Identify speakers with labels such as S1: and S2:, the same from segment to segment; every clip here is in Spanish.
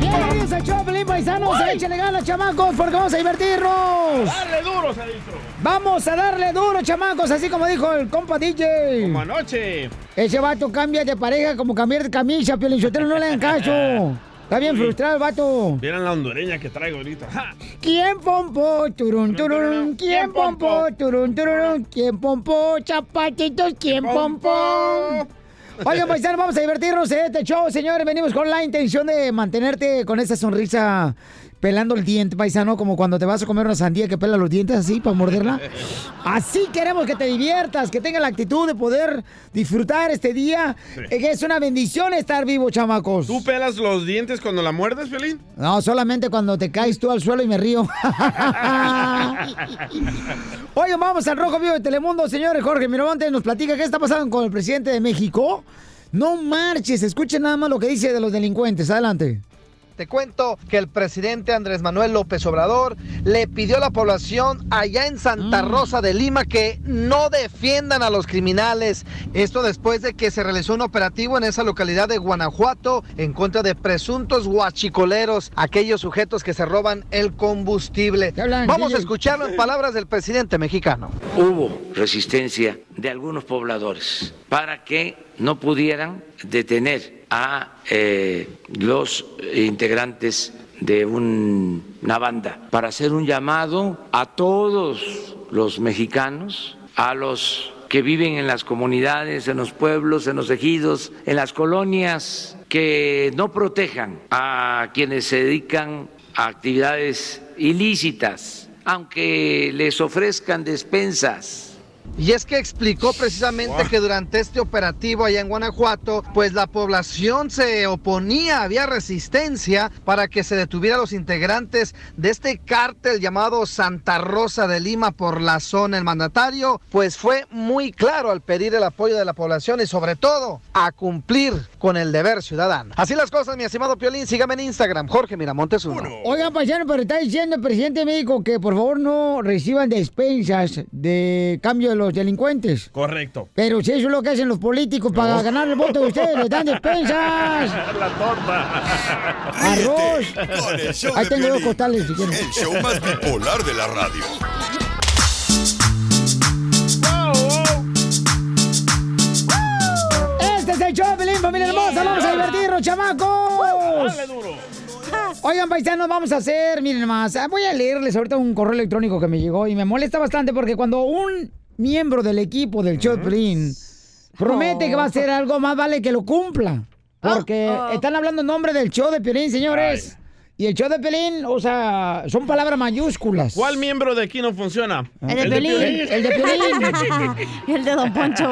S1: Bienvenidos al show, Felipe Paisanos. Échale ganas, chamacos, porque vamos a divertirnos.
S2: Darle duro, se ha dicho.
S1: Vamos a darle duro, chamacos, así como dijo el compa DJ.
S2: Como anoche.
S1: Ese vato cambia de pareja como cambiar de camisa, Piolinchotero, no le dan caso. Está bien
S2: Uy.
S1: frustrado el vato.
S2: Vieran la hondureña que traigo ahorita. ¡Ja!
S1: ¿Quién pompó? Turun, turun. ¿Quién pompó? Turun, turun. ¿Quién pompó? Zapatitos, ¿quién pompó? Oye, paisano, vamos a divertirnos en este show, señores. Venimos con la intención de mantenerte con esa sonrisa pelando el diente, paisano, como cuando te vas a comer una sandía que pela los dientes así para morderla. Así queremos que te diviertas, que tengas la actitud de poder disfrutar este día.
S2: Sí.
S1: Eh, que Es una bendición estar vivo, chamacos.
S2: ¿Tú pelas los dientes cuando la muerdes, Pelín?
S1: No, solamente cuando te caes tú al suelo y me río. Oye, vamos al Rojo Vivo de Telemundo, señores. Jorge Miramontes nos platica qué está pasando con el presidente de México. No marches, escuchen nada más lo que dice de los delincuentes. Adelante.
S3: Te cuento que el presidente Andrés Manuel López Obrador le pidió a la población allá en
S1: Mm.
S3: Santa Rosa de Lima que no defiendan a los criminales. Esto después de que se realizó un operativo en esa localidad de Guanajuato en contra de presuntos huachicoleros, aquellos sujetos que se roban el combustible.
S1: hablan,
S3: Vamos a
S1: DJ?
S3: escuchar las palabras del presidente mexicano.
S4: hubo resistencia de algunos pobladores para que no pudieran detener a eh, los integrantes de un- una banda, para hacer un llamado a todos los mexicanos, a los que viven en las comunidades, en los pueblos, en los ejidos, en las colonias, que no protejan a quienes se dedican a actividades ilícitas, aunque les ofrezcan despensas.
S3: Y es que explicó precisamente que durante este operativo allá en Guanajuato, pues la población se oponía, había resistencia para que se detuviera a los integrantes de este cártel llamado Santa Rosa de Lima por la zona. El mandatario pues fue muy claro al pedir el apoyo de la población y sobre todo a cumplir con el deber ciudadano. Así las cosas, mi estimado Piolín, sígame en Instagram, Jorge Miramontes uno.
S1: Oigan, paisano, pero está diciendo el presidente de México que por favor no reciban despensas de cambio de los delincuentes.
S2: Correcto.
S1: Pero si eso es lo que hacen los políticos para ganar el voto de ustedes, les dan despensas.
S2: La torta.
S1: Arroz.
S5: Con el show
S1: Ahí
S5: de
S1: tengo dos
S5: Piolín,
S1: costales si quieren.
S5: El show más bipolar de la radio.
S1: Este es el show, Pelín, familia hermosa. Vamos a divertirnos, chamacos.
S2: Dale duro.
S1: Oigan, paisanos, vamos a hacer, miren más. ah, Voy a leerles ahorita un correo electrónico que me llegó y me molesta bastante porque cuando un miembro del equipo del show, Pelín, promete que va a hacer algo, más vale que lo cumpla. Porque están hablando en nombre del show de Pelín, señores. Y el show de Pelín, o sea, son palabras mayúsculas.
S2: ¿Cuál miembro de aquí no funciona?
S6: El de Piolín.
S2: Piolín.
S1: El de Piolín.
S6: El de Don Poncho.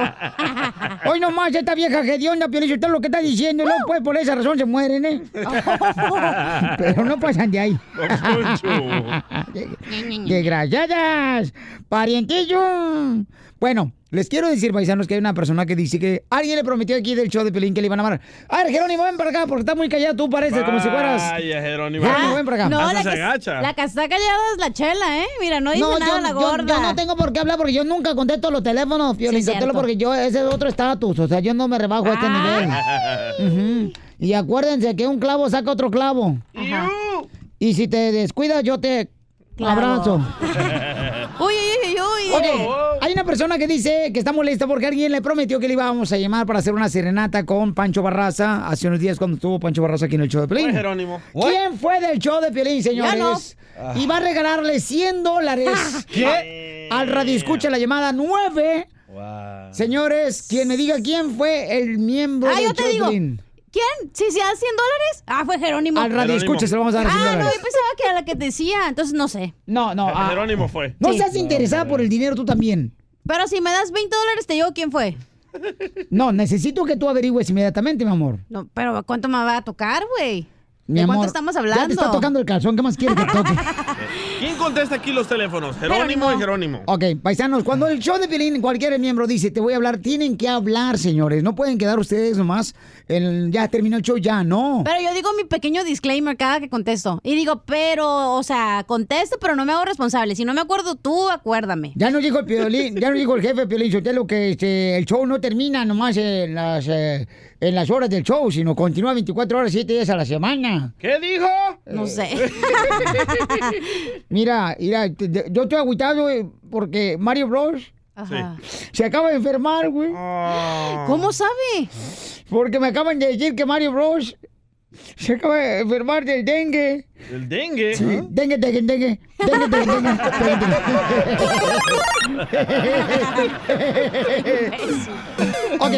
S1: Hoy nomás esta vieja gedionda, Piolín, usted lo que está diciendo, no, pues por esa razón se mueren, ¿eh? Pero no pasan de ahí.
S2: Don Poncho.
S1: Desgraciadas, parientillo. Bueno, les quiero decir, paisanos, que hay una persona que dice que alguien le prometió aquí del show de Pelín que le iban a amar. A ver, Jerónimo, ven para acá, porque está muy callado, tú pareces, como si fueras...
S2: Vaya, Jerónimo.
S1: Jerónimo, ven para acá.
S6: No,
S2: Hasta
S6: la
S2: se
S6: que,
S2: agacha.
S6: la que está callada es la chela, ¿eh? Mira, no dice nada la gorda.
S1: yo no tengo por qué hablar porque yo nunca contesto los teléfonos, Piolín,
S6: cierto.
S1: Sotelo, porque yo, ese es otro estatus, o sea, yo no me rebajo a
S6: Ah.
S1: este nivel. Ujú. Y acuérdense que un clavo saca otro clavo.
S6: Ajá.
S1: Y si te descuidas, yo te
S6: Clavo.
S1: abrazo.
S6: Uy, uy, uy, uy.
S1: Ok, hay una persona que dice que está molesta porque alguien le prometió que le íbamos a llamar para hacer una serenata con Pancho Barraza hace unos días cuando estuvo Pancho Barraza aquí en el show de
S2: Fue
S1: Pelín.
S2: Jerónimo.
S1: ¿Quién fue del show de Pelín, señores?
S6: Ah.
S1: Y va a regalarle 100 dólares
S2: ¿Qué?
S6: Ah.
S1: al radio escucha la llamada 9.
S2: Wow.
S1: Señores, quien me diga quién fue el miembro
S6: Ah,
S1: del
S6: yo te
S1: show de
S6: digo.
S1: Pelín.
S6: ¿Quién? Si se da 100 dólares. Ah, fue Jerónimo.
S1: Al radio
S2: Jerónimo.
S1: escucha se lo vamos a dar 100
S6: Ah, no, yo
S1: dólares.
S6: pensaba que era la que decía, entonces no sé.
S1: No, no. ah,
S2: Jerónimo fue.
S1: no
S6: Sí.
S1: seas interesada por el dinero tú también.
S6: Pero si me das 20 dólares, te digo quién fue.
S1: No, necesito que tú averigües inmediatamente, mi amor.
S6: No, pero ¿cuánto me va a tocar, güey?
S1: Mi
S6: ¿De cuánto
S1: amor,
S6: estamos
S1: Ya te
S6: hablando?
S1: está tocando el calzón, ¿qué más quieres que toque?
S2: ¿Quién contesta aquí los teléfonos? Jerónimo y Jerónimo.
S1: Ok, paisanos, cuando el show de Piolín, cualquier miembro dice, te voy a hablar, tienen que hablar, señores. No pueden quedar ustedes nomás, en, ya terminó el show, ya, no.
S6: Pero yo digo mi pequeño disclaimer cada que contesto. Y digo, pero, o sea, contesto, pero no me hago responsable. Si no me acuerdo tú, acuérdame.
S1: Ya nos dijo el Piolín, ya nos dijo el jefe Piolín Sotelo que este, el show no termina nomás en las, eh, en las horas del show, sino continúa 24 horas, 7 días a la semana.
S2: ¿Qué dijo? Eh.
S6: No sé.
S1: Mira, mira, te- te- yo estoy agüitado eh, porque Mario Bros. Se acaba de enfermar, güey.
S6: ¿Cómo sabe?
S1: Porque me acaban de decir que Mario Bros. se acaba de enfermar del dengue.
S2: El dengue.
S1: Sí, dengue, dengue, dengue. Dengue, dengue, dengue, dengue. ok.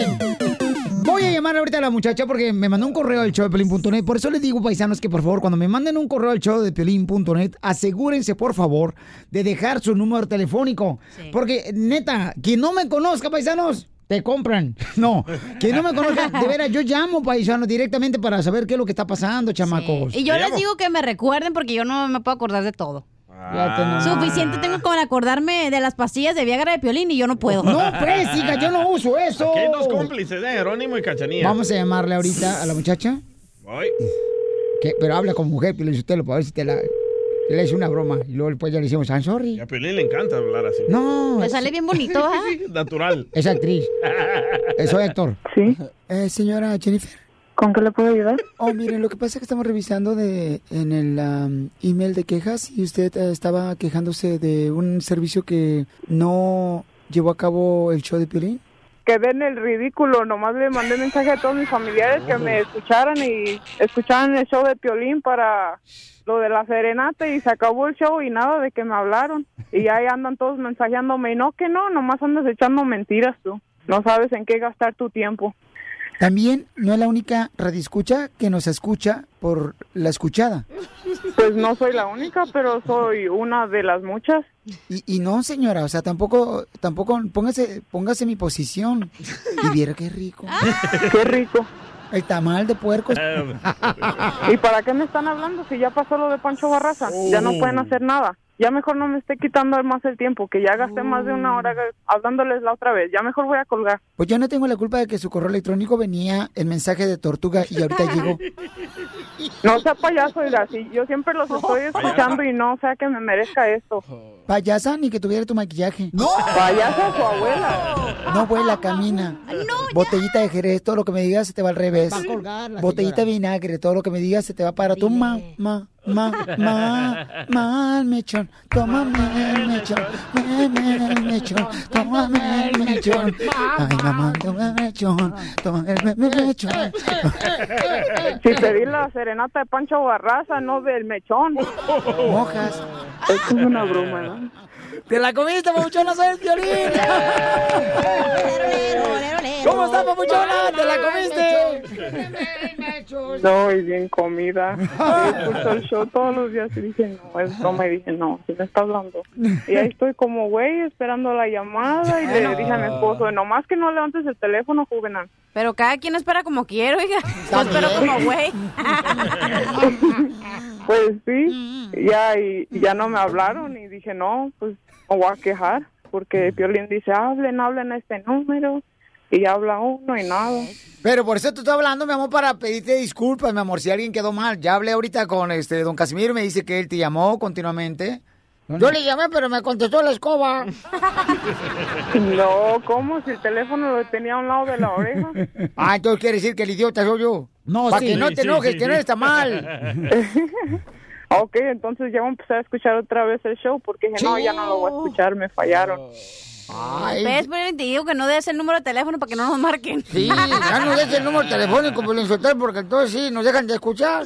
S1: Voy a llamar ahorita a la muchacha porque me mandó un correo al show de Piolín.net. Por eso les digo, paisanos, que por favor, cuando me manden un correo al show de Piolín.net, asegúrense, por favor, de dejar su número telefónico. Porque, neta, quien no me conozca, paisanos, te compran. No, quien no me conozca, de veras, yo llamo, paisanos, directamente para saber qué es lo que está pasando, chamacos.
S6: Y yo les digo que me recuerden porque yo no me puedo acordar de todo.
S1: Ya tenemos.
S6: Suficiente tengo con acordarme de las pastillas de Viagra de Piolín y yo no puedo.
S1: No, pues, hija, yo no uso eso.
S2: Aquí hay dos cómplices, ¿eh? Jerónimo y Cachanilla.
S1: Vamos a llamarle ahorita a la muchacha.
S2: Voy.
S1: que- Pero habla como mujer, Piolín Sotelo, para ver si te la... Le hice una broma y luego después ya le hicimos, I'm sorry.
S2: Y a Piolín le encanta hablar así.
S1: No.
S6: Me sale bien bonito, ¿ah?
S2: Natural.
S1: Es actriz. Eh, Soy actor. Sí. Eh, señora Jennifer.
S7: ¿Con qué le puedo ayudar?
S1: Oh, miren, lo que pasa es que estamos revisando de, en el am, email de quejas y usted eh, estaba quejándose de un servicio que no llevó a cabo el show de Piolín.
S7: Que den el ridículo, nomás le mandé mensaje a todos mis familiares que me escucharan y escucharan el show de Piolín para lo de la serenata y se acabó el show y nada de que me hablaron. Y ahí andan todos mensajeándome y no que no, nomás andas echando mentiras tú. No sabes en qué gastar tu tiempo.
S1: También no es la única radioescucha que nos escucha por la escuchada.
S7: Pues no soy la única, pero soy una de las muchas.
S1: Y, y no, señora, o sea, tampoco, tampoco, póngase, póngase en mi posición. Y viera qué rico.
S7: Qué rico.
S1: El tamal de puerco.
S7: ¿Y para qué me están hablando si ya pasó lo de Pancho Barraza? Ya no pueden hacer nada. Ya mejor no me esté quitando más el tiempo, que ya gasté más de una hora hablándoles la otra vez. Ya mejor voy a colgar.
S1: Pues yo no tengo la culpa de que su correo electrónico venía el mensaje de tortuga y ahorita llegó.
S7: No sea payaso, oiga, si yo siempre los estoy escuchando y no sea que me merezca esto.
S1: Oh. Payasa ni que tuviera tu maquillaje. No.
S7: Payasa su abuela.
S1: No vuela, camina. Botellita de jerez, todo lo que me digas se te va al revés.
S8: Va a colgar la
S1: Botellita de vinagre, todo lo que me digas se te va para tu ma, ma, ma, ma, ma, el mechón. Tómame el mechón, tómame el mechón, tómame el mechón. Ay, mamá, tómame el mechón, tómame el mechón.
S7: Si pedí la serenata de Pancho Barraza, no del mechón.
S1: Mojas.
S7: Esto es una broma, ¿no?
S1: Te la comiste, papuchona, soy el violín. ¿Cómo estás, papuchona? ¿Te la comiste?
S7: No, y bien comida. Yo Escucho el show todos los días y dije, no, es broma. Y dije, no, si me está hablando. Y ahí estoy como güey esperando la llamada y le dije a mi esposo, nomás que no levantes el teléfono, juvenal.
S6: Pero cada quien espera como quiero, oiga. Yo espero como güey.
S7: Pues sí, ya, y y ya no me hablaron y dije, no, pues me voy a quejar. Porque Piolín dice, hablen, hablen a este número. Y habla uno y nada.
S1: Pero por eso tú estás hablando, mi amor, para pedirte disculpas, mi amor, si alguien quedó mal. Ya hablé ahorita con este don Casimiro, me dice que él te llamó continuamente. Yo le llamé, pero me contestó la escoba.
S7: No, ¿cómo? Si el teléfono lo tenía a un lado de la oreja.
S1: Ah, entonces quiere decir que el idiota soy yo. No, Para
S7: sí.
S1: que no
S7: Sí,
S1: te
S7: sí,
S1: enojes,
S7: sí,
S1: que no
S7: sí.
S1: está mal.
S7: Ok, entonces ya voy a empezar a escuchar otra vez el show porque dije, no, ya no lo voy a escuchar, me fallaron.
S6: ¿Ves? Pero te digo que no des el número de teléfono para que no nos marquen.
S1: Sí, ya no dejes el número telefónico, Piolín Sotelo, porque entonces sí, nos dejan de escuchar.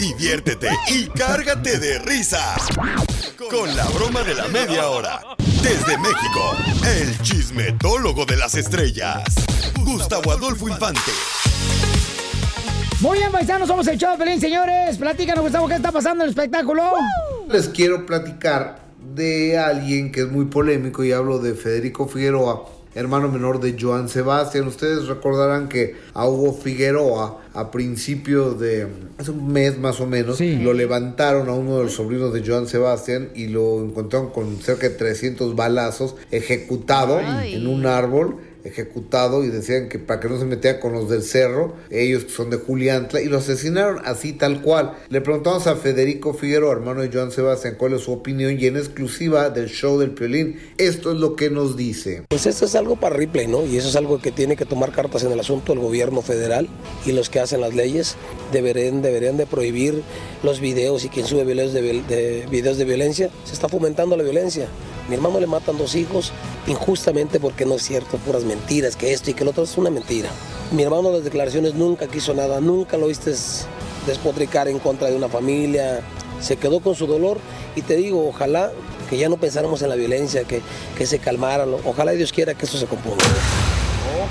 S5: Diviértete y cárgate de risas con la broma de la media hora. Desde México, el chismetólogo de las estrellas, Gustavo Adolfo Infante.
S1: Muy bien, paisanos, somos el show de Pelín, señores. Platícanos, Gustavo, ¿qué está pasando en el espectáculo?
S9: Les quiero platicar de alguien que es muy polémico y hablo de Federico Figueroa.
S8: hermano menor de Joan Sebastián. Ustedes recordarán que a Hugo Figueroa, a principio de mm, hace un mes más o menos,
S1: Sí.
S8: lo levantaron a uno de los sobrinos de Joan Sebastián y lo encontraron con cerca de 300 balazos ejecutado
S6: Ay.
S8: en un árbol ejecutado y decían que para que no se metiera con los del cerro, ellos que son de Juliantla, y lo asesinaron así tal cual. Le preguntamos a Federico Figueroa, hermano de Joan Sebastián, cuál es su opinión y en exclusiva del show del Piolín, esto es lo que nos dice.
S9: Pues esto es algo para Ripley, ¿no? Y eso es algo que tiene que tomar cartas en el asunto el gobierno federal y los que hacen las leyes. Deberían, deberían de prohibir los videos y quien sube videos de, viol- de- videos de violencia. Se está fomentando la violencia. Mi hermano le matan dos hijos injustamente porque no es cierto, puras mentiras, que esto y que lo otro es una mentira. Mi hermano las declaraciones nunca quiso nada, nunca lo viste despotricar en contra de una familia. Se quedó con su dolor y te digo, ojalá que ya no pensáramos en la violencia, que, que se calmaran. Ojalá y Dios quiera que eso se componga.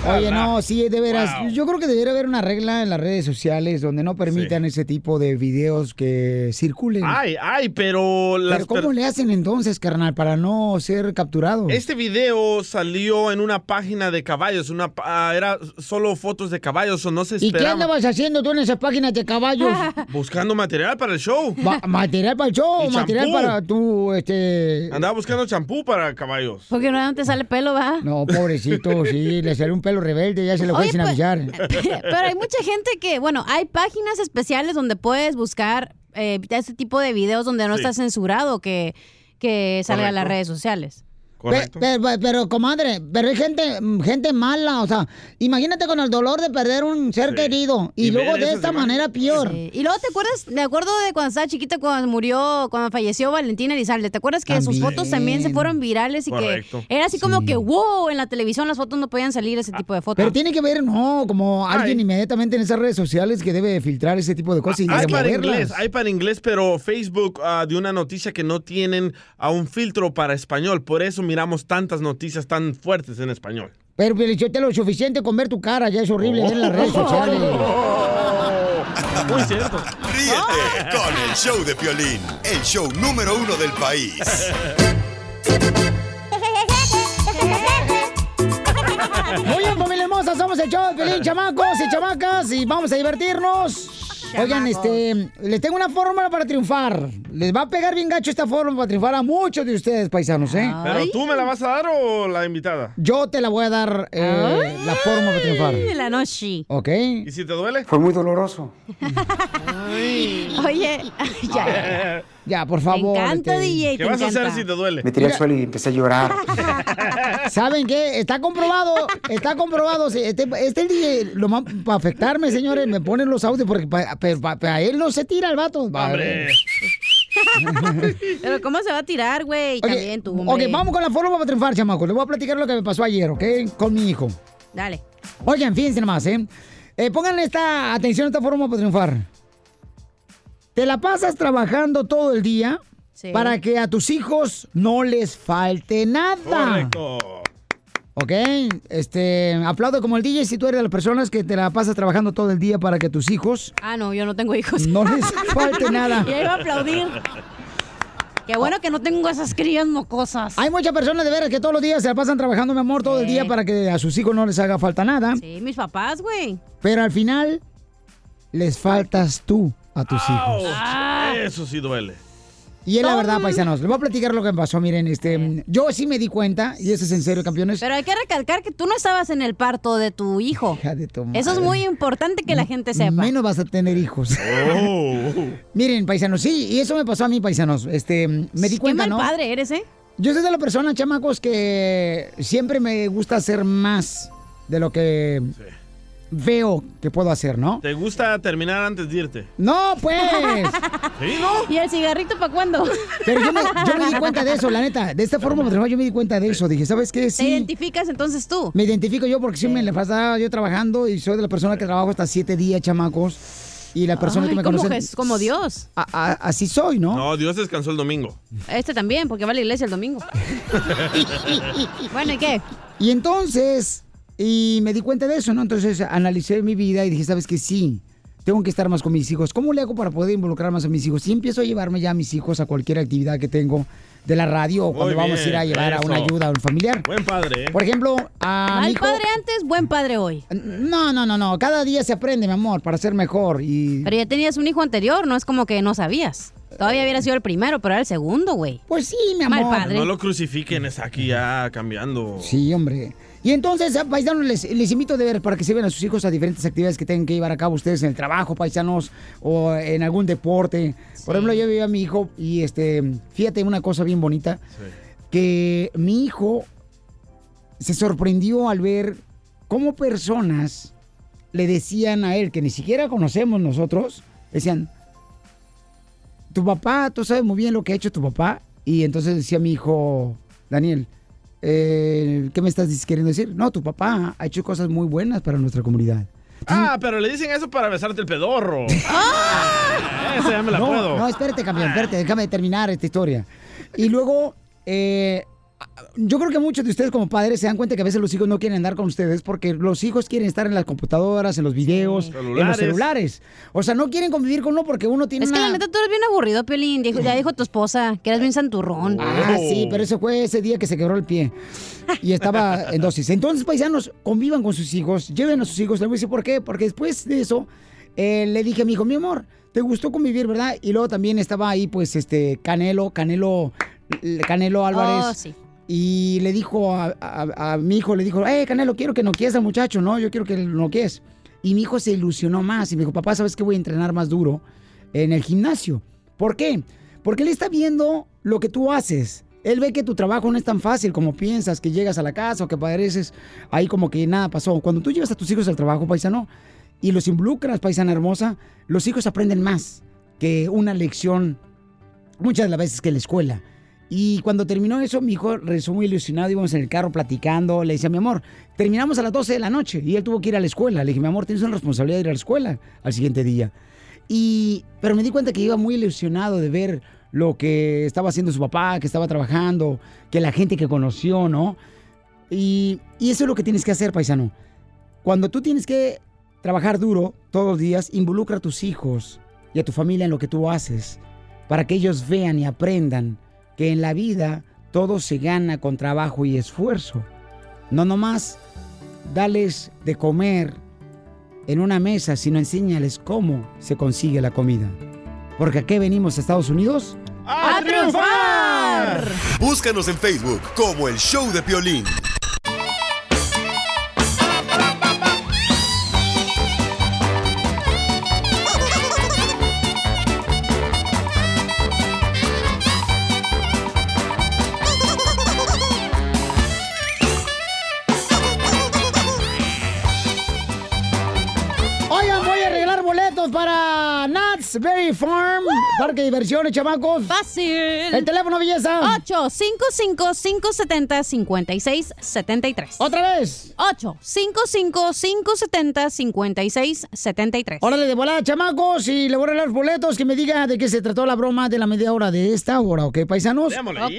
S1: Oye, no, sí, de veras.
S2: Wow.
S1: Yo creo que debería haber una regla en las redes sociales donde no permitan ese tipo de videos que circulen.
S2: Ay, ay, pero las
S1: Pero ¿cómo
S2: per-
S1: le hacen entonces, carnal, para no ser capturados?
S2: Este video salió en una página de caballos, una pa- ah, era solo fotos de caballos o no se
S1: ¿Y qué
S2: esperaba.
S1: andabas haciendo tú en esas páginas de caballos?
S2: Buscando material para el show.
S1: Ma- material para el show,
S2: Y
S1: material
S2: champú.
S1: para tu, este...
S2: Andaba buscando champú para caballos.
S6: Porque no te sale pelo, va.
S1: No, pobrecito, sí, le salió un pelo rebelde, ya se le fue
S6: Oye,
S1: sin
S6: pues-
S1: avisar.
S6: Pero hay mucha gente que, bueno, hay páginas especiales donde puedes buscar eh, este tipo de videos donde no
S2: Sí.
S6: está censurado que, que salga a las
S2: Correcto.
S6: redes sociales.
S1: Pe-
S2: Correcto.
S1: Pero, pero, comadre, pero hay gente, gente mala, o sea, imagínate con el dolor de perder un ser
S2: Sí.
S1: querido y,
S2: Y
S1: luego
S2: ver
S1: de
S2: esas
S1: esta
S2: imágenes.
S1: manera peor.
S6: Sí. Y luego te acuerdas, me acuerdo de cuando estaba chiquita, cuando murió, cuando falleció Valentina Elizalde. ¿Te acuerdas que sus
S1: También.
S6: fotos también se fueron virales y
S2: Correcto. Ah,
S6: que era así como
S1: Sí.
S6: que wow, en la televisión las fotos no podían salir ese tipo de fotos.
S1: Pero tiene que ver, no, como
S2: Ay.
S1: alguien inmediatamente en esas redes sociales que debe filtrar ese tipo de cosas y
S2: hay para
S1: removerlas.
S2: inglés, hay para inglés, pero Facebook ah, dio una noticia que no tienen a un filtro para español. Por eso miramos tantas noticias tan fuertes en español.
S1: Pero, Piolín, yo te lo suficiente con ver tu cara, ya es horrible ver en las redes sociales.
S2: Muy cierto.
S5: Ríete con el show de Piolín, el show número uno del país.
S1: Muy bien, familia hermosa, somos el show de Piolín, chamacos y chamacas, y vamos a divertirnos. Oigan, este, les tengo una fórmula para triunfar. Les va a pegar bien gacho esta fórmula para triunfar a muchos de ustedes, paisanos, ¿eh?
S2: ¿Pero tú me la vas a dar o la invitada?
S1: Yo te la voy a dar eh, la fórmula para triunfar.
S6: Ay, la noche.
S1: ¿Ok?
S2: ¿Y si te duele?
S9: Fue muy doloroso.
S6: Oye, ay, ya.
S1: Ya, por
S6: Me
S1: favor.
S6: encanta,
S1: este,
S6: DJ.
S2: ¿Qué
S6: Te
S2: vas a hacer
S6: encanta.
S2: si te duele?
S9: Me tiré al suelo y empecé a llorar.
S1: ¿Saben qué? Está comprobado, está comprobado. sí, Este, este DJ, lo más para afectarme, señores, me ponen los audios porque para él no se tira el vato. Va,
S2: Hombre.
S6: Pero ¿cómo se va a tirar, güey?
S1: Ok,
S6: También tú,
S1: ok,
S6: hombre.
S1: vamos con la fórmula para triunfar, chamaco. Les voy a platicar lo que me pasó ayer, ¿ok? Con mi hijo.
S6: Dale.
S1: Oigan, fíjense nomás, ¿eh? Eh, Pónganle esta atención a esta fórmula para triunfar. Te la pasas trabajando todo el día
S6: Sí.
S1: para que a tus hijos no les falte nada.
S2: Correcto.
S1: ¿Ok? Este, aplaudo como el DJ si tú eres de las personas que te la pasas trabajando todo el día para que tus hijos
S6: Ah, no, yo no tengo hijos.
S1: no les falte nada.
S6: Ya iba a aplaudir. Qué bueno que no tengo esas crías mocosas.
S1: Hay muchas personas de veras que todos los días se la pasan trabajando, mi amor, todo el
S6: Sí.
S1: día para que a sus hijos no les haga falta nada.
S6: Sí, mis papás, güey.
S1: Pero al final, les faltas tú a tus
S2: Ouch.
S1: hijos.
S6: Ah.
S2: Eso sí duele.
S1: Y es la verdad, paisanos. Les voy a platicar lo que me pasó. Miren, este, yo sí me di cuenta, y eso es en serio, campeones.
S6: Pero hay que recalcar que tú no estabas en el parto de tu hijo.
S1: Hija de tu
S6: Eso es
S1: madre.
S6: muy importante que la gente sepa.
S1: Menos vas a tener hijos. Miren, paisanos, sí, y eso me pasó a mí, paisanos. Este, me di
S6: Qué
S1: cuenta,
S6: mal
S1: ¿no?
S6: padre eres, ¿eh?
S1: Yo soy de la persona, chamacos, que siempre me gusta hacer más de lo que veo que puedo hacer, ¿no?
S2: ¿Te gusta terminar antes de irte?
S1: No, pues.
S2: ¿Sí, no?
S6: ¿Y el cigarrito para cuándo?
S1: Pero yo me, yo me di cuenta de eso, la neta. De esta forma matrimonial yo me di cuenta de eso. Dije, ¿sabes qué?
S6: ¿Te
S1: Sí.
S6: identificas entonces tú?
S1: Me identifico yo porque sí me la pasaba yo trabajando y soy de la persona que trabajo hasta siete días, chamacos. Y la persona
S6: Ay,
S1: que me
S6: como,
S1: conoce.
S6: Jes- como Dios.
S1: A- a- así soy, ¿no?
S2: No, Dios descansó el domingo.
S6: Este también, porque va a la iglesia el domingo. bueno, ¿y qué?
S1: Y entonces, y me di cuenta de eso, ¿no? Entonces analicé mi vida y dije, ¿sabes qué? Sí, tengo que estar más con mis hijos. ¿Cómo le hago para poder involucrar más a mis hijos? Y empiezo a llevarme ya a mis hijos a cualquier actividad que tengo de la radio cuando vamos
S2: bien,
S1: a ir a llevar a una
S2: eso.
S1: ayuda a un familiar.
S2: Buen padre, ¿eh?
S1: Por ejemplo, a mi
S6: Mal
S1: hijo-
S6: padre antes, buen padre hoy.
S1: Ah, No, no, no, no. Cada día se aprende, mi amor, para ser mejor. Y
S6: Pero ya tenías un hijo anterior, no es como que no sabías. Todavía hubiera sido el primero, pero era el segundo, güey.
S1: Pues sí, mi
S6: Mal
S1: amor.
S6: padre.
S2: No lo crucifiquen, es aquí ya cambiando.
S1: Sí, hombre. Y entonces, ah, paisanos, les, les invito de ver para que lleven a sus hijos a diferentes actividades que tengan que llevar a cabo ustedes en el trabajo, paisanos, o en algún deporte. Por ejemplo, yo vi a mi hijo y este, fíjate una cosa bien bonita, que mi hijo se sorprendió al ver cómo personas le decían a él, que ni siquiera conocemos nosotros, decían, tu papá, tú sabes muy bien lo que ha hecho tu papá. Y entonces decía mi hijo, Daniel, eh, ¿qué me estás dis- queriendo decir? No, tu papá ha hecho cosas muy buenas para nuestra comunidad.
S2: Ah, pero le dicen eso para besarte el pedorro. Esa ya me la
S1: Ah. no,
S2: puedo. Ah.
S1: No, espérate, campeón, espérate, déjame terminar esta historia. Y luego, eh, yo creo que muchos de ustedes como padres se dan cuenta que a veces los hijos no quieren andar con ustedes porque los hijos quieren estar en las computadoras, en los videos, en los
S6: Celulares.
S1: celulares. O sea, no quieren convivir con uno porque uno tiene
S6: Es que
S1: una-
S6: la neta tú eres bien aburrido, Piolín. Dijo- ya dijo tu esposa que eres bien santurrón.
S1: Ah,
S6: Oh.
S1: sí, pero eso fue ese día que se quebró el pie. Y estaba en dosis. Entonces, paisanos, convivan con sus hijos, lleven a sus hijos. Le voy a decir por qué, porque después de eso, eh, le dije a mi hijo, mi amor, te gustó convivir, ¿verdad? Y luego también estaba ahí, pues, este, Canelo, Canelo, l- Canelo Álvarez.
S6: Oh, sí.
S1: Y le dijo a, a- a mi hijo, le dijo, eh, Canelo, quiero que no quieras al muchacho, ¿no? Yo quiero que no quieras. Y mi hijo se ilusionó más y me dijo, papá, ¿sabes qué? Voy a entrenar más duro en el gimnasio. ¿Por qué? Porque él está viendo lo que tú haces. Él ve que tu trabajo no es tan fácil como piensas, que llegas a la casa o que pareces ahí como que nada pasó. Cuando tú llevas a tus hijos al trabajo, paisano, y los involucras, paisana hermosa, los hijos aprenden más que una lección muchas de las veces que en la escuela. Y cuando terminó eso, mi hijo regresó muy ilusionado, íbamos en el carro platicando, le decía, mi amor, terminamos a las 12 de la noche y él tuvo que ir a la escuela. Le dije, mi amor, tienes una responsabilidad de ir a la escuela al siguiente día. Y, pero me di cuenta que iba muy ilusionado de ver lo que estaba haciendo su papá, que estaba trabajando, que la gente que conoció, ¿no? Y, y eso es lo que tienes que hacer, paisano. Cuando tú tienes que trabajar duro todos los días, involucra a tus hijos y a tu familia en lo que tú haces, para que ellos vean y aprendan que en la vida todo se gana con trabajo y esfuerzo. No nomás dales de comer en una mesa, sino enséñales cómo se consigue la comida. Porque aquí venimos a Estados Unidos.
S2: ¡A triunfar!
S5: Búscanos en Facebook como el show de Piolín.
S1: Oigan, voy a regalar boletos para Nuts Berry Farm, parque de diversiones, chamacos.
S6: Fácil.
S1: El teléfono, belleza.
S6: 855-570-5673.
S1: ¿Otra vez?
S6: 855-570-5673.
S1: Órale, de volada, chamacos, y le voy a regalar boletos que me diga de qué se trató la broma de la media hora de esta hora, ¿ok, paisanos? Ah,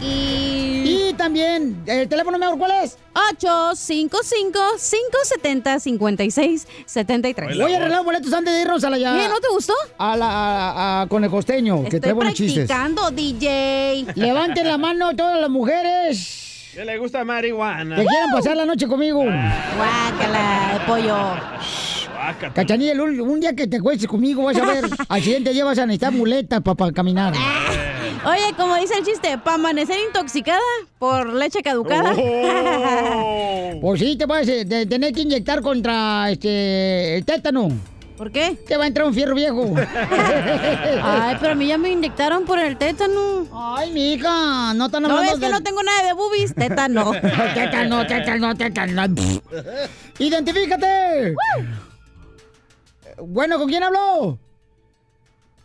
S1: Y también, ¿el teléfono mejor cuál es?
S6: 855-570-5673.
S1: Voy a arreglar boletos antes de irnos a la ya.
S6: Mira, ¿no te gustó?
S1: A la, a- a- con el costeño, que
S6: Estoy
S1: trae buenos chistes.
S6: practicando, DJ.
S1: Levanten la mano todas las mujeres
S2: Que le gusta marihuana.
S1: que quieran pasar la noche conmigo.
S6: Guácala, de Eh, pollo.
S1: Cachanilla, el ul- un día que te cuestes conmigo vas a ver, al siguiente día vas a necesitar muletas para caminar.
S6: Ah. Oye, como dice el chiste, para amanecer intoxicada por leche caducada.
S1: Pues sí, te vas a te- tener que inyectar contra este el tétano.
S6: ¿Por qué?
S1: Te va a entrar un fierro viejo.
S6: Ay, pero a mí ya me inyectaron por el tétano.
S1: Ay, mija, no tan
S6: No
S1: hablando
S6: ves que
S1: de-
S6: no tengo nada de boobies, tétano.
S1: tétano, tétano, tétano. ¡Identifícate! Bueno, ¿con quién habló?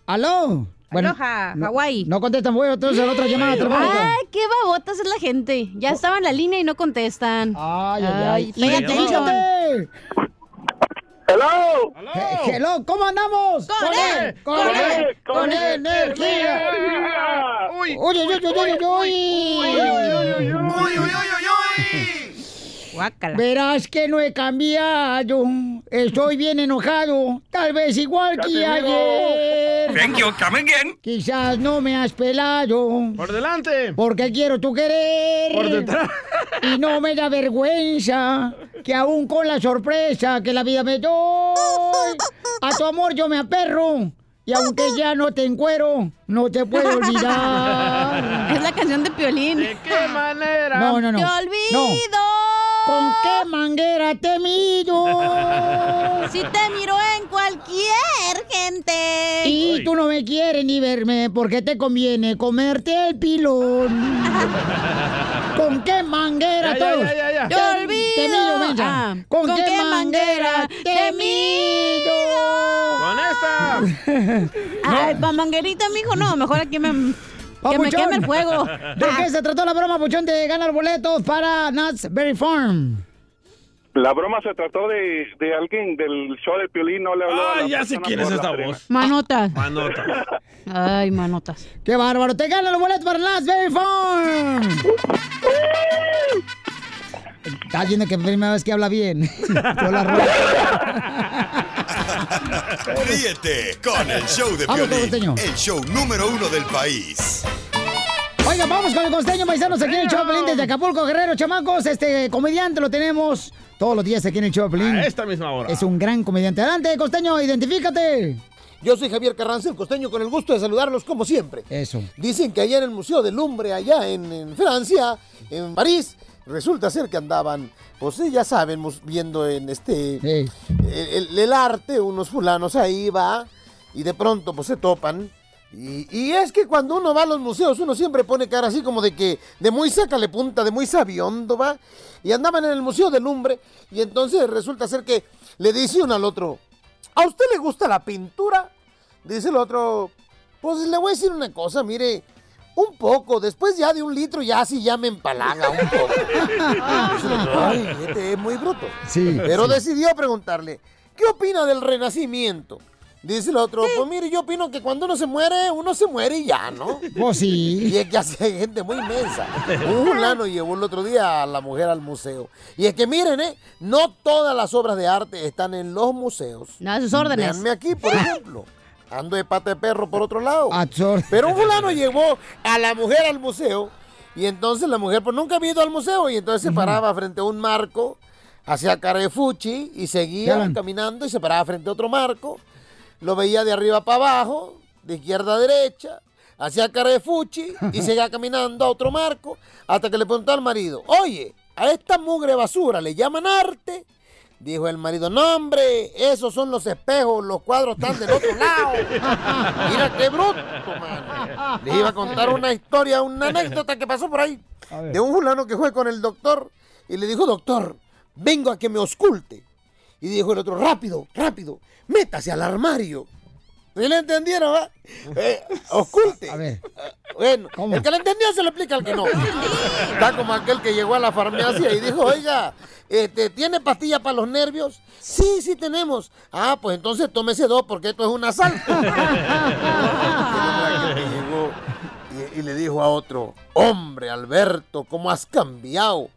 S1: ¿Aló? Bueno,
S6: Aloha,
S1: no-
S6: Hawái.
S1: No contestan, voy entonces a la otra llamada telefónica.
S6: Ay, qué babotas es la gente. Ya estaba en la línea y no contestan.
S1: Ay, ay, ay.
S6: pégate, Edson.
S1: ¡Identifícate!
S10: ¡Hello!
S1: He- Hello, ¿cómo andamos?
S6: ¡Con él!
S1: ¡Con él! ¡Con energía!
S10: energía!
S1: ¡Uy, uy, uy, uy, uy, uy!
S6: Guácala.
S1: Verás que no he cambiado, estoy bien enojado, tal vez igual que
S10: Ya te digo.
S1: ayer. querer.
S11: Thank you, come again.
S1: Quizás no me has pelado. Por delante. Porque quiero tu querer.
S11: Por detrás.
S1: Y no me da vergüenza que aún con la sorpresa que la vida me dio, a tu amor yo me aperro. Y aunque ya no te encuero, no te puedo olvidar.
S6: Es la canción de Piolín.
S1: ¿De qué manera? No, no, no.
S6: Te
S1: No.
S6: olvido.
S1: ¿Con qué manguera te miro?
S6: Si te miro en cualquier gente.
S1: Y tú no me quieres ni verme porque te conviene comerte el pilón. ¿Con qué manguera
S11: Ya, ya,
S1: todos?
S11: ya, ya, ya.
S1: Te-
S11: Yo olvido.
S1: te miro, Benja.
S11: Ah,
S1: ¿Con, qué, manguera te miro?
S2: ¡Con
S1: esta!
S6: Ay, pa' manguerita, mijo, no, mejor aquí me... Que me queme el fuego.
S1: ¿De qué se trató la broma, Puchón, de ganar boletos para Nuts Berry Farm?
S10: La broma se trató de, de alguien del show de Piolín, no le habló a
S2: Ah,
S10: la
S2: ya sé
S10: persona
S2: quién es
S10: por la
S2: esta
S10: arena.
S2: voz.
S6: Manotas.
S10: Ah.
S2: Manota.
S6: Ay, manotas.
S1: ¡Qué bárbaro! ¡Te ganan los boletos para Nuts Berry Farm! Está diciendo que primera vez que habla bien. Yo la robo.
S5: Ríete con el show de
S1: Vamos,
S5: Piolín,
S1: costeño.
S5: el show número uno del país.
S1: Oiga, vamos con el costeño paisanos aquí en el Choplin desde Acapulco, Guerrero, chamacos. Este comediante lo tenemos todos los días aquí en el Choplin.
S2: A esta misma hora.
S1: Es un gran comediante. Adelante, costeño, identifícate.
S12: Yo soy Javier Carranza, el costeño, con el gusto de saludarlos como siempre.
S1: Eso.
S12: Dicen que allá en el Museo del Lumbre, allá en, en Francia, en París, resulta ser que andaban, pues eh, ya saben, mus- viendo en este, el, el- el arte, unos fulanos ahí va, y de pronto pues se topan. Y, y es que cuando uno va a los museos, uno siempre pone cara así como de que, de muy sácale punta, de muy sabiondo, va. Y andaban en el Museo del Lumbre, y entonces resulta ser que le dice uno al otro, ¿a usted le gusta la pintura? Dice el otro, pues le voy a decir una cosa, mire, un poco, después ya de un litro ya sí ya me empalaga un poco.
S6: Ah.
S12: Dice el otro, "Ay, este es muy bruto.
S1: Sí.
S12: Pero
S1: sí.
S12: decidió preguntarle, ¿qué opina del renacimiento? Dice el otro, pues mire, yo opino que cuando uno se muere, uno se muere y ya, ¿no?
S1: Pues sí.
S12: Y es que así hay gente muy inmensa. Un fulano llevó el otro día a la mujer al museo. Y es que miren, ¿eh? No todas las obras de arte están en los museos.
S6: a sus órdenes.
S12: Véanme aquí, por ejemplo. Ando de pata de perro por otro lado.
S1: A tus órdenes.
S12: Pero un fulano llevó a la mujer al museo. Y entonces la mujer, pues nunca había ido al museo. Y entonces se paraba frente a un marco, hacía cara de fuchi y seguía
S1: Alan.
S12: caminando y se paraba frente a otro marco. Lo veía de arriba para abajo, de izquierda a derecha, hacía cara de fuchi y seguía caminando a otro marco hasta que le preguntó al marido, oye, a esta mugre basura le llaman arte. Dijo el marido, no hombre, esos son los espejos, los cuadros están del otro lado. Mira qué bruto, mano. Les iba a contar una historia, una anécdota que pasó por ahí de un fulano que fue con el doctor y le dijo, doctor, vengo a que me ausculte. Y dijo el otro, rápido, rápido, métase al armario. ¿Sí le entendieron, va? Eh, ausculte. Eh, Bueno, el que le entendió se lo explica al que no. Está como aquel que llegó a la farmacia y dijo, oiga, este, ¿tiene pastilla para los nervios? Sí, sí tenemos. Ah, pues entonces tómese dos porque esto es un asalto. Llegó y, y le dijo a otro, hombre Alberto, ¿cómo has cambiado?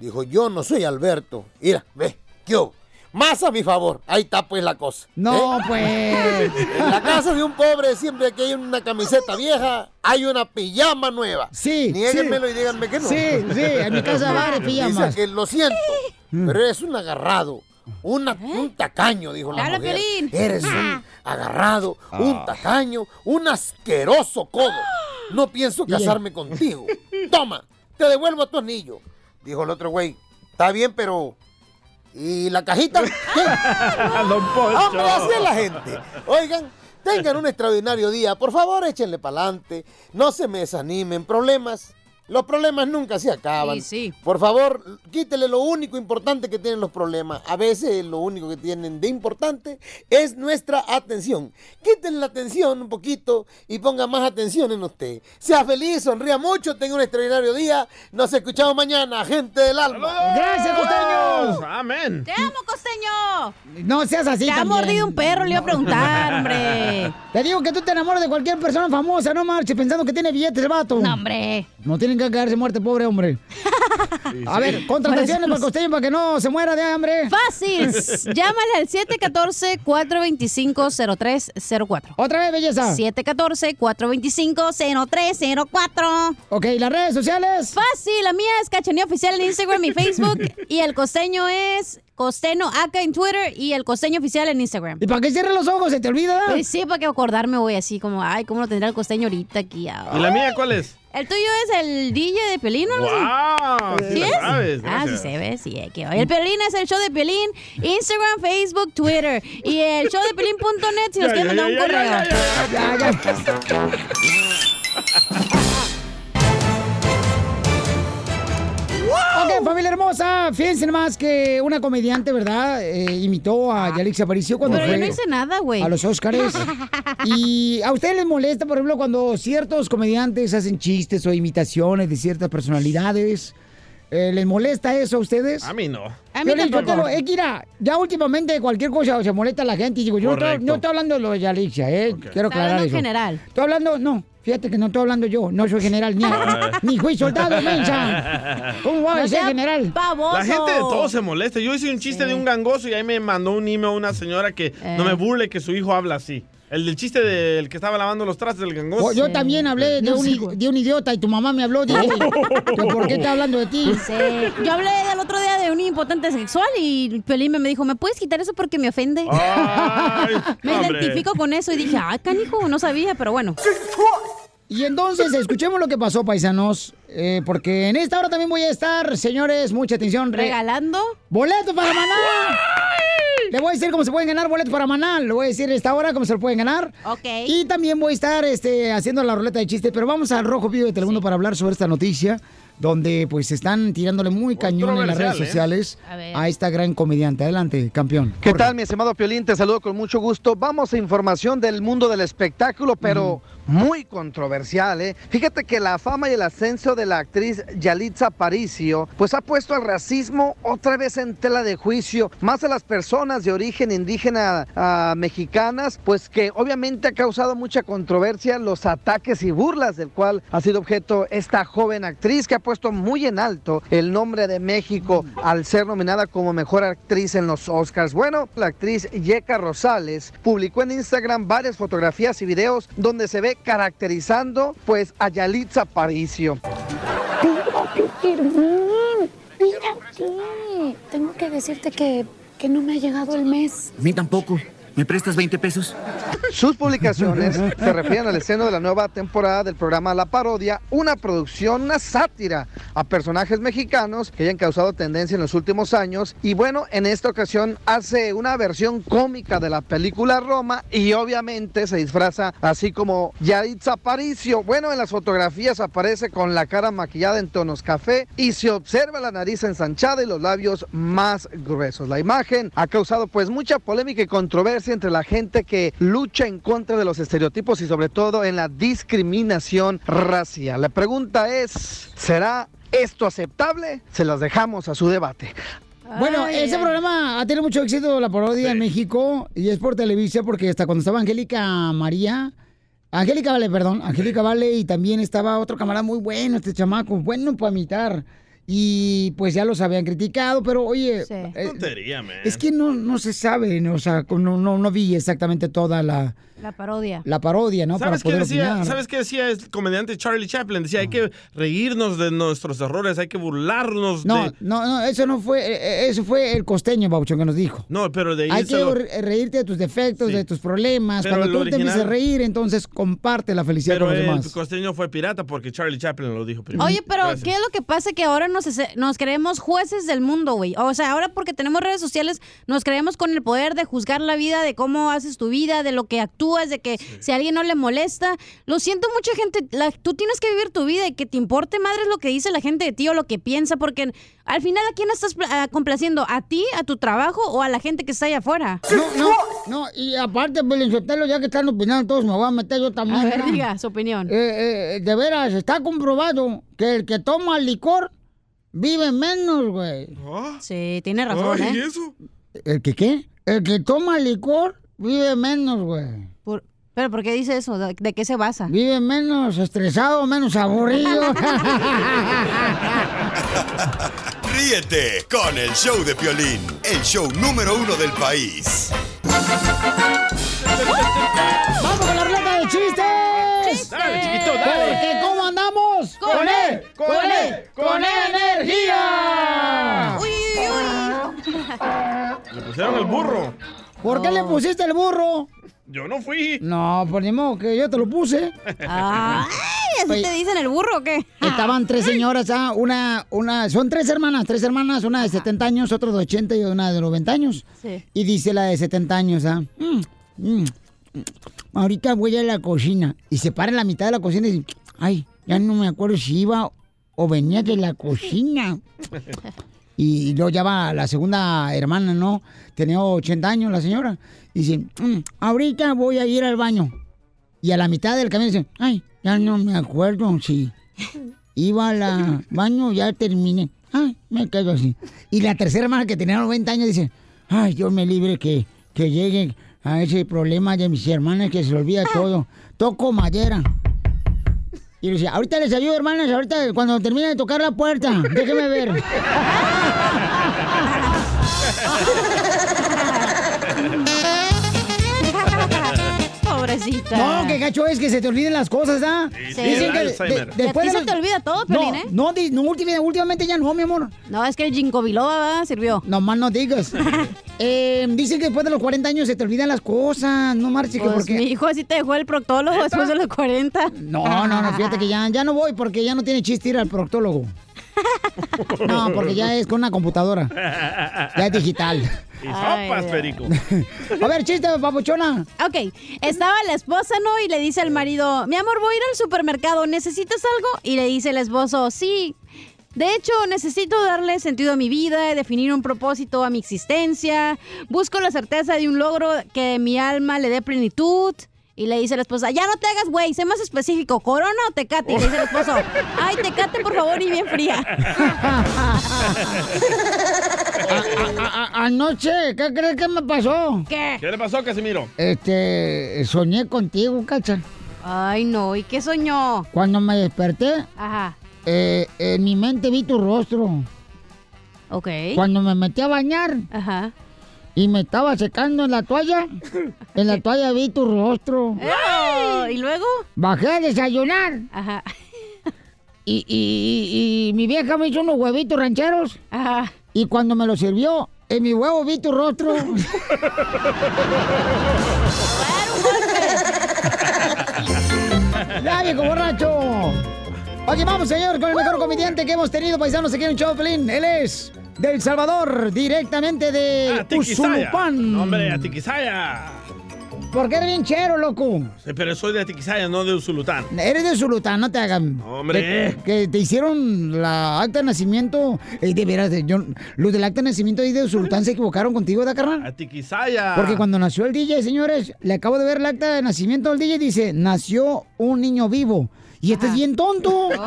S12: Dijo, yo no soy Alberto. Mira, ve, yo, más a mi favor. Ahí está pues la cosa.
S1: No,
S12: pues. En la casa de un pobre siempre que hay una camiseta vieja, hay una pijama nueva. Sí. Niéguenmelo y díganme que no.
S1: Sí, sí, en mi casa hay varias pijamas. Mm.
S12: Dice que lo siento, pero eres un agarrado. Una, Un tacaño, dijo la
S11: Claro,
S12: mujer.
S11: Piolín.
S12: Eres un agarrado,
S11: Ah.
S12: un tacaño, un asqueroso codo. No pienso casarme contigo. Toma, te devuelvo tu anillo. Dijo el otro güey. Está bien, pero. ¿Y la cajita? ¿Qué? Hombre, así es la gente. Oigan, tengan un extraordinario día. Por favor, échenle para adelante. No se me desanimen. Problemas. Los problemas nunca se acaban.
S6: Sí, sí.
S12: Por favor, quítele lo único importante que tienen los problemas. A veces lo único que tienen de importante es nuestra atención. Quítenle la atención un poquito y ponga más atención en usted. Sea feliz, sonría mucho, tenga un extraordinario día. Nos escuchamos mañana, gente del alma.
S1: ¡Gracias, costeños!
S12: Amén.
S6: ¡Te amo, costeño!
S1: No seas así.
S6: Te ha
S1: también.
S6: mordido un perro, le iba a preguntar, hombre.
S1: Te digo que tú te enamoras de cualquier persona famosa, no marches, pensando que tiene billetes el vato. No,
S6: hombre.
S1: No tiene tienen que quedarse muerto, pobre hombre. A
S12: Pues,
S1: ver, contrataciones
S6: Pues-
S1: para costeño para que no se muera de hambre.
S6: Fácil. Llámale al 714-425-0304.
S1: Otra vez, belleza.
S6: 714-425-0304.
S1: Ok, ¿y las redes sociales?
S6: Fácil, la mía es Cachanía Oficial en Instagram y Facebook. y el costeño es Costeño Acá en Twitter y el costeño oficial en Instagram.
S1: ¿Y para qué cierres los ojos? ¿Se te olvida?
S6: Pues sí, para que acordarme voy así como, ay, ¿cómo lo tendrá el costeño ahorita aquí? ah?
S2: ¿Y la mía cuál es?
S6: El tuyo es el DJ de Pelín, ¿no?
S2: ¡Guau!
S6: ¿Sí,
S2: Sí la
S6: es?
S2: sabes,
S6: ah, sí
S2: gracias.
S6: se ve, sí, aquí
S1: Mm.
S6: va. El Pelín es el show de Pelín, Instagram, Facebook, Twitter. Y el show de Pelín.net si nos
S11: Ya,
S6: quieren
S11: ya,
S6: mandar un
S11: ya,
S6: correo.
S11: ya, ya, ya,
S1: Ok, familia hermosa, fíjense nomás que una comediante, ¿verdad? Eh, imitó a Yalixia Aparicio cuando
S6: Ah. Pero
S1: fue
S6: yo no hice nada, güey.
S1: a los Óscares. y a ustedes les molesta, por ejemplo, cuando ciertos comediantes hacen chistes o imitaciones de ciertas personalidades. Eh, ¿Les molesta eso a ustedes?
S2: A mí no.
S1: A mí tampoco. Es que mira, eh, ya últimamente cualquier cosa se molesta a la gente. Y digo, yo no estoy-
S2: Correcto.
S1: no estoy hablando de lo de Yalixia, ¿eh? Quiero
S6: Está
S1: aclarar
S6: hablando en
S1: eso.
S6: general.
S1: Estoy hablando, no, fíjate que no estoy hablando yo. No soy general ni, ni fui soldado, mensa. ¿Cómo va a
S2: No
S1: ser
S2: sea
S1: general?
S2: La gente de todo se molesta. Yo hice un chiste de un gangoso y ahí me mandó un email una señora que no
S6: Eh.
S2: me burle que su hijo habla así. El del chiste del que estaba lavando los trastes del gangoso.
S1: Oh, Yo también hablé de un, i- de un idiota y tu mamá me habló. Dije, "Pero, ¿por qué está hablando de ti?
S6: Sí. Yo hablé del otro día de un impotente sexual y Pelín me dijo, ¿me puedes quitar eso porque me ofende?
S11: Ah,
S6: me
S1: hombre.
S6: identifico con eso y dije, ah, canijo, no sabía, pero bueno.
S1: Y entonces, escuchemos lo que pasó, paisanos. eh, porque en esta hora también voy a estar, señores, mucha atención. re-
S6: ¿Regalando?
S1: ¡Boletos para Maná! Le voy a decir cómo se pueden ganar boletos para Maná. Le voy a decir esta hora cómo se lo pueden ganar.
S6: Ok.
S1: Y también voy a estar este, haciendo la ruleta de chistes. Pero vamos al Rojo Vivo de Telemundo para hablar sobre esta noticia. Donde pues están tirándole muy cañón en las redes
S3: Controversial, ¿eh?
S1: sociales
S3: A ver.
S1: a esta gran comediante. Adelante, campeón.
S3: ¿Qué tal, mi estimado Piolín? Te saludo con mucho gusto. Vamos a información del mundo del espectáculo, pero muy controversial, ¿eh? Fíjate que la fama y el ascenso de la actriz Yalitza Aparicio, pues ha puesto al racismo otra vez en tela de juicio, más a las personas de origen indígena ah, mexicanas, pues que obviamente ha causado mucha controversia los ataques y burlas del cual ha sido objeto esta joven actriz que ha puesto muy en alto el nombre de México al ser nominada como mejor actriz en los Oscars. Bueno, la actriz Yeka Rosales publicó en Instagram varias fotografías y videos donde se ve caracterizando pues a Yalitza Aparicio.
S13: Germán, mira aquí. Tengo que decirte que, que no me ha llegado el mes.
S14: A mí tampoco. ¿Me prestas 20 pesos?
S3: Sus publicaciones se refieren al escenario de la nueva temporada del programa La Parodia, una producción, una sátira a personajes mexicanos que hayan causado tendencia en los últimos años. Y bueno, en esta ocasión hace una versión cómica de la película Roma y obviamente se disfraza así como Yaritza Aparicio. Bueno, en las fotografías aparece con la cara maquillada en tonos café y se observa la nariz ensanchada y los labios más gruesos. La imagen ha causado pues mucha polémica y controversia entre la gente que lucha en contra de los estereotipos y sobre todo en la discriminación racial. La pregunta es, ¿será esto aceptable? Se las dejamos a su debate.
S1: Bueno, ese programa ha tenido mucho éxito, la parodia en México, y es por Televisa, porque hasta cuando estaba Angélica María, Angélica Vale, perdón, Angélica Vale, y también estaba otro camarada muy bueno, este chamaco, bueno para imitar, y pues ya los habían criticado, pero oye, eh,
S2: Tontería, man.
S1: es que no, no se sabe, no, o sea, no, no, no vi exactamente toda la,
S6: La parodia.
S1: la parodia, ¿no?
S2: ¿Sabes qué, decía,
S1: opinar.
S2: ¿Sabes qué decía el comediante Charlie Chaplin? Decía, hay que reírnos de nuestros errores, hay que burlarnos
S1: No,
S2: de...
S1: no, no, eso no fue, eh, eh, eso fue el costeño, Bauchón, que nos dijo.
S2: No, pero de ahí
S1: Hay
S2: se lo-
S1: que re- reírte de tus defectos, de tus problemas.
S2: Pero
S1: Cuando tú
S2: el
S1: te
S2: original-
S1: empiezas a reír, entonces comparte la felicidad
S2: Pero
S1: con los
S2: el
S1: demás.
S2: costeño fue pirata porque Charlie Chaplin lo dijo primero.
S6: Oye, pero
S2: Gracias.
S6: ¿qué es lo que pasa? Que ahora nos, hace- nos creemos jueces del mundo, güey. O sea, ahora porque tenemos redes sociales, nos creemos con el poder de juzgar la vida, de cómo haces tu vida, de lo que actúas, de que si a alguien no le molesta. Lo siento, mucha gente, la- tú tienes que vivir tu vida y que te importe madre lo que dice la gente de ti o lo que piensa, porque al final, ¿a quién estás pla- ah, complaciendo? ¿A ti, a tu trabajo o a la gente que está allá afuera?
S1: No, no, no, y aparte, pues, Belinzotelo, ya que están opinando todos, me voy a meter yo también.
S6: A ver,
S1: ¿no?
S6: diga su opinión.
S1: Eh, eh, de veras, está comprobado que el que toma licor vive menos, güey.
S6: Sí, tiene razón, Ay, Ah. ¿eh? ¿y
S1: eso? ¿El que qué? El que toma licor vive menos, güey.
S6: Por- ¿Pero por qué dice eso? ¿De, de qué se basa?
S1: Vive menos estresado, menos aburrido.
S5: Ríete con el show de Piolín, el show número uno del país.
S1: ¡Vamos con la ruleta de chistes!
S5: Dale, chiquito, dale.
S1: Porque ¿cómo andamos?
S5: Con
S1: E,
S6: E,
S5: él, con él, con E
S1: energía.
S5: energía.
S2: Le pusieron el burro.
S1: ¿Por qué le pusiste el burro?
S2: Yo no fui.
S1: No, por ni modo que yo te lo puse.
S2: Ay,
S6: ¿así te dicen el burro o qué?
S1: Estaban tres señoras, ah, una, una, son tres hermanas, tres hermanas, una de 70 años, otra de 80 y una de 90 años.
S6: Sí.
S1: Y dice la de 70 años, ah, "Mm, mm, mm, ahorita voy a la cocina. Y se para en la mitad de la cocina y dice, ay, ya no me acuerdo si iba o venía de la cocina. Y luego ya va la segunda hermana, ¿no? Tenía 80 años la señora. Y dice, "Mm, ahorita voy a ir al baño. Y a la mitad del camino dice, ay, ya no me acuerdo si iba al baño, ya terminé. Ay, me quedo así. Y la tercera hermana que tenía 90 años dice, ay, Dios me libre que, que llegue a ese problema de mis hermanas que se le olvida todo. Toco madera. Y le dice, ahorita les ayudo, hermanas, ahorita cuando termine de tocar la puerta, déjeme ver.
S6: Pobrecita.
S1: No, qué gacho es que se te olviden las cosas, ¿ah?
S6: Sí, sí, Alzheimer. ¿Y a ti se te olvida todo,
S1: no,
S6: Piolín, eh?
S1: No, di- no, últim- últimamente ya no, mi amor.
S6: No, es que el ginkgo biloba sirvió.
S1: No más no digas. Eh, dicen que después de los 40 años se te olvidan las cosas. No marches, que
S6: Pues,
S1: porque...
S6: mi hijo así te dejó el proctólogo después de los 40.
S1: No, no, no, fíjate que ya, ya no voy porque ya no tiene chiste ir al proctólogo. No, porque ya es con una computadora. Ya es digital.
S2: Y sopas, Perico.
S1: A ver, chiste, papuchona.
S6: Ok, estaba la esposa, ¿no? Y le dice al marido, mi amor, voy a ir al supermercado, ¿necesitas algo? Y le dice el esposo, sí. De hecho, necesito darle sentido a mi vida, definir un propósito a mi existencia. Busco la certeza de un logro que mi alma le dé plenitud. Y le dice la esposa, ya no te hagas, güey, sé más específico, ¿corona o tecate? Y le dice el esposo, ay, tecate, por favor, y bien fría.
S1: A- a- anoche, ¿qué crees que me pasó?
S6: ¿Qué?
S2: ¿Qué le pasó, Casimiro?
S1: Este, soñé contigo, cacha.
S6: Ay, no, ¿y qué soñó? Ah.
S1: Cuando me desperté,
S6: Ajá,
S1: eh, en mi mente vi tu rostro.
S6: ok.
S1: Cuando me metí a bañar
S6: Ajá.
S1: y me estaba secando en la toalla, en la toalla vi tu rostro.
S6: Eh, ¿Y luego?
S1: Bajé a desayunar
S6: Ajá.
S1: y, y- y- y mi vieja me hizo unos huevitos rancheros. Y cuando me los sirvió, en mi huevo vi tu rostro. ¡Ya, viejo borracho! Oye, vamos, señor, con el mejor comediante que hemos tenido, paisanos, aquí en Choplin. Él es del Salvador, directamente de
S2: Atiquizaya.
S1: Usulupán.
S2: Ah, No, hombre, Atiquizaya.
S1: Porque eres bien chero, loco.
S2: Sí, Pero soy de Atiquizaya, no de Usulután.
S1: Eres de Zulután, no te hagan.
S2: Hombre.
S1: Que, que te hicieron la acta de nacimiento. Ey, de veras, yo, los del acta de nacimiento ahí de Zulután se equivocaron contigo, ¿da, carnal?
S2: Atiquizaya.
S1: Porque cuando nació el DJ, señores, le acabo de ver el acta de nacimiento al DJ, dice, nació un niño vivo. Y este es bien tonto.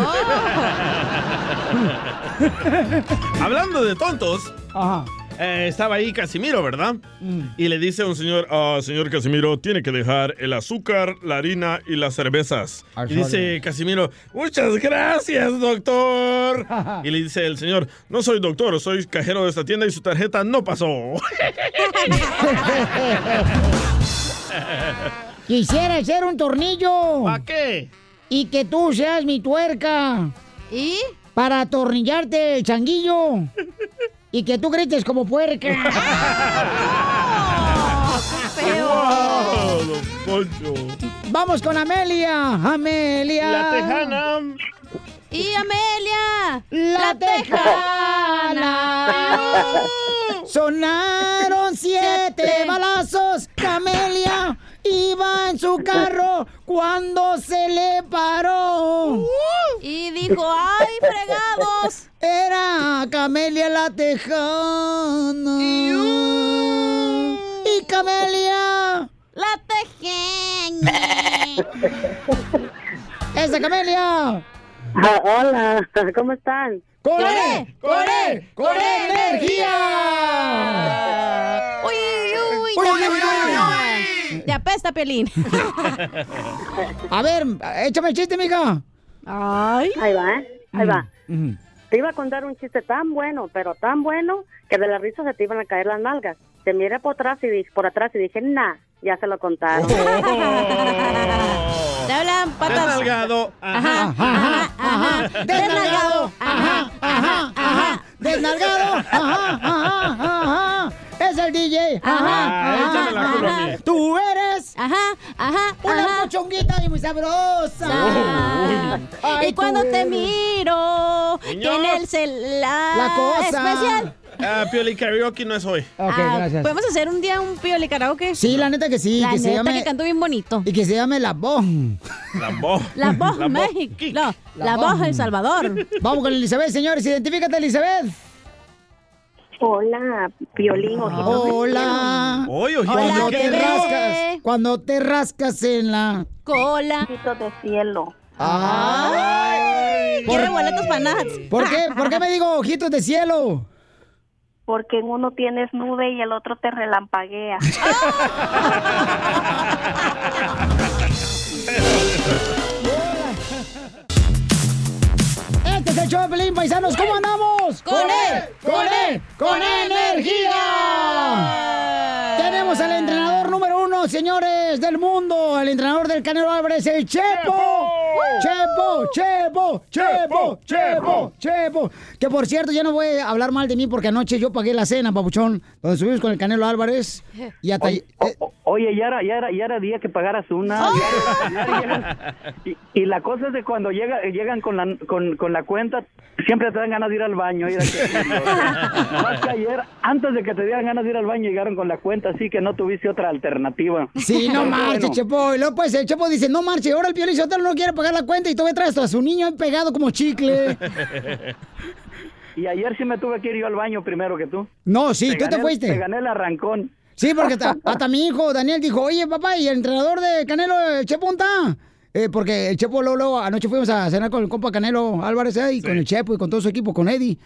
S2: Oh. Hablando de tontos. eh, estaba ahí Casimiro, ¿verdad?
S1: Mm.
S2: Y le dice a un señor, "Ah, señor Casimiro, tiene que dejar el azúcar, la harina y las cervezas. Y dice Casimiro, muchas gracias, doctor. Y le dice el señor, no soy doctor, soy cajero de esta tienda y su tarjeta no pasó.
S1: Quisiera ser un tornillo. ¿Para
S2: qué?
S1: Y que tú seas mi tuerca.
S6: ¿Y?
S1: Para atornillarte el changuillo. Y que tú grites como puerca.
S2: ¡Wow, don Poncho!
S1: Vamos con Amelia. Amelia.
S2: La tejana.
S6: ¡Y Amelia!
S1: La, tejana. Sonaron siete balazos. Camelia iba en su carro cuando se le paró.
S6: Y dijo, ¡ay, fregados!
S1: Era Camelia la tejana. Y Camelia.
S6: ¡La tejana!
S1: Esa Camelia.
S11: Ah, hola, ¿cómo están?
S1: ¡Corre! ¡Corre! ¡Corre E, energía!
S6: ¡Uy, uy, uy!
S1: Uy, uy, uy, uy,
S6: Te apesta, Pelín.
S1: A ver, échame el chiste, mija.
S6: Ay.
S11: Ahí va, ¿eh? Ahí va.
S1: Mm.
S11: Te iba a contar un chiste tan bueno, pero tan bueno, que de la risa se te iban a caer las nalgas. Te miré por atrás y dije, por atrás y dije, nah, ya se lo contaron.
S6: Te hablan patas.
S2: Desnalgado.
S6: Ajá, ajá, ajá.
S1: Desnalgado. Ajá, ajá, ajá. Desnalgado. Ajá, ajá, ajá. Es el DJ.
S2: Ah,
S1: Ajá.
S2: échame la culpa a mí.
S1: Tú eres.
S6: Ajá, ajá.
S1: Una pochonguita y muy sabrosa. Ay,
S6: y cuando
S1: tú
S6: te
S1: eres.
S6: miro,
S2: Niños.
S6: tienes el la,
S1: La cosa.
S6: especial.
S2: Ah, Pioli Karaoke no es hoy.
S6: Ah, ¿Podemos hacer un día un piole karaoke?
S1: Sí, la neta que sí.
S6: La
S1: que se
S6: neta
S1: llame,
S6: que cantó bien bonito.
S1: Y que se llame La Voz.
S2: Lambo.
S6: La voz
S1: La voz.
S6: México. No, la, voz El Salvador.
S1: Vamos con Elizabeth, señores. Identifícate, Elizabeth.
S11: Hola, violín.
S1: Hola.
S2: Oye,
S11: ojitos de
S1: cuando te
S11: cielo.
S1: rascas, cuando te rascas en la
S6: Cola.
S11: de cielo.
S2: Ah.
S1: Ay,
S6: Quiero boletos para
S1: ¿Por qué? ¿Por qué me digo ojitos de cielo?
S11: Porque en uno tienes nube y el otro te relampaguea.
S1: Ah, Este es el show de Pelín, paisanos. ¿Cómo andamos?
S6: ¡Con él!
S1: ¡Con él! ¡Con energía! Tenemos al entrenador número uno, señores, del mundo. El entrenador del Canelo Álvarez, el Chepo. Chepo, Chepo, Chepo, Chepo, Chepo. Que por cierto, ya no voy a hablar mal de mí porque anoche yo pagué la cena, papuchón, donde subimos con el Canelo Álvarez. Y hasta...
S15: Oye, o- o- oye, ya era, ya era, ya era día que pagaras una. ya era- ya era- y, y la cosa es de cuando llega, llegan con la, con, con la cuenta, siempre te dan ganas de ir al baño. ir a- Más que ayer, antes de que te dieran ganas de ir al baño, llegaron con la cuenta, así que no tuviste otra alternativa.
S1: Sí, no
S15: Pero
S1: marche,
S15: bueno.
S1: Chepo. Y luego pues el Chepo dice, no marche, ahora el Piolín Sotelo no quiere pagar la cuenta y tú me traes a su niño ahí pegado como chicle.
S15: Y ayer sí me tuve que ir yo al baño primero que tú.
S1: No, sí,
S15: Te
S1: tú te
S15: gané-
S1: fuiste.
S15: Te gané el arrancón.
S1: Sí, porque hasta, hasta mi hijo Daniel dijo, oye, papá, ¿y el entrenador de Canelo, el Chepo, dónde está? Eh, porque el Chepo luego, luego, anoche fuimos a cenar con el compa Canelo Álvarez eh, y con el Chepo y con todo su equipo, con Eddie.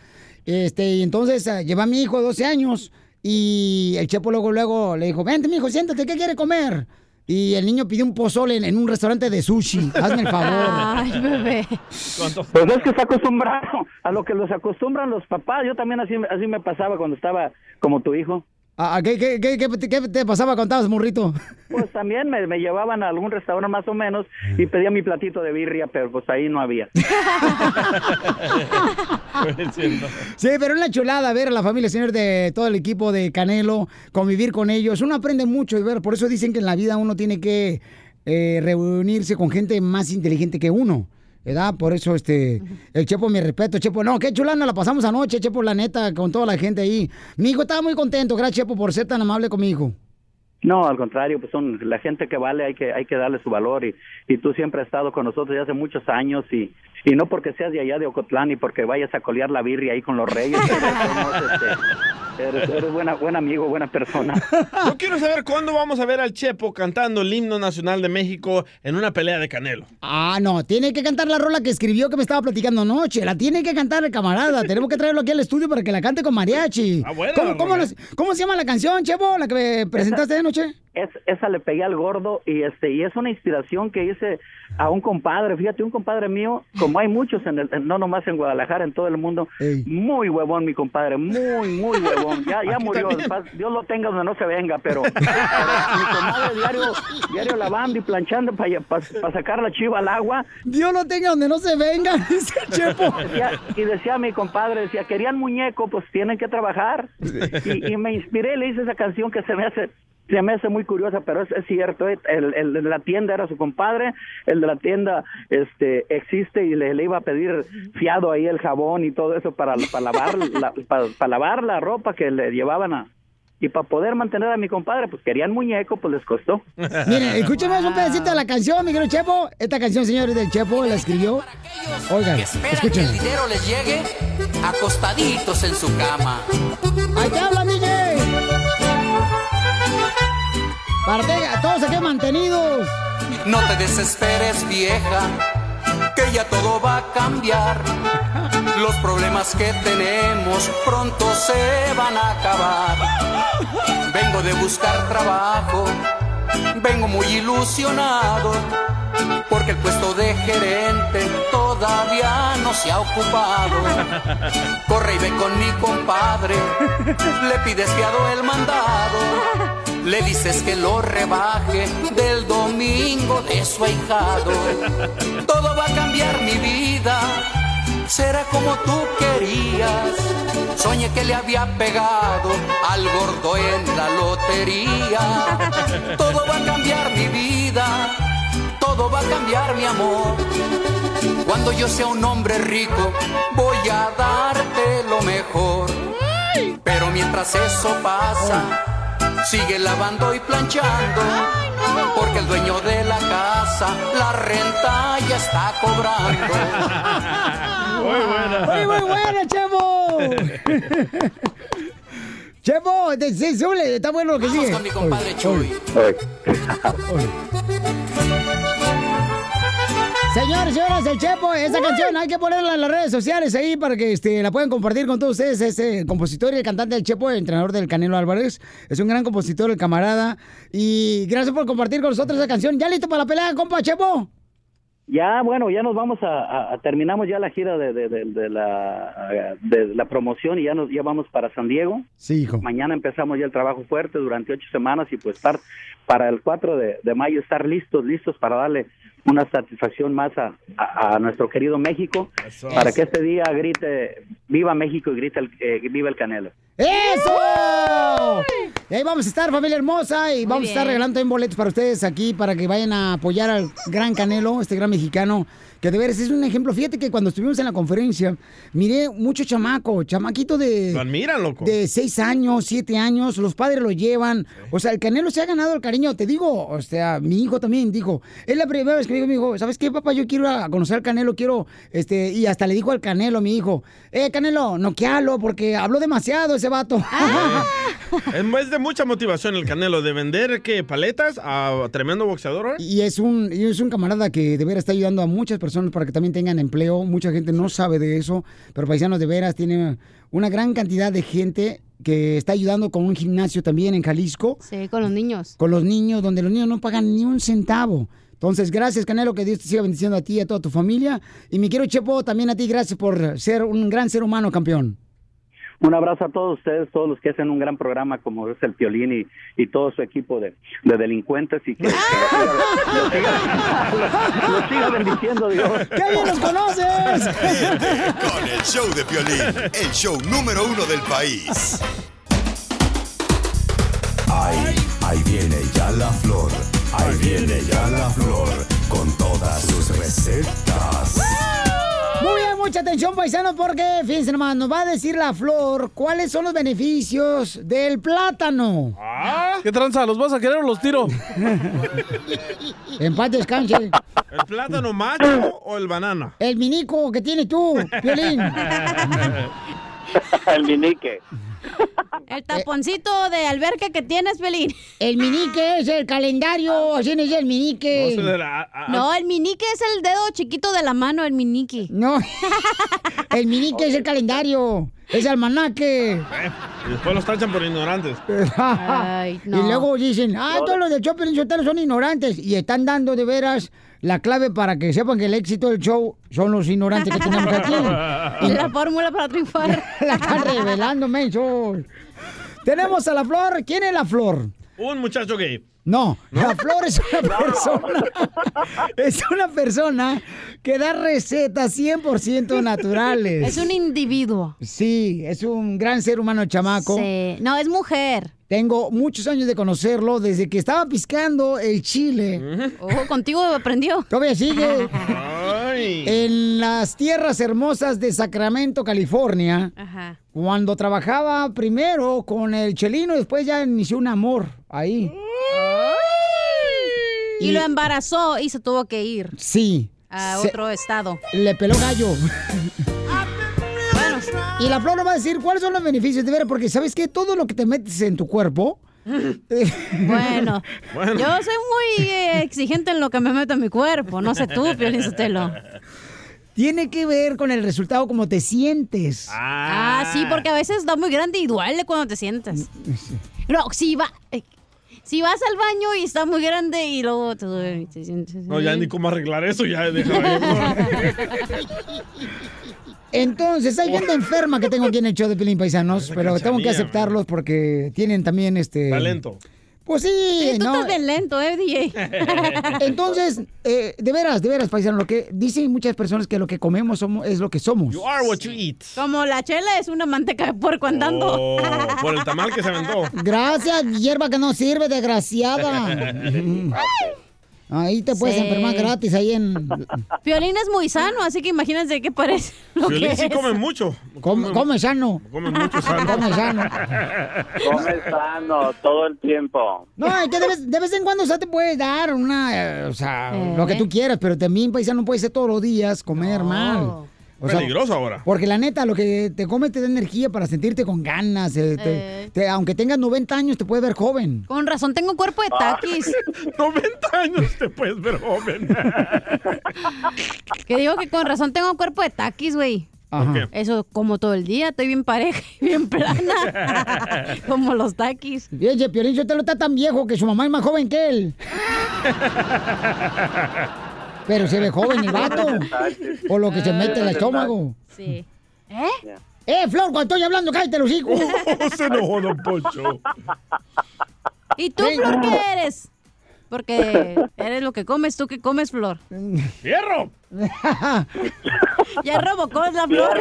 S1: Este, y entonces eh, lleva a mi hijo 12 años y el Chepo luego, luego le dijo, vente, mi hijo, siéntate, ¿qué quiere comer? Y el niño pidió un pozole en, en un restaurante de sushi. Hazme el favor.
S6: Ay, bebé.
S15: Pues es que está acostumbrado a lo que los acostumbran los papás. Yo también así, así me pasaba cuando estaba como tu hijo.
S1: Ah, ah, ¿qué, qué, qué, qué- qué te pasaba cuando estabas morrito?
S15: Pues también me, me llevaban a algún restaurante más o menos
S1: Ah.
S15: y pedía mi platito de birria, pero pues ahí no había.
S1: Sí, pero es una chulada ver a la familia, señor, de todo el equipo de Canelo, convivir con ellos. Uno aprende mucho y ver, por eso dicen que en la vida uno tiene que eh, reunirse con gente más inteligente que uno. ¿Verdad? Por eso, este, el Chepo, mi respeto, Chepo. No, qué chulada, nos la pasamos anoche, Chepo, la neta, con toda la gente ahí. Mi hijo estaba muy contento, gracias, Chepo, por ser tan amable con mi hijo.
S15: No, al contrario, pues son la gente que vale, hay que hay que darle su valor y, y tú siempre has estado con nosotros ya hace muchos años y, y no porque seas de allá de Ocotlán y porque vayas a colear la birria ahí con los reyes. pero de todos modos, este, eres eres buena, buen amigo, buena persona.
S2: Yo quiero saber cuándo vamos a ver al Chepo cantando el himno nacional de México en una pelea de Canelo.
S1: Ah, no, tiene que cantar la rola que escribió que me estaba platicando anoche. La tiene que cantar el camarada. Tenemos que traerlo aquí al estudio para que la cante con mariachi.
S15: Ah, buena
S1: ¿Cómo,
S15: la
S1: cómo
S15: rola.
S1: los- cómo se llama la canción, Chepo, la que me presentaste anoche?
S15: Es, esa le pegué al gordo y este y es una inspiración que hice a un compadre, fíjate, un compadre mío, como hay muchos en el, en- no nomás en Guadalajara, en todo el mundo, muy huevón mi compadre, muy muy huevón. Ya ya
S10: Aquí
S15: murió,
S10: también.
S15: paz- Dios lo tenga donde no se venga, pero, pero mi compadre diario diario lavando y planchando para sacar la chiva al agua.
S1: Dios lo tenga donde no se venga, dice el Chepo.
S15: Decía- y decía mi compadre, decía, querían muñeco, pues tienen que trabajar.
S14: este.
S15: Y, y me inspiré, le hice esa canción que se me hace se me hace muy curiosa, pero es, es cierto, eh, el, el de la tienda era su compadre, el de la tienda este existe y le, le iba a pedir fiado ahí el jabón y todo eso para, para lavar la, para, para lavar la ropa que le llevaban a y para poder mantener a mi compadre, pues querían muñeco, pues les costó.
S1: Miren, escúchame Eh, un pedacito de la canción, mi querido Chepo. Esta canción, señores, del Chepo la escribió. Oigan,
S16: Espera que el
S1: escuchen.
S16: dinero les llegue acostaditos en su cama.
S1: ¡Ahí te habla, DJ! Para que- a todos aquí mantenidos.
S16: No te desesperes, vieja, que ya todo va a cambiar. Los problemas que tenemos pronto se van a acabar. Vengo de buscar trabajo,
S17: vengo muy ilusionado porque el puesto de gerente todavía no se ha ocupado. Corre y ve con mi compadre, le pides fiado el mandado, le dices que lo rebaje del domingo de su ahijado. Todo va a cambiar mi vida será como tú querías. Soñé que le había pegado al gordo en la lotería. Todo va a cambiar mi vida, todo va a cambiar mi amor. Cuando yo sea un hombre rico, voy a darte lo mejor. Pero mientras eso pasa, sigue lavando y planchando. Porque el dueño de la casa, la renta ya está cobrando.
S1: Muy buena. Muy, muy buena, Chevo. Chevo, te- este, sí, súbele, está bueno lo que sigue.
S17: con mi compadre Chuy.
S1: Señores, señoras, el Chepo, esa canción hay que ponerla en las redes sociales ahí para que este, la puedan compartir con todos ustedes. Este compositor y el cantante del Chepo, el entrenador del Canelo Álvarez, es un gran compositor, el camarada. Y gracias por compartir con nosotros esa canción. ¿Ya listo para la pelea, compa Chepo?
S15: Ya, bueno, ya nos vamos a, a- a- terminamos ya la gira de, de- de- de la, de la promoción y ya nos ya vamos para San Diego.
S1: Sí, hijo.
S15: Mañana empezamos ya el trabajo fuerte durante ocho semanas y pues estar para el 4 de, de mayo estar listos, listos para darle una satisfacción más a, a- a nuestro querido México para que este día grite viva México y grite el, eh, viva el Canelo.
S1: ¡Eso! Y ahí vamos a estar, familia hermosa, y vamos
S15: bien.
S1: a estar regalando también boletos para ustedes aquí para que vayan a apoyar al gran Canelo, este gran mexicano, que de veras es un ejemplo. Fíjate que cuando estuvimos en la conferencia, miré mucho chamaco, chamaquito de.
S2: Lo admiran, loco.
S1: De seis años, siete años, los padres lo llevan. O sea, el Canelo se ha ganado el cariño, te digo. O sea, mi hijo también dijo. Es la primera vez que me dijo, mi hijo, ¿sabes qué, papá? Yo quiero ir a conocer al Canelo, quiero. este Y hasta le dijo al Canelo, mi hijo, eh, Canelo, noquealo, porque habló demasiado ese vato.
S2: En vez de mucha motivación el Canelo de vender que paletas a tremendo boxeador. ¿eh? ahora.
S1: Y es un, y es un camarada que de veras está ayudando a muchas personas para que también tengan empleo. Mucha gente no sabe de eso, pero Paisanos de veras tiene una gran cantidad de gente que está ayudando con un gimnasio también en Jalisco.
S6: Sí, con los niños.
S1: Con los niños, donde los niños no pagan ni un centavo. Entonces, gracias, Canelo, que Dios te siga bendiciendo a ti y a toda tu familia. Y mi quiero Chepo, también a ti, gracias por ser un gran ser humano, campeón.
S15: Un abrazo a todos ustedes, todos los que hacen un gran programa como es el Piolín y, y todo su equipo de, de delincuentes y que que lo siga, lo- lo siga bendiciendo Dios.
S1: ¡Qué bien los conoces!
S18: Ríete con el show de Piolín, el show número uno del país.
S5: Ahí, ahí viene ya la flor, ahí viene ya la flor, con todas sus recetas.
S1: Muy bien, mucha atención, paisano, porque fíjense nomás, nos va a decir la flor cuáles son los beneficios del plátano.
S19: Ah. ¿Qué tranza? ¿Los vas a querer o los tiro?
S1: En paz descanse.
S2: ¿El plátano macho o el banana?
S1: El minico que tienes tú, Violín.
S15: El minique.
S6: El taponcito de alberca que tienes, Pelín.
S1: Eh,
S6: Ah.
S1: El minique es el calendario, así es el minique.
S2: No, ese era- a- a-
S6: No, el minique es el dedo chiquito de la mano, el minique.
S1: No, el minique es el calendario, es el almanaque.
S2: Eh, y después los tachan por ignorantes.
S6: Ay, no.
S1: Y luego dicen, ah, todos los del show Piolín Sotelo son ignorantes y están dando de veras la clave para que sepan que el éxito del show son los ignorantes que tenemos aquí.
S6: La fórmula para triunfar.
S1: la están revelando, mensos. Tenemos a la flor. ¿Quién es la flor?
S2: Un muchacho gay.
S1: No, la flor es una persona. Es una persona que da recetas 100% naturales.
S6: Es un individuo.
S1: Sí, es un gran ser humano el chamaco.
S6: Sí. No, es mujer.
S1: Tengo muchos años de conocerlo, desde que estaba piscando el chile.
S6: Oh, contigo aprendió.
S1: Todavía sigue. En las tierras hermosas de Sacramento, California.
S6: Ajá.
S1: Cuando trabajaba primero con el Chelino, después ya inició un amor
S6: Mm.
S1: ahí.
S6: Y lo embarazó y se tuvo que ir
S1: Sí.
S6: a
S1: Se-
S6: otro estado.
S1: Le peló gallo. Y la flor nos va a decir cuáles son los beneficios de ver, porque sabes que todo lo que te metes en tu cuerpo.
S6: Bueno, Yo soy muy eh, exigente en lo que me meto en mi cuerpo. No sé tú, Piolín Sotelo.
S1: Tiene que ver con el resultado, como te sientes.
S6: Ah, sí, porque a veces da muy grande y duele cuando te sientas. No, si va... eh, Si vas al baño y está muy grande y luego te duele y te sientes.
S2: No, ya ni cómo arreglar eso, ya déjalo ahí.
S1: Entonces, hay gente enferma que tengo aquí en el show de Pelín Paisanos, pero tengo que
S2: cachanilla,
S1: aceptarlos porque tienen también este.
S2: Talento.
S1: Pues sí,
S6: Sí, tú
S1: no.
S6: estás de lento, eh, DJ.
S1: Entonces, eh, de veras, de veras, paisano, lo que dicen muchas personas que lo que comemos somos, es lo que somos.
S2: You are what you eat.
S6: Como la chela es una manteca de puerco andando.
S2: Oh, por el tamal que se aventó.
S1: Gracias, hierba que no sirve, desgraciada. Ahí te puedes
S6: Sí.
S1: enfermar gratis, ahí en...
S6: Piolín es muy sano, así que imagínate qué parece. Lo
S2: Piolín
S6: que
S2: sí
S6: es.
S2: come mucho.
S1: Come, come sano.
S2: Come mucho sano.
S1: Come sano.
S20: Come sano todo el tiempo.
S1: No, es que de vez, de vez en cuando o sea, te puedes dar una, eh, o sea, lo que tú quieras, pero también, paisano, puede ser todos los días comer mal. O sea,
S2: Peligroso ahora.
S1: Porque la neta, lo que te comes te da energía para sentirte con ganas. eh, te- te- aunque tengas 90 años, te puedes ver joven.
S6: Con razón tengo cuerpo de taquis.
S2: 90 Ah, años te puedes ver joven.
S6: Que digo que con razón tengo cuerpo de taquis, güey.
S1: Ajá.
S2: ¿Por
S6: Eso, como todo el día, estoy bien pareja y bien plana, como los taquis.
S1: Bien, Piolín Sotelo este está tan viejo que su mamá es más joven que él. Pero se ve joven el vato. Por lo que se mete en el estómago.
S6: Sí. ¿Eh?
S1: ¡Eh, Flor, cuando estoy hablando, cállate los hijos!
S2: se enojó Don Poncho.
S6: ¿Y tú, Flor, qué eres? Porque eres lo que comes, tú que comes, Flor.
S2: ¡Fierro!
S6: ya robocó la Flor.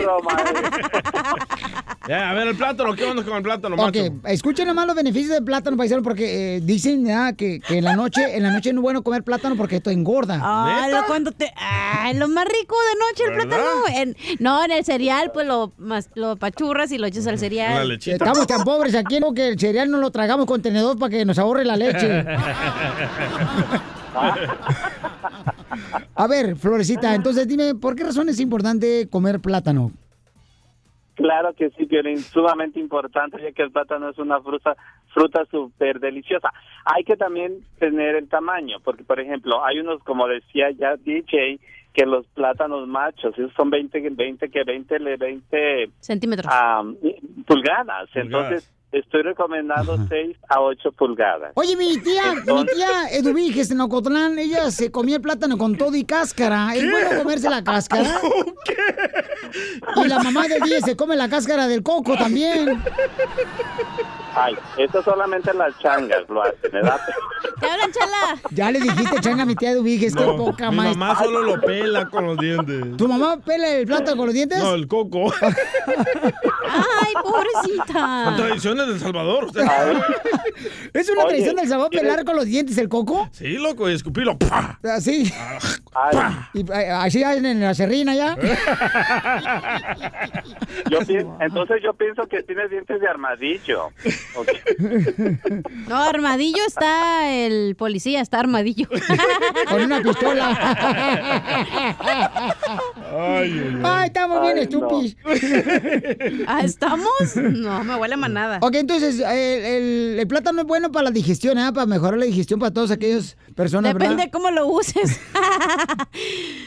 S2: Ya, a ver el plátano, ¿qué onda con el plátano,
S1: Ok,
S2: macho?
S1: escuchen nomás los beneficios del plátano paisano porque eh, dicen ah, que, que en la noche en la noche no es bueno comer plátano porque esto engorda.
S6: Ah, lo, cuando te, ah, lo más rico de noche, el
S1: ¿Verdad?
S6: plátano. En- no, en el cereal, pues lo, mas- lo pachurras y lo echas al cereal.
S1: Estamos tan pobres aquí ¿no? que el cereal no lo tragamos con tenedor para que nos ahorre la leche. A ver, Florecita, entonces dime, ¿por qué razón es importante comer plátano?
S20: Claro que sí, Piolín, sumamente importante, ya que el plátano es una fruta fruta súper deliciosa. Hay que también tener el tamaño, porque, por ejemplo, hay unos, como decía ya DJ, que los plátanos machos, esos son 20, 20, que 20, le 20
S6: Centímetros.
S20: ah, pulgadas. Entonces, estoy recomendando 6 a 8 pulgadas.
S1: Oye, mi tía, mi
S20: Entonces-
S1: tía Eduviges en Ocotlán, ella se comía el plátano con todo y cáscara. ¿Es
S20: ¿Qué?
S1: bueno comerse la cáscara? Y la mamá de Díez se come la cáscara del coco también.
S20: Ay, eso solamente las changas lo hacen, ¿verdad?
S6: ¡Te hablan, chala!
S1: Ya le dijiste, changa, a mi tía Eduviges, qué
S2: No,
S1: poca
S2: mi
S1: más.
S2: mamá solo lo pela con los dientes.
S1: ¿Tu mamá pela el plátano con los dientes?
S2: No, el coco.
S6: ¡Ay, pobrecita!
S1: Ah.
S2: Son tradiciones del Salvador. usted.
S1: ¿Es una
S2: Oye, eh,
S1: tradición del sabor
S2: ¿quieres-
S1: pelar con los dientes el coco?
S2: Sí, loco, y escupilo. ¡pah!
S1: Así. Y, eh, así hacen en la serrina ya.
S2: Eh.
S20: Yo pi- entonces yo pienso que tienes dientes de armadillo. Ok.
S6: No, armadillo está el policía, está armadillo.
S1: Con una pistola.
S2: Ay, ay,
S1: Ay, estamos bien
S6: Ay,
S1: estúpidos.
S6: Ah, ¿Estamos? No, me huele a manada.
S1: Ok, entonces, el, el- el plátano es bueno para la digestión, ¿eh? Para mejorar la digestión para todas aquellas personas,
S6: Depende
S1: ¿verdad?
S6: de cómo lo uses.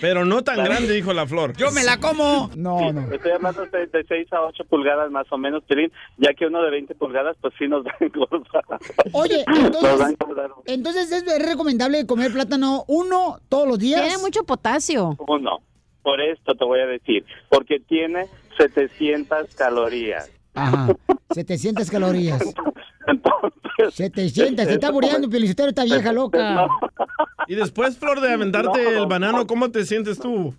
S2: Pero no tan grande, dijo la flor.
S1: como. No, no.
S20: Estoy hablando de, 6 a 8 pulgadas más o menos, Piolín, ya que uno de 20 pulgadas pues sí nos va a engordar.
S1: Oye,
S20: Nos va a
S1: entonces,
S20: engordar
S1: entonces es recomendable comer plátano uno todos los días. Tiene
S6: mucho potasio.
S20: uno. Por esto te voy a decir, porque tiene 700 calorías.
S1: Ajá. 700 calorías. 700. Se está muriendo, Piolicitero, esta vieja loca.
S2: Y después, Flor, de aventarte el banano, ¿cómo te sientes tú?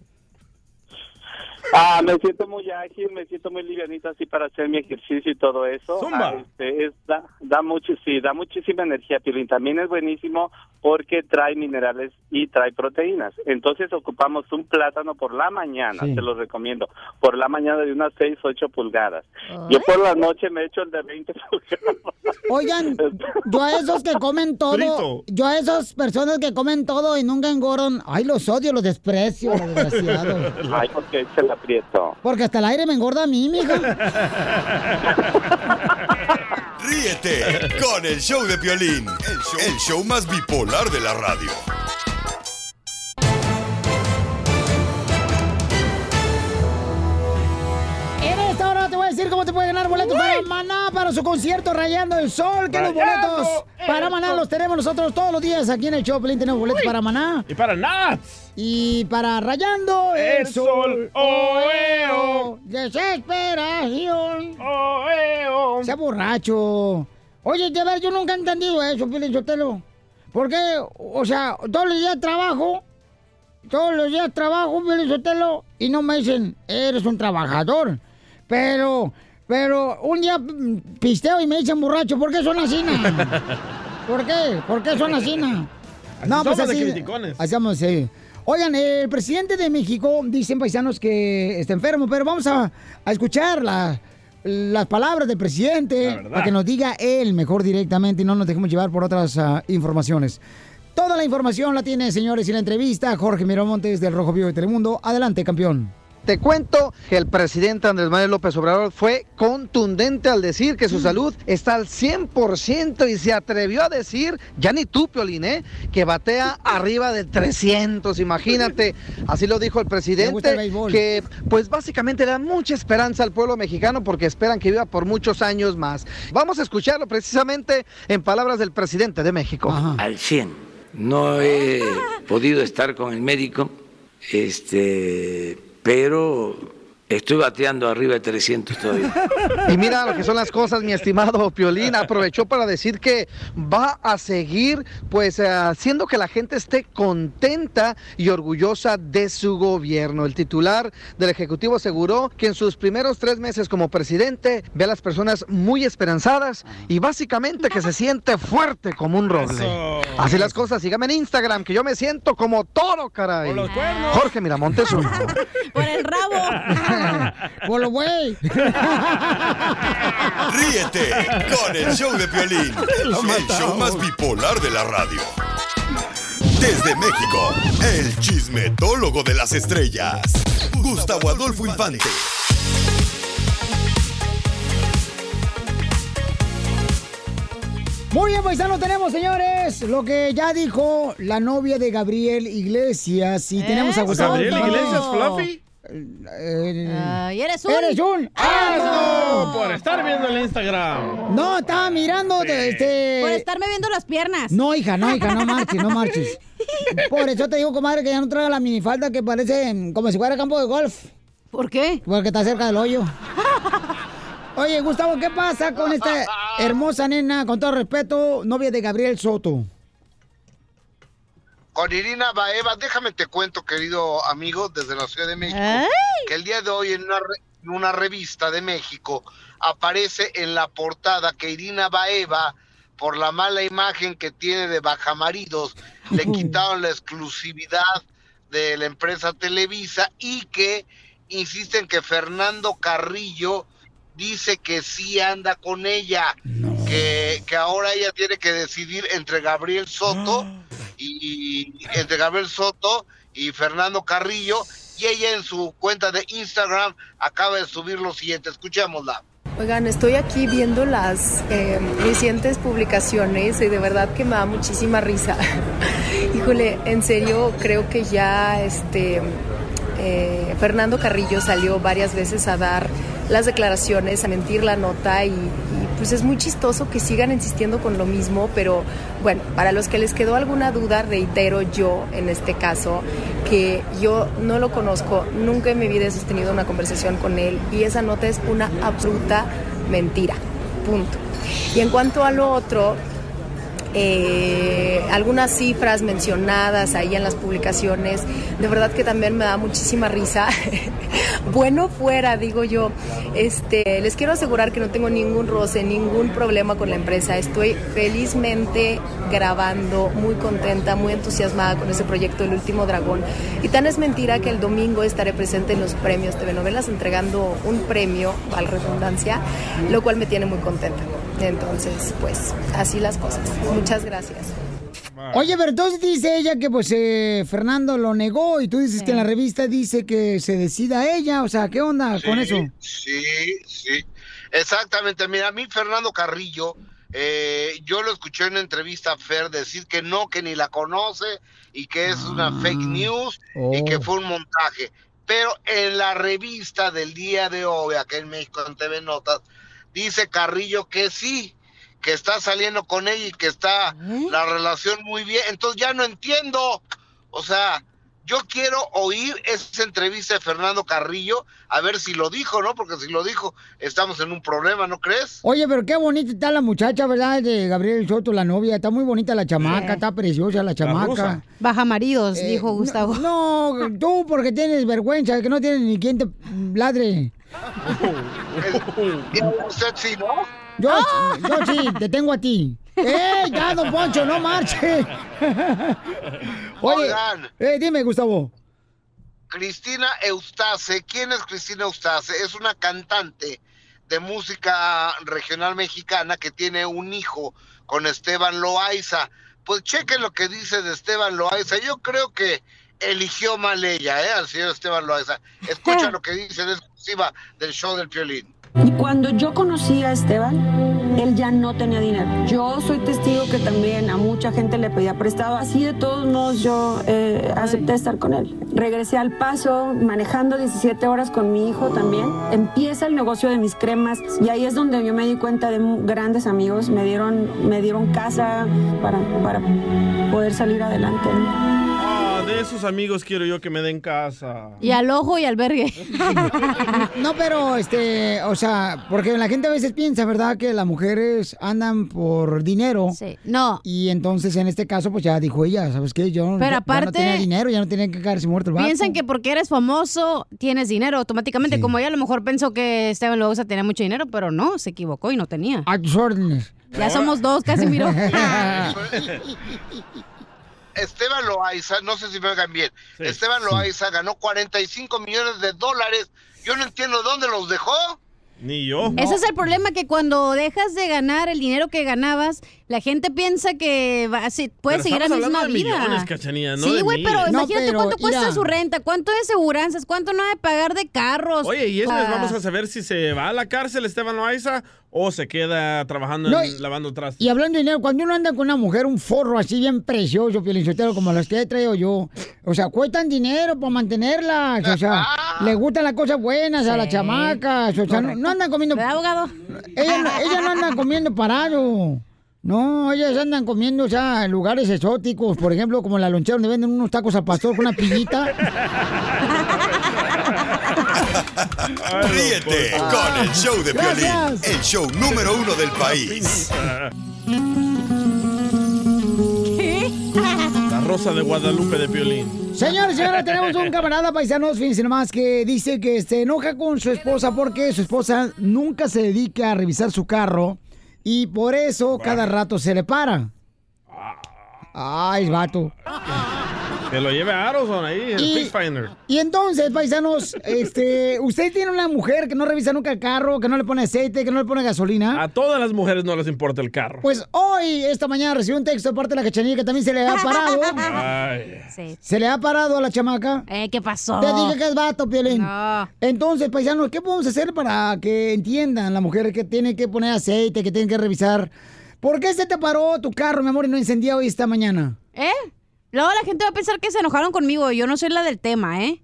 S20: Ah, me siento muy ágil, me siento muy livianita así para hacer mi ejercicio y todo eso.
S2: Zumba.
S20: Ah, este, es- da, da mucho, sí, da muchísima energía, Piolín. También es buenísimo porque trae minerales y trae proteínas. Entonces ocupamos un plátano por la mañana,
S21: Sí.
S20: te lo recomiendo, por la mañana de unas 6, 8 pulgadas. Yo por la noche me echo el de 20 pulgadas.
S1: Oigan, yo a esos que comen todo,
S20: Frito.
S1: yo a esas personas que comen todo y nunca engordan, ay, los odio, los desprecio, desgraciado.
S20: Ay, porque se la aprieto.
S1: Porque hasta el aire me engorda a mí, mija.
S5: Ríete con el show de Piolín, el show, el show más bipolar de la radio.
S1: En esta hora te voy a decir decir cómo te puede ganar boletos para Maná, para su concierto Rayando el Sol, que los
S2: Rayando
S1: boletos
S2: el
S1: para Maná
S2: Sol.
S1: los tenemos nosotros todos los días aquí en el show. Pelín, tenemos boletos para Maná.
S2: Y para Nats.
S1: Y para Rayando el, oh,
S2: El Sol, oe, o.
S1: Desesperación. Sea borracho. Oye, de ver, yo nunca he entendido eso, Pelín Sotelo. Porque, o sea, todos los días trabajo todos los días trabajo, Piolín Sotelo, y no me dicen, eres un trabajador. Pero, pero un día mm, pisteo y me dicen borracho, ¿por qué son así? na? ¿Por qué? ¿Por qué son así? na?
S2: somos de criticones.
S1: pues así vamos, sí. Oigan, el presidente de México, dicen paisanos que está enfermo, pero vamos a, a escuchar la- las palabras del presidente para que nos diga él mejor directamente y no nos dejemos llevar por otras ah, informaciones. Toda la información la tiene, señores, y la entrevista Jorge Miramontes del Rojo Vivo de Telemundo. Adelante, campeón.
S3: Te cuento que el presidente Andrés Manuel López Obrador fue contundente al decir
S1: Mm.
S3: que su salud está al 100% y se atrevió a decir, ya ni tú, Piolín, ¿eh? que batea arriba de 300, imagínate. Así lo dijo el
S1: gusta el
S3: presidente,
S1: béisbol.
S3: que pues básicamente le da mucha esperanza al pueblo mexicano porque esperan que viva por muchos años más. Vamos a escucharlo precisamente en palabras del presidente de México.
S4: al 100. No he podido estar con el médico, este, pero estoy bateando arriba de 300 todavía.
S3: Y mira lo que son las cosas, mi estimado Piolín. Aprovechó para decir que va a seguir, pues, eh, haciendo que la gente esté contenta y orgullosa de su gobierno. El titular del Ejecutivo aseguró que en sus primeros tres meses como presidente ve a las personas muy esperanzadas y básicamente que se siente fuerte como un roble. Así las cosas. Sígame en Instagram, que yo me siento como toro, caray. Jorge Miramontes. uno.
S6: Por el rabo.
S1: Por lo güey.
S5: Ríete con el show de Piolín, el show más bipolar de la radio. Desde México, el chismetólogo de las estrellas, Gustavo Adolfo Infante.
S1: Muy bien, paisanos, tenemos, señores, lo que ya dijo la novia de Gabriel Iglesias. Y tenemos a
S2: ¿Eh?
S1: Gustavo.
S2: ¿Gabriel
S1: Infante.
S2: Iglesias Fluffy?
S1: Eh,
S6: Ay, eres un-
S1: ¡Eres un asno!
S2: Por estar viendo el Instagram.
S1: No, estaba mirando,
S2: Sí.
S1: este...
S6: Por estarme viendo las piernas.
S1: No, hija, no, hija, no marches, no marches. Por eso te digo, comadre, que ya no traiga la minifalda que parece mm, como si fuera campo de golf.
S6: ¿Por qué?
S1: Porque está cerca del hoyo. Oye, Gustavo, ¿qué pasa con esta hermosa nena, con todo respeto, novia de Gabriel Soto?
S21: Con Irina Baeva, déjame te cuento, querido amigo, desde la Ciudad de México,
S1: ¡Ay!
S21: que el día de hoy en una, re- en una revista de México aparece en la portada que Irina Baeva, por la mala imagen que tiene de bajamaridos, le quitaron la exclusividad de la empresa Televisa y que insisten que Fernando Carrillo dice que sí anda con ella, que, que ahora ella tiene que decidir entre Gabriel Soto y entre Gabriel Soto y Fernando Carrillo y ella en su cuenta de Instagram acaba de subir lo siguiente, escuchémosla.
S22: Oigan, estoy aquí viendo las eh, recientes publicaciones y de verdad que me da muchísima risa. Híjole, en serio creo que ya este eh, Fernando Carrillo salió varias veces a dar las declaraciones, a mentir la nota y, y, pues es muy chistoso que sigan insistiendo con lo mismo, pero bueno, para los que les quedó alguna duda, reitero yo en este caso que yo no lo conozco, nunca en mi vida he sostenido una conversación con él y esa nota es una absoluta mentira, punto. Y en cuanto a lo otro, eh, algunas cifras mencionadas ahí en las publicaciones. De verdad que también me da muchísima risa. bueno fuera, digo yo. Este, les quiero asegurar que no tengo ningún roce, ningún problema con la empresa. Estoy felizmente grabando, muy contenta, muy entusiasmada con ese proyecto El Último Dragón. Y tan es mentira que el domingo estaré presente en los premios TV Novelas entregando un premio, al redundancia, lo cual me tiene muy contenta. Entonces, pues, así las cosas. Muchas gracias.
S1: Oye, pero entonces dice ella que pues eh, Fernando lo negó y tú dices que en la revista dice que se decida ella, o sea, ¿qué onda con eso?
S21: Sí, sí, exactamente. Mira, a mí Fernando Carrillo, eh, yo lo escuché en una entrevista a Fer decir que
S1: Ah.
S21: no, que ni la conoce y que es una fake news y
S1: Oh.
S21: que fue un montaje. Pero en la revista del día de hoy, acá en México, en TV Notas, dice Carrillo que sí, que está saliendo con ella y que está la relación muy bien. Entonces ya no entiendo. O sea, yo quiero oír esa entrevista de Fernando Carrillo, a ver si lo dijo, ¿no? Porque si lo dijo, estamos en un problema, ¿no crees?
S1: Oye, pero qué bonita está la muchacha, ¿verdad? De Gabriel Soto, la novia. Está muy bonita la chamaca, está preciosa la chamaca.
S6: rusa. Baja maridos,
S1: Eh,
S6: dijo
S1: no-
S6: Gustavo.
S1: No, tú porque tienes vergüenza, que no tienes ni quien te ladre.
S21: ¿Usted sí, no?
S1: Yo,
S6: ¡Ah!
S1: yo sí, te tengo a ti. ¡Eh, ya, don Poncho, no marche! Oye,
S21: Oigan.
S1: eh, dime, Gustavo.
S21: Cristina Eustace. ¿Quién es Cristina Eustace? Es una cantante de música regional mexicana que tiene un hijo con Esteban Loaiza. Pues chequen lo que dice de Esteban Loaiza. Yo creo que eligió mal ella, ¿eh? Al señor Esteban Loaiza. Escucha lo que dice en exclusiva del show del violín.
S23: Y cuando yo conocí a Esteban, él ya no tenía dinero. Yo soy testigo que también a mucha gente le pedía prestado. Así de todos modos yo eh, acepté estar con él. Regresé al paso, manejando 17 horas con mi hijo también. Empieza el negocio de mis cremas y ahí es donde yo me di cuenta de mu- grandes amigos. Me dieron, me dieron casa para, para poder salir adelante. ¿no?
S2: Ah, de esos amigos quiero yo que me den casa.
S6: Y al ojo y al vergue.
S1: No, pero, este, o sea, porque la gente a veces piensa, ¿verdad?, que las mujeres andan por dinero. Sí,
S6: no.
S1: Y entonces, en este caso, pues ya dijo ella, ¿sabes qué? Yo
S6: Pero
S1: ya- ya no
S6: aparte-
S1: tenía dinero, ya no tenía que quedarse muerto el vato.
S6: Piensan que porque eres famoso tienes dinero automáticamente, como ella a lo mejor pensó que Esteban Loaiza tenía mucho dinero, pero no, se equivocó y no tenía.
S1: A tus órdenes.
S6: Ya somos dos, casi miró.
S21: Esteban Loaiza, no sé si me oigan bien, Esteban Loaiza ganó 45 millones de dólares. Yo no entiendo dónde los dejó.
S2: Ni yo.
S6: Ese es el problema, que cuando dejas de ganar el dinero que ganabas, la gente piensa que va, se- puedes
S2: Pero
S6: seguir la
S2: estamos hablando
S6: misma
S2: de
S6: vida.
S2: millones, Cachanilla, no
S6: sí,
S2: de
S6: güey, pero
S2: miles. No,
S6: imagínate
S2: pero,
S6: cuánto cuesta
S2: mira.
S6: su renta, cuánto de seguranzas, cuánto no ha de pagar de carros.
S2: Oye, y eso
S6: Ah.
S2: es, vamos a saber si se va a la cárcel Esteban Loaiza o se queda trabajando
S1: No,
S2: en, lavando trastes.
S1: Y hablando de dinero, cuando uno anda con una mujer, un forro así bien precioso, pielinchotero, como las que he traído yo, o sea, cuestan dinero para mantenerlas, o sea, le gustan las cosas buenas a las chamacas, o sea, no, no andan comiendo...
S6: abogado?
S1: Ellas no, ellas no andan comiendo parado. No, ellas andan comiendo, o sea, en lugares exóticos, por ejemplo, como la lonchera donde venden unos tacos al pastor con una pillita.
S5: Ríete con el show de violín,
S1: Gracias.
S5: el show número uno del país.
S2: La rosa de Guadalupe de Piolín.
S1: Señores, señores, tenemos un camarada paisanos, fíjense nomás, que dice que se enoja con su esposa porque su esposa nunca se dedica a revisar su carro y por eso cada rato se le para. Ay, vato.
S2: Que lo lleve a Aroson ahí, el
S1: Y-
S2: Fish Finder.
S1: Y entonces, paisanos, este, usted tiene una mujer que no revisa nunca el carro, que no le pone aceite, que no le pone gasolina.
S2: A todas las mujeres no les importa el carro.
S1: Pues hoy, esta mañana, recibí un texto de parte de la cachanilla que también se le ha parado.
S2: Ay.
S1: ¿Se le ha parado a la chamaca?
S6: Eh, ¿qué pasó?
S1: Te dije que es vato, Piolín. Entonces, paisanos, ¿qué podemos hacer para que entiendan las mujeres que tienen que poner aceite, que tienen que revisar? ¿Por qué se te paró tu carro, mi amor, y no encendía hoy esta mañana?
S6: ¿Eh? Luego la gente va a pensar que se enojaron conmigo. Yo no soy la del tema, ¿eh?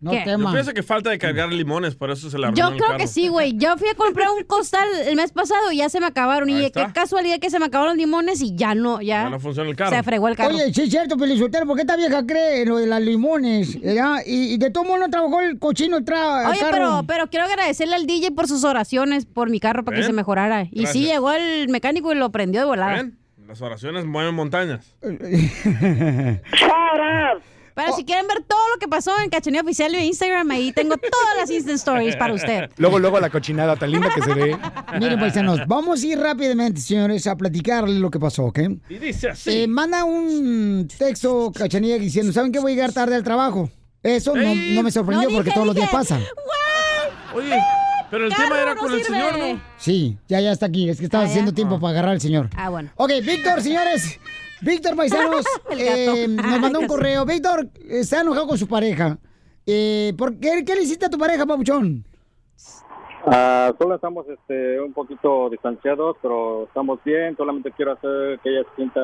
S1: No
S6: ¿Qué?
S2: Yo pienso que falta de cargar limones, por eso se la
S6: Yo creo que sí, güey. Yo fui a comprar un costal el mes pasado y ya se me acabaron. y qué casualidad que se me acabaron los limones y ya no, ya.
S2: funciona el
S6: Se fregó el carro.
S1: Oye, sí es cierto, Pelizotero, ¿por qué esta vieja cree en lo de las limones? ¿verdad? Y, y de todo modo no trabajó el cochino tra el
S6: Oye,
S1: carro.
S6: pero, pero quiero agradecerle al DJ por sus oraciones por mi carro para que
S2: ¿Ven?
S6: se mejorara. Y sí,
S2: Gracias.
S6: llegó el mecánico y lo prendió de volada.
S2: ¿Ven? Las oraciones mueven montañas.
S6: Pero si quieren ver todo lo que pasó en Cachanilla Oficial en Instagram, ahí tengo todas las Instant Stories para usted.
S7: Luego, luego la cochinada tan linda que se ve.
S1: Miren, paisanos, vamos a ir rápidamente, señores, a platicarles lo que pasó, ¿ok?
S2: Y dice así.
S1: Eh, manda un texto, Cachanilla, diciendo, ¿saben qué? Voy a llegar tarde al trabajo. Eso no,
S2: Ey.
S1: no me sorprendió
S2: No,
S1: porque
S2: dije,
S1: todos los días
S2: dije.
S1: pasa.
S2: Oye, pero el tema era con el señor, ¿no?
S1: Sí, ya, ya está aquí. Es que estaba haciendo tiempo para agarrar al señor.
S6: Ah, bueno.
S1: Ok, Víctor, señores. Víctor Paisanos
S6: El gato.
S1: eh, nos mandó
S6: Ay,
S1: un
S6: qué
S1: correo. Víctor eh, está enojado con su pareja. Eh, ¿por qué, ¿Qué le hiciste a tu pareja, papuchón?
S10: Ah, solo estamos este, un poquito distanciados, pero estamos bien. Solamente quiero hacer que ella se sienta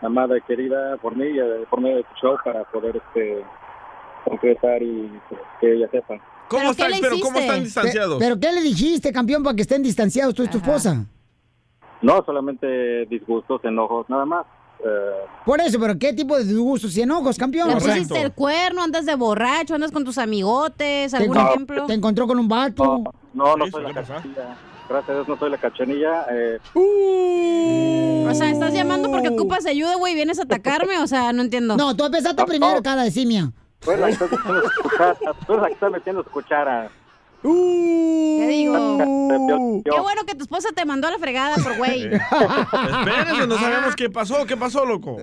S10: amada y querida por mí y eh, por medio de tu show para poder este, concretar y pues, que ella sepa.
S2: ¿Cómo están, pero cómo están distanciados?
S1: ¿Pero qué le dijiste, campeón, para que estén distanciados tú y tu esposa?
S10: No, solamente disgustos, enojos, nada más. Eh,
S1: Por eso, ¿pero qué tipo de disgustos y enojos, campeón?
S6: Le
S1: O sea,
S6: pusiste el cuerno, andas de borracho, andas con tus amigotes,
S1: te,
S6: algún
S1: encon-
S6: ejemplo.
S1: te encontró con un vato.
S10: no, no soy la cachanilla. Gracias a Dios no soy la cachanilla. Eh,
S2: Uh.
S6: O sea, estás llamando porque ocupas ayuda, güey, y vienes a atacarme, o sea, no entiendo.
S1: No, tú empezaste
S10: Oh.
S1: primero, cara de simia.
S10: tú eres la que estás metiendo su cuchara. Tú eres la que estás metiendo su cuchara.
S6: ¿Qué digo?
S10: Yo-
S6: Qué bueno que tu esposa te mandó a la fregada, por güey.
S2: Espérense, no sabemos qué pasó, qué pasó, loco.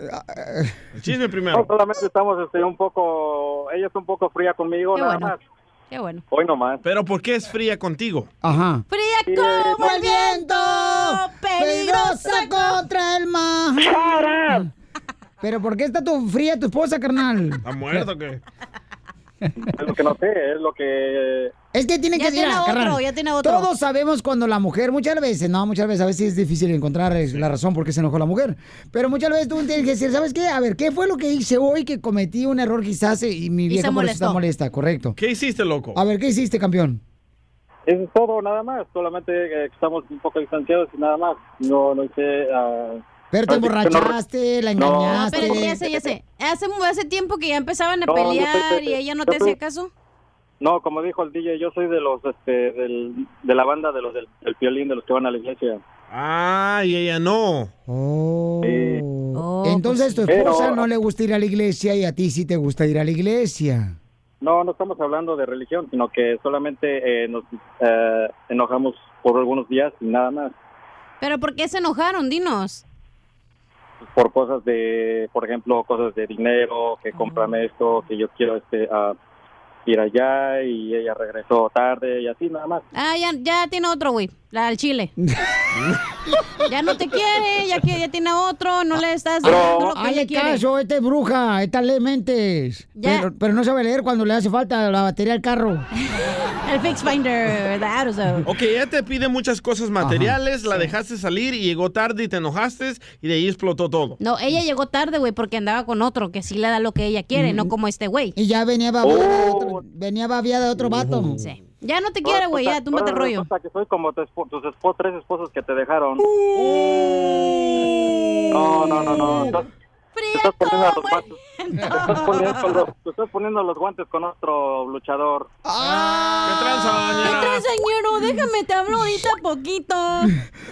S2: El chisme primero.
S10: No, solamente estamos este, un poco. Ella está un poco fría conmigo,
S6: Qué
S10: nada
S6: bueno.
S10: más.
S6: Qué bueno.
S10: Hoy nomás.
S2: Pero ¿por qué es fría contigo?
S1: Ajá.
S6: Fría como
S1: el viento, peligrosa contra el mar. ¿Pero por qué está tu fría tu esposa, carnal?
S2: ¿Está muerto o qué?
S10: Es lo que no sé, es lo que.
S1: Es que tiene
S10: Ya
S1: que
S10: tiene
S1: mira,
S10: otro,
S1: carnal,
S10: ya tiene otro.
S1: Todos sabemos cuando la mujer, muchas veces, no, muchas veces, a veces es difícil encontrar eh, la razón por qué se enojó la mujer. Pero muchas veces tú tienes que decir, ¿sabes qué? A ver, ¿qué fue lo que hice hoy que cometí un error quizás eh, y mi
S2: Y
S1: vieja
S2: se
S1: por eso está
S2: molestó.
S1: molesta? Correcto.
S2: ¿Qué hiciste, loco?
S1: A ver, ¿qué hiciste, campeón?
S10: Eso es todo, nada más. Solamente eh, estamos un poco distanciados y nada más. No, no hice. ah,
S1: Pero te
S10: ahora sí que no-
S1: emborrachaste, la
S6: No,
S1: engañaste.
S6: pero ya sé, ya sé. Hace, hace tiempo que ya empezaban a
S10: No, yo soy-
S6: pelear y ella no te
S10: yo soy-
S6: hacía caso.
S10: No, como dijo el DJ, yo soy de los, este, del, de la banda de los del, del violín, de los que van a la iglesia.
S2: Ah, y ella no.
S1: Oh, Entonces tu
S10: pues sí.
S1: esposa
S10: Pero-
S1: no le gusta ir a la iglesia y a ti sí te gusta ir a la iglesia.
S10: No, no estamos hablando de religión, sino que solamente eh, nos eh, enojamos por algunos días y nada más.
S6: Pero ¿por qué se enojaron? Dinos.
S10: Por cosas de, por ejemplo, cosas de dinero, que cómprame esto, que yo quiero este, ah, ir allá y ella regresó tarde y así nada más.
S6: Ah, ya, ya tiene otro, güey. La del chile. ya no te quiere, ya, que- ya tiene otro, no le estás dando lo que ella
S1: Hazle
S6: quiere.
S1: caso, esta es bruja, esta le mentes.
S6: Ya.
S1: Pero, pero no sabe leer cuando le hace falta la batería al carro.
S6: El Fix Finder, that or so.
S2: Ok, ella te pide muchas cosas materiales, la dejaste salir y llegó tarde y te enojaste y de ahí explotó todo.
S6: No, ella llegó tarde, güey, porque andaba con otro que sí le da lo que ella quiere, no como este güey.
S1: Mm. Y ya venía babiada, de otro, venía babiada de otro vato.
S6: Sí. Ya no te quiere, güey, ya, túmbate el
S10: Ahora
S6: rollo.
S10: resulta que soy como tu espo- tus espo- tres esposos que te dejaron. No, no, no, no. Estás, estás poniendo a los guantes. Estás poniendo los- te estás poniendo los guantes con otro luchador.
S6: ¿Qué traes, señor? Déjame, te hablo ahorita poquito.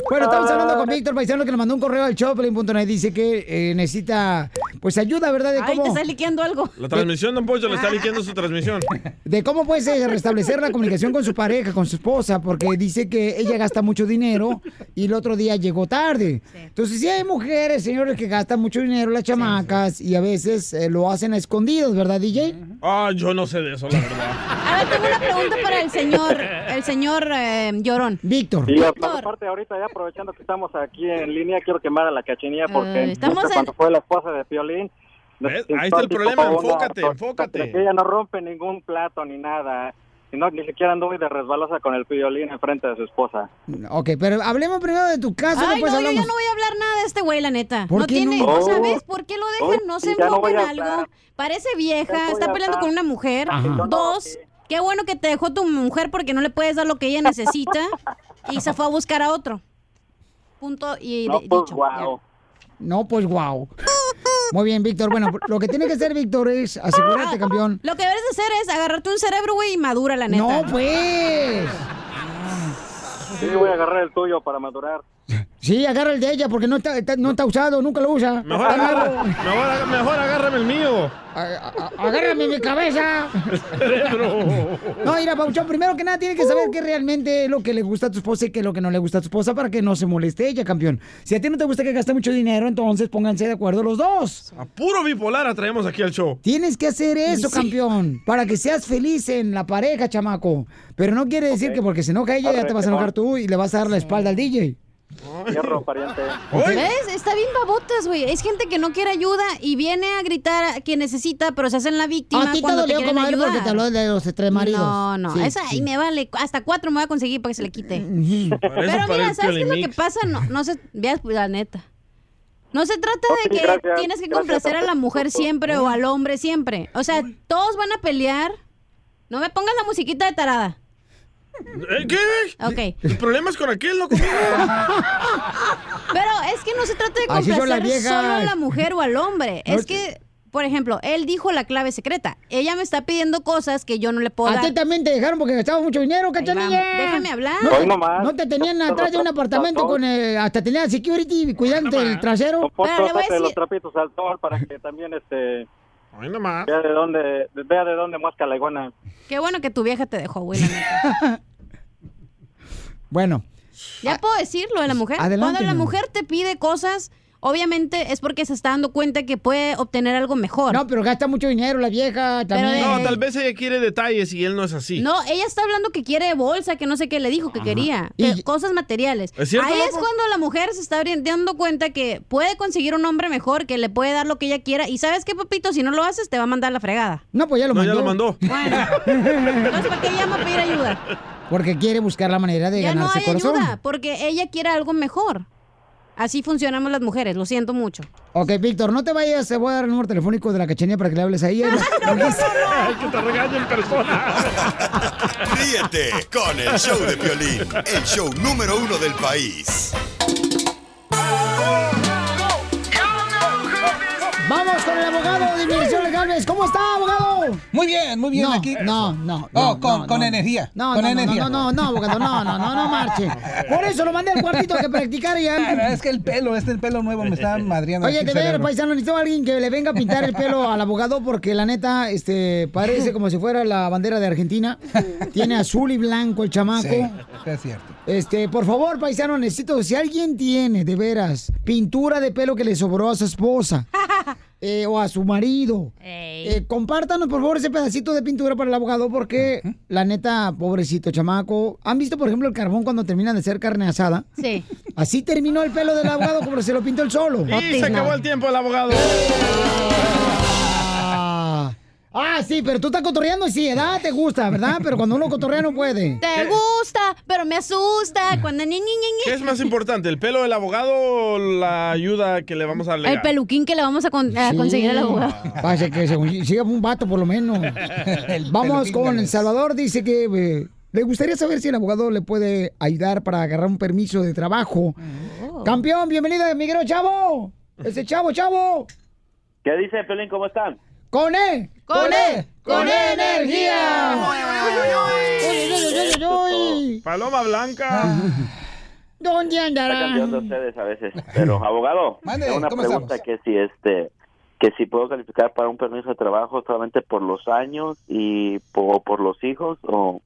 S1: Bueno, estamos hablando
S6: Ah.
S1: con Víctor Paisano que le mandó un correo al Choplin.net. Dice que eh, necesita, pues ayuda, ¿verdad? De
S6: Ay,
S1: cómo,
S6: te está liqueando algo.
S2: La transmisión de un pollo le está liqueando su transmisión.
S1: de cómo puedes eh, restablecer la comunicación con su pareja, con su esposa, porque dice que ella gasta mucho dinero y el otro día llegó tarde. Entonces, sí hay mujeres, señores, que gastan mucho dinero, las chamacas, y a veces eh, lo hacen a escondidas, ¿verdad, DJ?
S2: Ah, yo no sé de eso, la verdad.
S6: A ver, tengo una pregunta para el señor, el señor eh, Llorón.
S1: Víctor.
S10: Y a- aparte, ahorita ya aprovechando que estamos aquí en línea, quiero quemar a la cachinilla porque
S6: Ay, Ah, estamos en-
S10: cuando fue la esposa de Piolín...
S2: Eh, Ahí está el problema,
S10: como una-
S2: enfócate, enfócate.
S10: Que ella no rompe ningún plato ni nada. Y no, ni siquiera anduve de resbalosa con el Piolín enfrente de su esposa.
S1: Ok, pero hablemos primero de tu caso,
S6: Ay,
S1: después
S6: no, yo
S1: hablamos.
S6: ya no voy a hablar nada de este güey, la neta.
S1: ¿Por
S6: no
S1: qué
S6: tiene,
S1: no?
S6: o sea, ¿ves por qué lo dejan? No se
S1: Oh. ya no
S6: enfoca en
S1: voy a
S6: algo.
S1: hablar.
S6: Parece vieja, está peleando con una mujer.
S1: Ajá. Yo no-
S6: Dos, qué bueno que te dejó tu mujer porque no le puedes dar lo que ella necesita y se fue a buscar a otro. Punto y
S1: No,
S6: de-
S1: pues,
S6: dicho.
S1: guau. No, pues wow. Muy bien, Víctor. Bueno, lo que tiene que hacer, Víctor, es asegurarte, campeón.
S6: Lo que debes de hacer es agarrarte un cerebro, güey, y madura, Ah, la neta.
S1: No, pues.
S10: Sí, voy a agarrar el tuyo para madurar.
S1: Sí, agarra el de ella porque no está, está- no está usado, nunca lo usa.
S10: Ah,
S2: Mejor, agarra- mejor, ag- mejor agárrame el mío.
S1: Agárrame mi cabeza.
S2: Cerebro.
S1: No, mira, Pauchón, primero que nada tiene que saber qué realmente es lo que le gusta a tu esposa y qué es lo que no le gusta a tu esposa para que no se moleste ella, campeón. Si a ti no te gusta que gaste mucho dinero, entonces pónganse de acuerdo los dos.
S2: A puro bipolar atraemos aquí al show.
S1: Tienes que hacer eso,
S2: Sí.
S1: campeón, para que seas feliz en la pareja, chamaco. Pero no quiere decir que porque se enoja ella ya
S10: Arre,
S1: te vas a enojar
S10: Simón.
S1: tú y le vas a dar la espalda al DJ.
S10: Hierro, pariente.
S2: Oh.
S6: ¿Ves? Está bien babotas, güey. Es gente que no quiere ayuda y viene a gritar a quien necesita, pero se hacen la víctima
S1: a ti te
S6: cuando te
S1: dolió,
S6: quieren
S1: comadre,
S6: ayudar.
S1: porque te habló de los tres maridos.
S6: No, no,
S1: Sí,
S6: esa
S1: sí.
S6: ahí me vale. Hasta cuatro me voy a conseguir para que se le quite.
S1: Ujú.
S6: Pero mira,
S1: parece
S6: ¿sabes qué es lo
S1: Piolín
S6: que pasa? No, no sé, veas, pues, la neta. No se trata de
S20: Ok,
S6: que
S20: gracias,
S6: tienes que
S20: gracias,
S6: complacer a la mujer siempre o al hombre siempre. O sea, todos van a pelear. No me pongas la musiquita de tarada.
S2: ¿Eh, ¿Qué?
S6: Ok.
S2: El problema es con aquel, no conmigo.
S6: Pero es que no se trata de
S2: Así son las
S6: complacer
S2: viejas.
S6: solo a la mujer o al hombre.
S1: No
S6: es
S1: te-
S6: que, por ejemplo, él dijo la clave secreta. Ella me está pidiendo cosas que yo no le puedo
S1: A ti
S6: dar.
S1: también te dejaron porque gastaba mucho dinero, cachanilla.
S6: vamos, déjame hablar.
S1: No, te-
S6: Hoy nomás.
S1: no te tenían atrás de un apartamento con eh, hasta tenían security cuidante el trasero.
S20: Por los trapitos al sol para que también este... Vea de dónde, vea de dónde muesca la iguana.
S6: Qué bueno que tu vieja te dejó, güey. la neta.
S1: Bueno,
S6: ¿Ya puedo decir lo de la mujer?
S1: Ah, pues, adelante,
S6: Cuando la
S1: mi amor.
S6: mujer te pide cosas, obviamente es porque se está dando cuenta que puede obtener algo mejor.
S1: No, pero gasta mucho dinero la vieja también.
S2: No, tal vez ella quiere detalles y él no es así.
S6: No, ella está hablando que quiere bolsa, que no sé qué le dijo que quería, que- cosas materiales.
S2: ¿Es cierto,
S6: Ahí es
S2: loco?
S6: cuando la mujer se está abri- dando cuenta que puede conseguir un hombre mejor, que le puede dar lo que ella quiera. Y sabes qué, papito, si no lo haces, te va a mandar la fregada.
S1: No, pues ya lo
S2: No,
S1: mandó.
S2: ya lo mandó.
S6: Entonces, ¿para qué llama a pedir ayuda?
S1: Porque quiere buscar la manera de
S6: Ya no
S1: ganarse
S6: hay
S1: corazón.
S6: ayuda, porque ella quiere algo mejor. Así funcionamos las mujeres, lo siento mucho.
S1: Ok, Víctor, no te vayas, te voy a dar el número telefónico de la cachanilla para que le hables a ella.
S2: que te regañe en persona.
S5: Ríete con el show de Piolín, el show número uno del país.
S1: Vamos con el abogado de Inmigración Legal. Vélez. ¿Cómo está, abogado?
S8: Muy bien, muy bien
S1: No,
S8: aquí.
S1: No, no.
S8: Oh,
S1: no,
S8: con,
S1: no,
S8: con
S1: no.
S8: energía.
S1: No,
S8: con
S1: no, no,
S8: energía.
S1: no, no, no, abogado, no, no, no, no marche. Por eso lo mandé al cuartito a que practicara ya.
S8: Ah, Es que el pelo, este el pelo nuevo me está madriando.
S1: Oye,
S8: aquí
S1: de
S8: el
S1: veras, pues,
S8: cerebro.
S1: paisano, necesito a alguien que le venga a pintar el pelo al abogado porque la neta, este, parece como si fuera la bandera de Argentina. Tiene azul y blanco el chamaco.
S8: Sí, es cierto.
S1: Este, por favor, paisano, necesito, si alguien tiene, de veras, pintura de pelo que le sobró a su esposa eh, o a su marido, eh, compártanos, por favor, ese pedacito de pintura para el abogado, porque la neta, pobrecito chamaco. ¿Han visto, por ejemplo, el carbón cuando terminan de hacer carne asada?
S6: Sí.
S1: Así terminó el pelo del abogado, como se lo pintó el solo.
S2: Y se acabó el tiempo el abogado.
S1: Ah, Ah, sí, pero tú estás cotorreando, sí, edad te gusta, ¿verdad? Pero cuando uno cotorrea no puede.
S6: Te gusta, pero me asusta cuando ni, ni, ni, ni.
S2: ¿Qué es más importante, el pelo del abogado o la ayuda que le vamos a alegar?
S6: El peluquín que le vamos a, con- a conseguir al abogado.
S1: Pase que se- siga un vato por lo menos. Vamos
S8: peluquín
S1: con
S8: Galés.
S1: El Salvador, dice que eh, le gustaría saber si el abogado le puede ayudar para agarrar un permiso de trabajo.
S9: Oh.
S1: Campeón, bienvenido, miguel Chavo. Ese chavo, chavo.
S9: ¿Qué dice, Pelín? ¿Cómo están?
S1: Con él.
S9: Con E,
S1: Con E
S9: energía.
S2: Paloma Blanca.
S1: Ah. ¿Dónde
S9: Está
S1: andará?
S9: cambiando ustedes a veces. Pero, abogado,
S1: Mande,
S9: tengo una
S1: ¿cómo
S9: pregunta que si este que si puedo calificar para un permiso de trabajo solamente por los años y por, por los hijos o,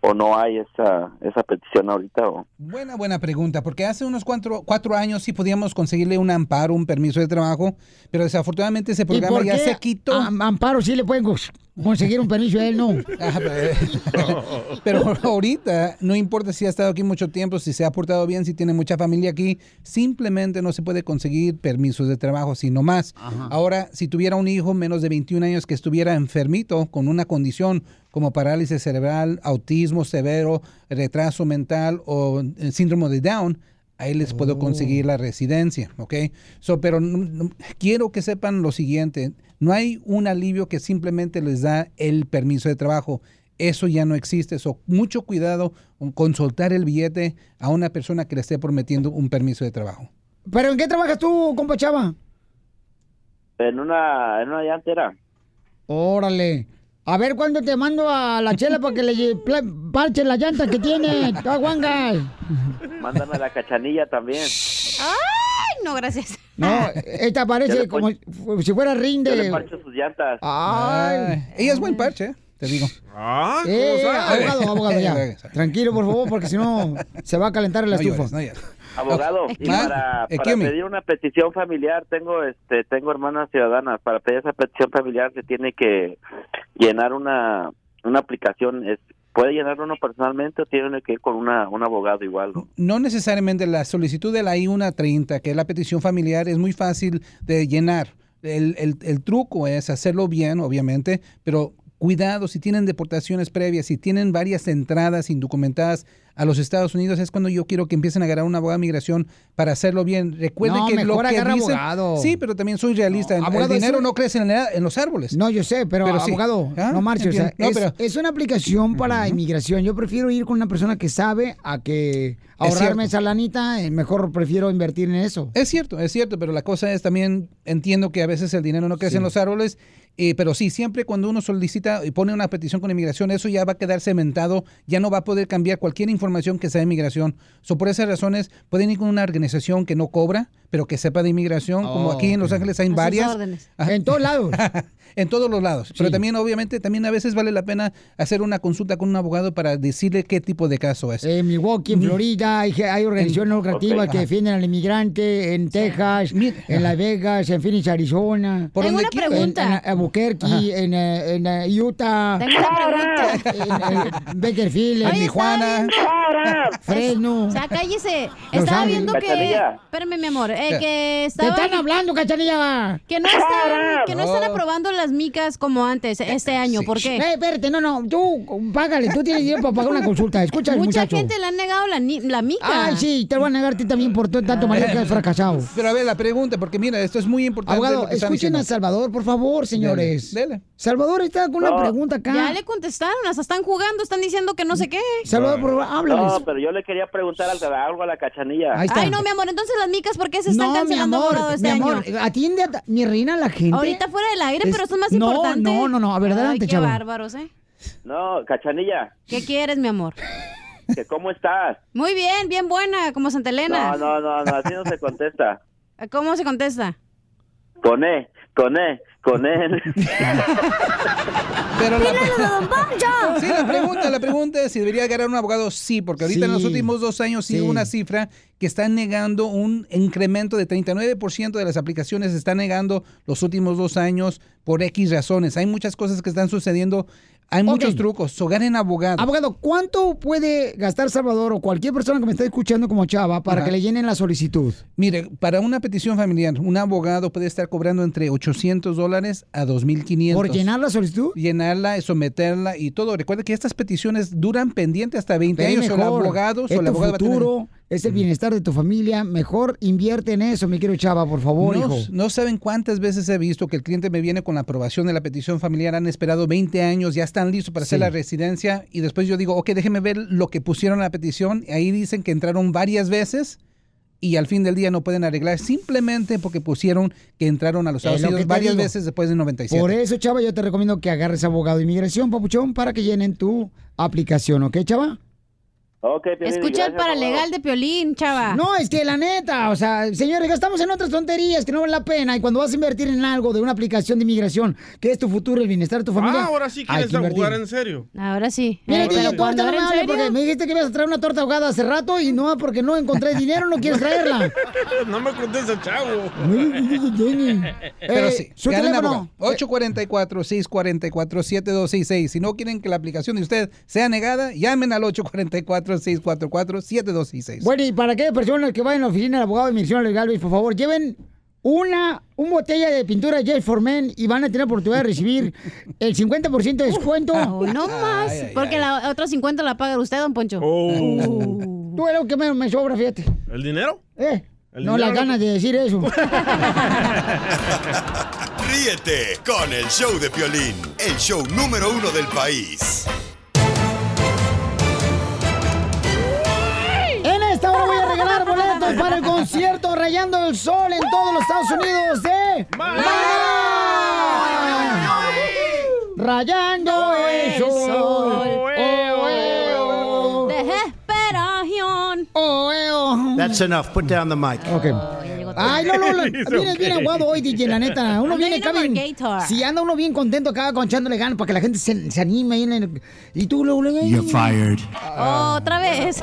S9: o no hay esa esa petición ahorita o
S8: Buena, buena pregunta, porque hace unos cuatro, cuatro años sí podíamos conseguirle un amparo, un permiso de trabajo, pero desafortunadamente ese
S1: ¿Y
S8: programa
S1: por
S8: ya
S1: qué
S8: se quitó.
S1: a- a Amparo sí le pueden cons- conseguir un permiso a él, no?
S8: Ah, pero- Pero ahorita, no importa si ha estado aquí mucho tiempo, si se ha portado bien, si tiene mucha familia aquí, simplemente no se puede conseguir permisos de trabajo, sino más. Ahora, si tuviera un hijo menos de 21 años que estuviera enfermito con una condición como parálisis cerebral, autismo severo, retraso mental o eh, síndrome de Down, ahí les puedo conseguir la residencia, ¿ok? So, pero n- n- quiero que sepan lo siguiente, no hay un alivio que simplemente les da el permiso de trabajo. Eso ya no existe. So, mucho cuidado con soltar el billete a una persona que le esté prometiendo un permiso de trabajo.
S1: ¿Pero en qué trabajas tú, compa Chava?
S9: en una en una llantera.
S1: Órale. A ver cuándo te mando a la chela para que le lle- pla- parche la llanta que tiene, Tahuangas.
S9: Mándame la cachanilla también.
S6: Ay, no, gracias.
S1: No, esta
S9: Yo
S1: parece
S9: le
S1: como si fuera ring
S9: Yo le
S1: de.
S9: parcho sus llantas.
S1: Ay.
S8: Ella es buen parche, ¿eh? te digo.
S2: Ah,
S1: Eh, eh, abogado, abogado, ya. Tranquilo, por favor, porque si no se va a calentar la
S8: No
S1: estufa.
S8: llores, no llores.
S9: Abogado, y
S8: Ma-
S9: para,
S8: eh,
S9: para
S8: Kiyomi.
S9: pedir una petición familiar, tengo este tengo hermanas ciudadanas, para pedir esa petición familiar se tiene que llenar una, una aplicación, es, puede llenar uno personalmente o tiene que ir con una, un abogado igual. ¿no?
S8: No necesariamente la solicitud de la I-130, que es la petición familiar, es muy fácil de llenar. El, el- el truco es hacerlo bien, obviamente, pero cuidado si tienen deportaciones previas, si tienen varias entradas indocumentadas, a los Estados Unidos, es cuando yo quiero que empiecen a agarrar un abogado de migración para hacerlo bien. Recuerden
S1: No,
S8: que
S1: mejor
S8: lo que
S1: agarra
S8: dicen-
S1: abogado.
S8: Sí, pero también soy realista. El- el
S1: abogado,
S8: dinero
S1: eso-
S8: no crece en, la- en los árboles.
S1: No, yo sé, pero,
S8: Pero sí.
S1: abogado,
S8: ¿Ah?
S1: no marche. o sea,
S8: Entiendo. No,
S1: es,
S8: pero-
S1: es una aplicación para inmigración. Yo prefiero ir con una persona que sabe a que ahorrarme esa lanita. eh, Mejor prefiero invertir en eso.
S8: Es cierto, es cierto, pero la cosa es también, entiendo que a veces el dinero no crece
S1: Sí.
S8: en los árboles, eh, pero sí, siempre cuando uno solicita y pone una petición con inmigración, eso ya va a quedar cementado, ya no va a poder cambiar cualquier información que sea de inmigración. So, por esas razones, pueden ir con una organización que no cobra, pero que sepa de inmigración, como
S1: Oh,
S8: aquí en Los Ángeles hay
S1: sus
S8: varias.
S1: órdenes.
S8: En
S1: todos lados.
S8: en todos los lados. Pero también, obviamente, también a veces vale la pena hacer una consulta con un abogado para decirle qué tipo de caso es.
S1: En Milwaukee, en Florida, hay, ge- hay organizaciones no lucrativas
S8: Ok.
S1: que
S8: Ajá.
S1: defienden al inmigrante en Texas, en Las Vegas, en Phoenix, Arizona.
S8: Por Tengo donde una quiera. pregunta.
S1: En, en Albuquerque, en, eh, en, eh, Utah.
S6: Tengo una
S1: En,
S6: pregunta.
S1: eh, Bakersfield, en
S6: Oye, estaba
S1: Tijuana.
S6: viendo-
S1: Fresno.
S6: O sea, cállese.
S1: Los
S6: Estaba
S1: Ángeles.
S6: viendo que.
S1: Cachanilla.
S6: Espérame, mi amor. eh,
S1: ¿Qué?
S6: que
S1: Te
S6: estaba.
S1: están hablando, cachanilla.
S6: Que no están, que no están
S1: No.
S6: aprobando las micas como antes este año. ¿Por qué?
S1: Eh, espérate, no, no, tú págale, tú tienes dinero para pagar una consulta. Escucha, al
S6: Mucha
S1: muchacho.
S6: gente le han negado la, ni- la mica. Ah.
S1: Ay, sí, te lo voy a negar a ti también por todo el tanto marido que has fracasado.
S8: Pero a ver, la pregunta, porque mira, esto es muy importante.
S1: Abogado,
S8: lo que están
S1: escuchen
S8: diciendo.
S1: a Salvador, por favor, señores.
S8: Dele,
S1: Salvador está con una pregunta acá.
S6: Ya le contestaron, hasta están jugando, están diciendo que no sé qué.
S1: Salvador, por favor, háblales.
S20: No, pero yo le quería preguntar algo, algo a la cachanilla.
S6: Ay, no, mi amor, entonces las micas, ¿por qué se están
S1: No, mi
S6: cancelando
S1: amor,
S6: abogado, este
S1: mi amor,
S6: año?
S1: atiende a mi reina a la gente.
S6: Ahorita fuera del aire, pero eso es más
S1: no,
S6: importante.
S1: No, no, no, a ver,
S6: Ay,
S1: adelante,
S6: qué
S1: chavo.
S6: bárbaros, ¿eh?
S20: No, cachanilla,
S6: ¿Qué quieres, mi amor?
S20: ¿que ¿cómo estás?
S6: Muy bien, bien buena, como Santa Elena.
S20: No, no, no, no, así no se contesta.
S6: ¿Cómo se contesta?
S20: Con E, con E, con E.
S8: Pero la,
S6: Poncho!
S8: Sí, la pregunta, la pregunta es si debería agarrar un abogado, sí, porque ahorita en los
S1: Sí.
S8: últimos dos años sí,
S1: Sí.
S8: hubo una cifra que está negando un incremento de 39% de las aplicaciones, se está negando los últimos dos años por X razones. Hay muchas cosas que están sucediendo, hay muchos trucos, so ganen abogado.
S1: Abogado, ¿cuánto puede gastar Salvador o cualquier persona que me esté escuchando como chava para
S8: Ajá.
S1: que le llenen la solicitud?
S8: Mire, para una petición familiar, un abogado puede estar cobrando entre 800 dólares a 2.500.
S1: ¿Por llenar la solicitud?
S8: Llenarla, someterla y todo. Recuerda que estas peticiones duran pendiente hasta 20
S1: Pero es
S8: años. O el
S1: mejor,
S8: abogado, o
S1: es
S8: el
S1: tu
S8: abogado va a tener-
S1: futuro, es el bienestar de tu familia. Mejor invierte en eso, mi querido chava, por favor,
S8: no,
S1: hijo.
S8: no saben cuántas veces he visto que el cliente me viene con la aprobación de la petición familiar, han esperado 20 años, ya están listos para hacer
S1: Sí.
S8: la residencia y después yo digo, ok, déjeme ver lo que pusieron en la petición. Ahí dicen que entraron varias veces y al fin del día no pueden arreglar simplemente porque pusieron que entraron a los
S1: Es lo
S8: Estados
S1: que
S8: Unidos
S1: te
S8: varias
S1: digo.
S8: veces después de 97.
S1: Por eso, chava, yo te recomiendo que agarres abogado de inmigración, papuchón, para que llenen tu aplicación, ¿ok, chava?
S6: Escucha el paralegal de Piolín, chava.
S1: No, es que la neta, o sea, señores, gastamos en otras tonterías que no valen la pena. Y cuando vas a invertir en algo de una aplicación de inmigración, que es tu futuro, el bienestar de tu familia.
S2: Ah, ahora sí
S1: hay
S2: quieres
S1: invertir.
S2: jugar en serio.
S6: Ahora sí.
S1: Mira,
S6: Eh,
S1: tío,
S6: pero cuando
S1: corta,
S6: era
S1: no me
S6: en
S1: hables,
S6: serio-
S1: porque me dijiste que ibas a traer una torta ahogada hace rato y no, porque no encontré dinero, no quieres traerla.
S2: no me contesta, chavo.
S8: Pero sí,
S1: Eh, su
S8: ganen
S1: teléfono.
S8: abogado. 844-644-7266. Si no quieren que la aplicación de usted sea negada, llamen al 844-644-7266.
S1: Bueno, y para aquellas personas que vayan a la oficina del abogado de inmigración legal, por favor, lleven una, un botella de pintura J for Men y van a tener oportunidad de recibir el 50% de descuento.
S6: no más, porque la otra 50 la paga usted, don Poncho. Uh.
S1: Tú eres lo que menos me sobra, fíjate.
S2: ¿El dinero?
S1: Eh,
S2: El
S1: no las
S2: dinero.
S1: ganas de decir eso.
S5: Ríete con el show de Piolín, el show número uno del país.
S1: En esta hora voy a regalar boletos para el concierto Rayando el Sol en todos los Estados Unidos ¿eh? de Maná. Rayando el
S6: Eso,
S1: Sol.
S6: eh,
S1: Oh, eh, oh.
S6: Desesperación.
S1: Oh, eh, oh.
S12: That's enough. Put down the mic.
S1: Okay.
S6: Oh,
S1: Ay, no, no, no, vienes bien aguado hoy, DJ, la neta. Uno viene acá bien. Si anda uno bien contento acá, conchándole ganas para que la gente se, se anime. ahí en el- Y tú luego, luego.
S12: You're fired.
S6: Otra vez.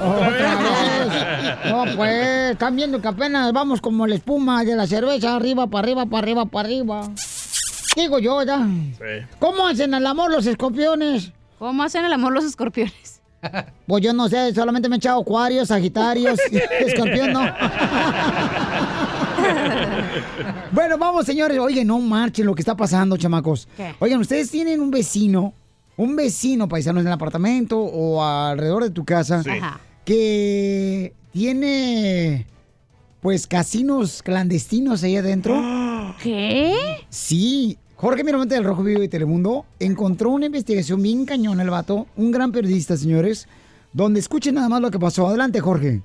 S1: No, pues, están viendo que apenas vamos como la espuma de la cerveza, arriba, para arriba, para arriba, para arriba. Digo yo, ya. ¿Cómo hacen el amor los escorpiones?
S6: ¿Cómo hacen el amor los escorpiones?
S1: Pues yo no sé, solamente me he echado acuarios, sagitarios, escorpión no. bueno, vamos, señores. Oigan, no marchen lo que está pasando, chamacos.
S6: ¿Qué?
S1: Oigan, ustedes tienen un vecino, un vecino paisano en el apartamento o alrededor de tu casa
S6: Ajá.
S1: que tiene pues casinos clandestinos ahí adentro.
S6: ¿Qué?
S1: Sí. Jorge Miramonte del Rojo Vivo de Telemundo encontró una investigación bien cañón el vato, un gran periodista, señores, donde escuchen nada más lo que pasó. Adelante, Jorge.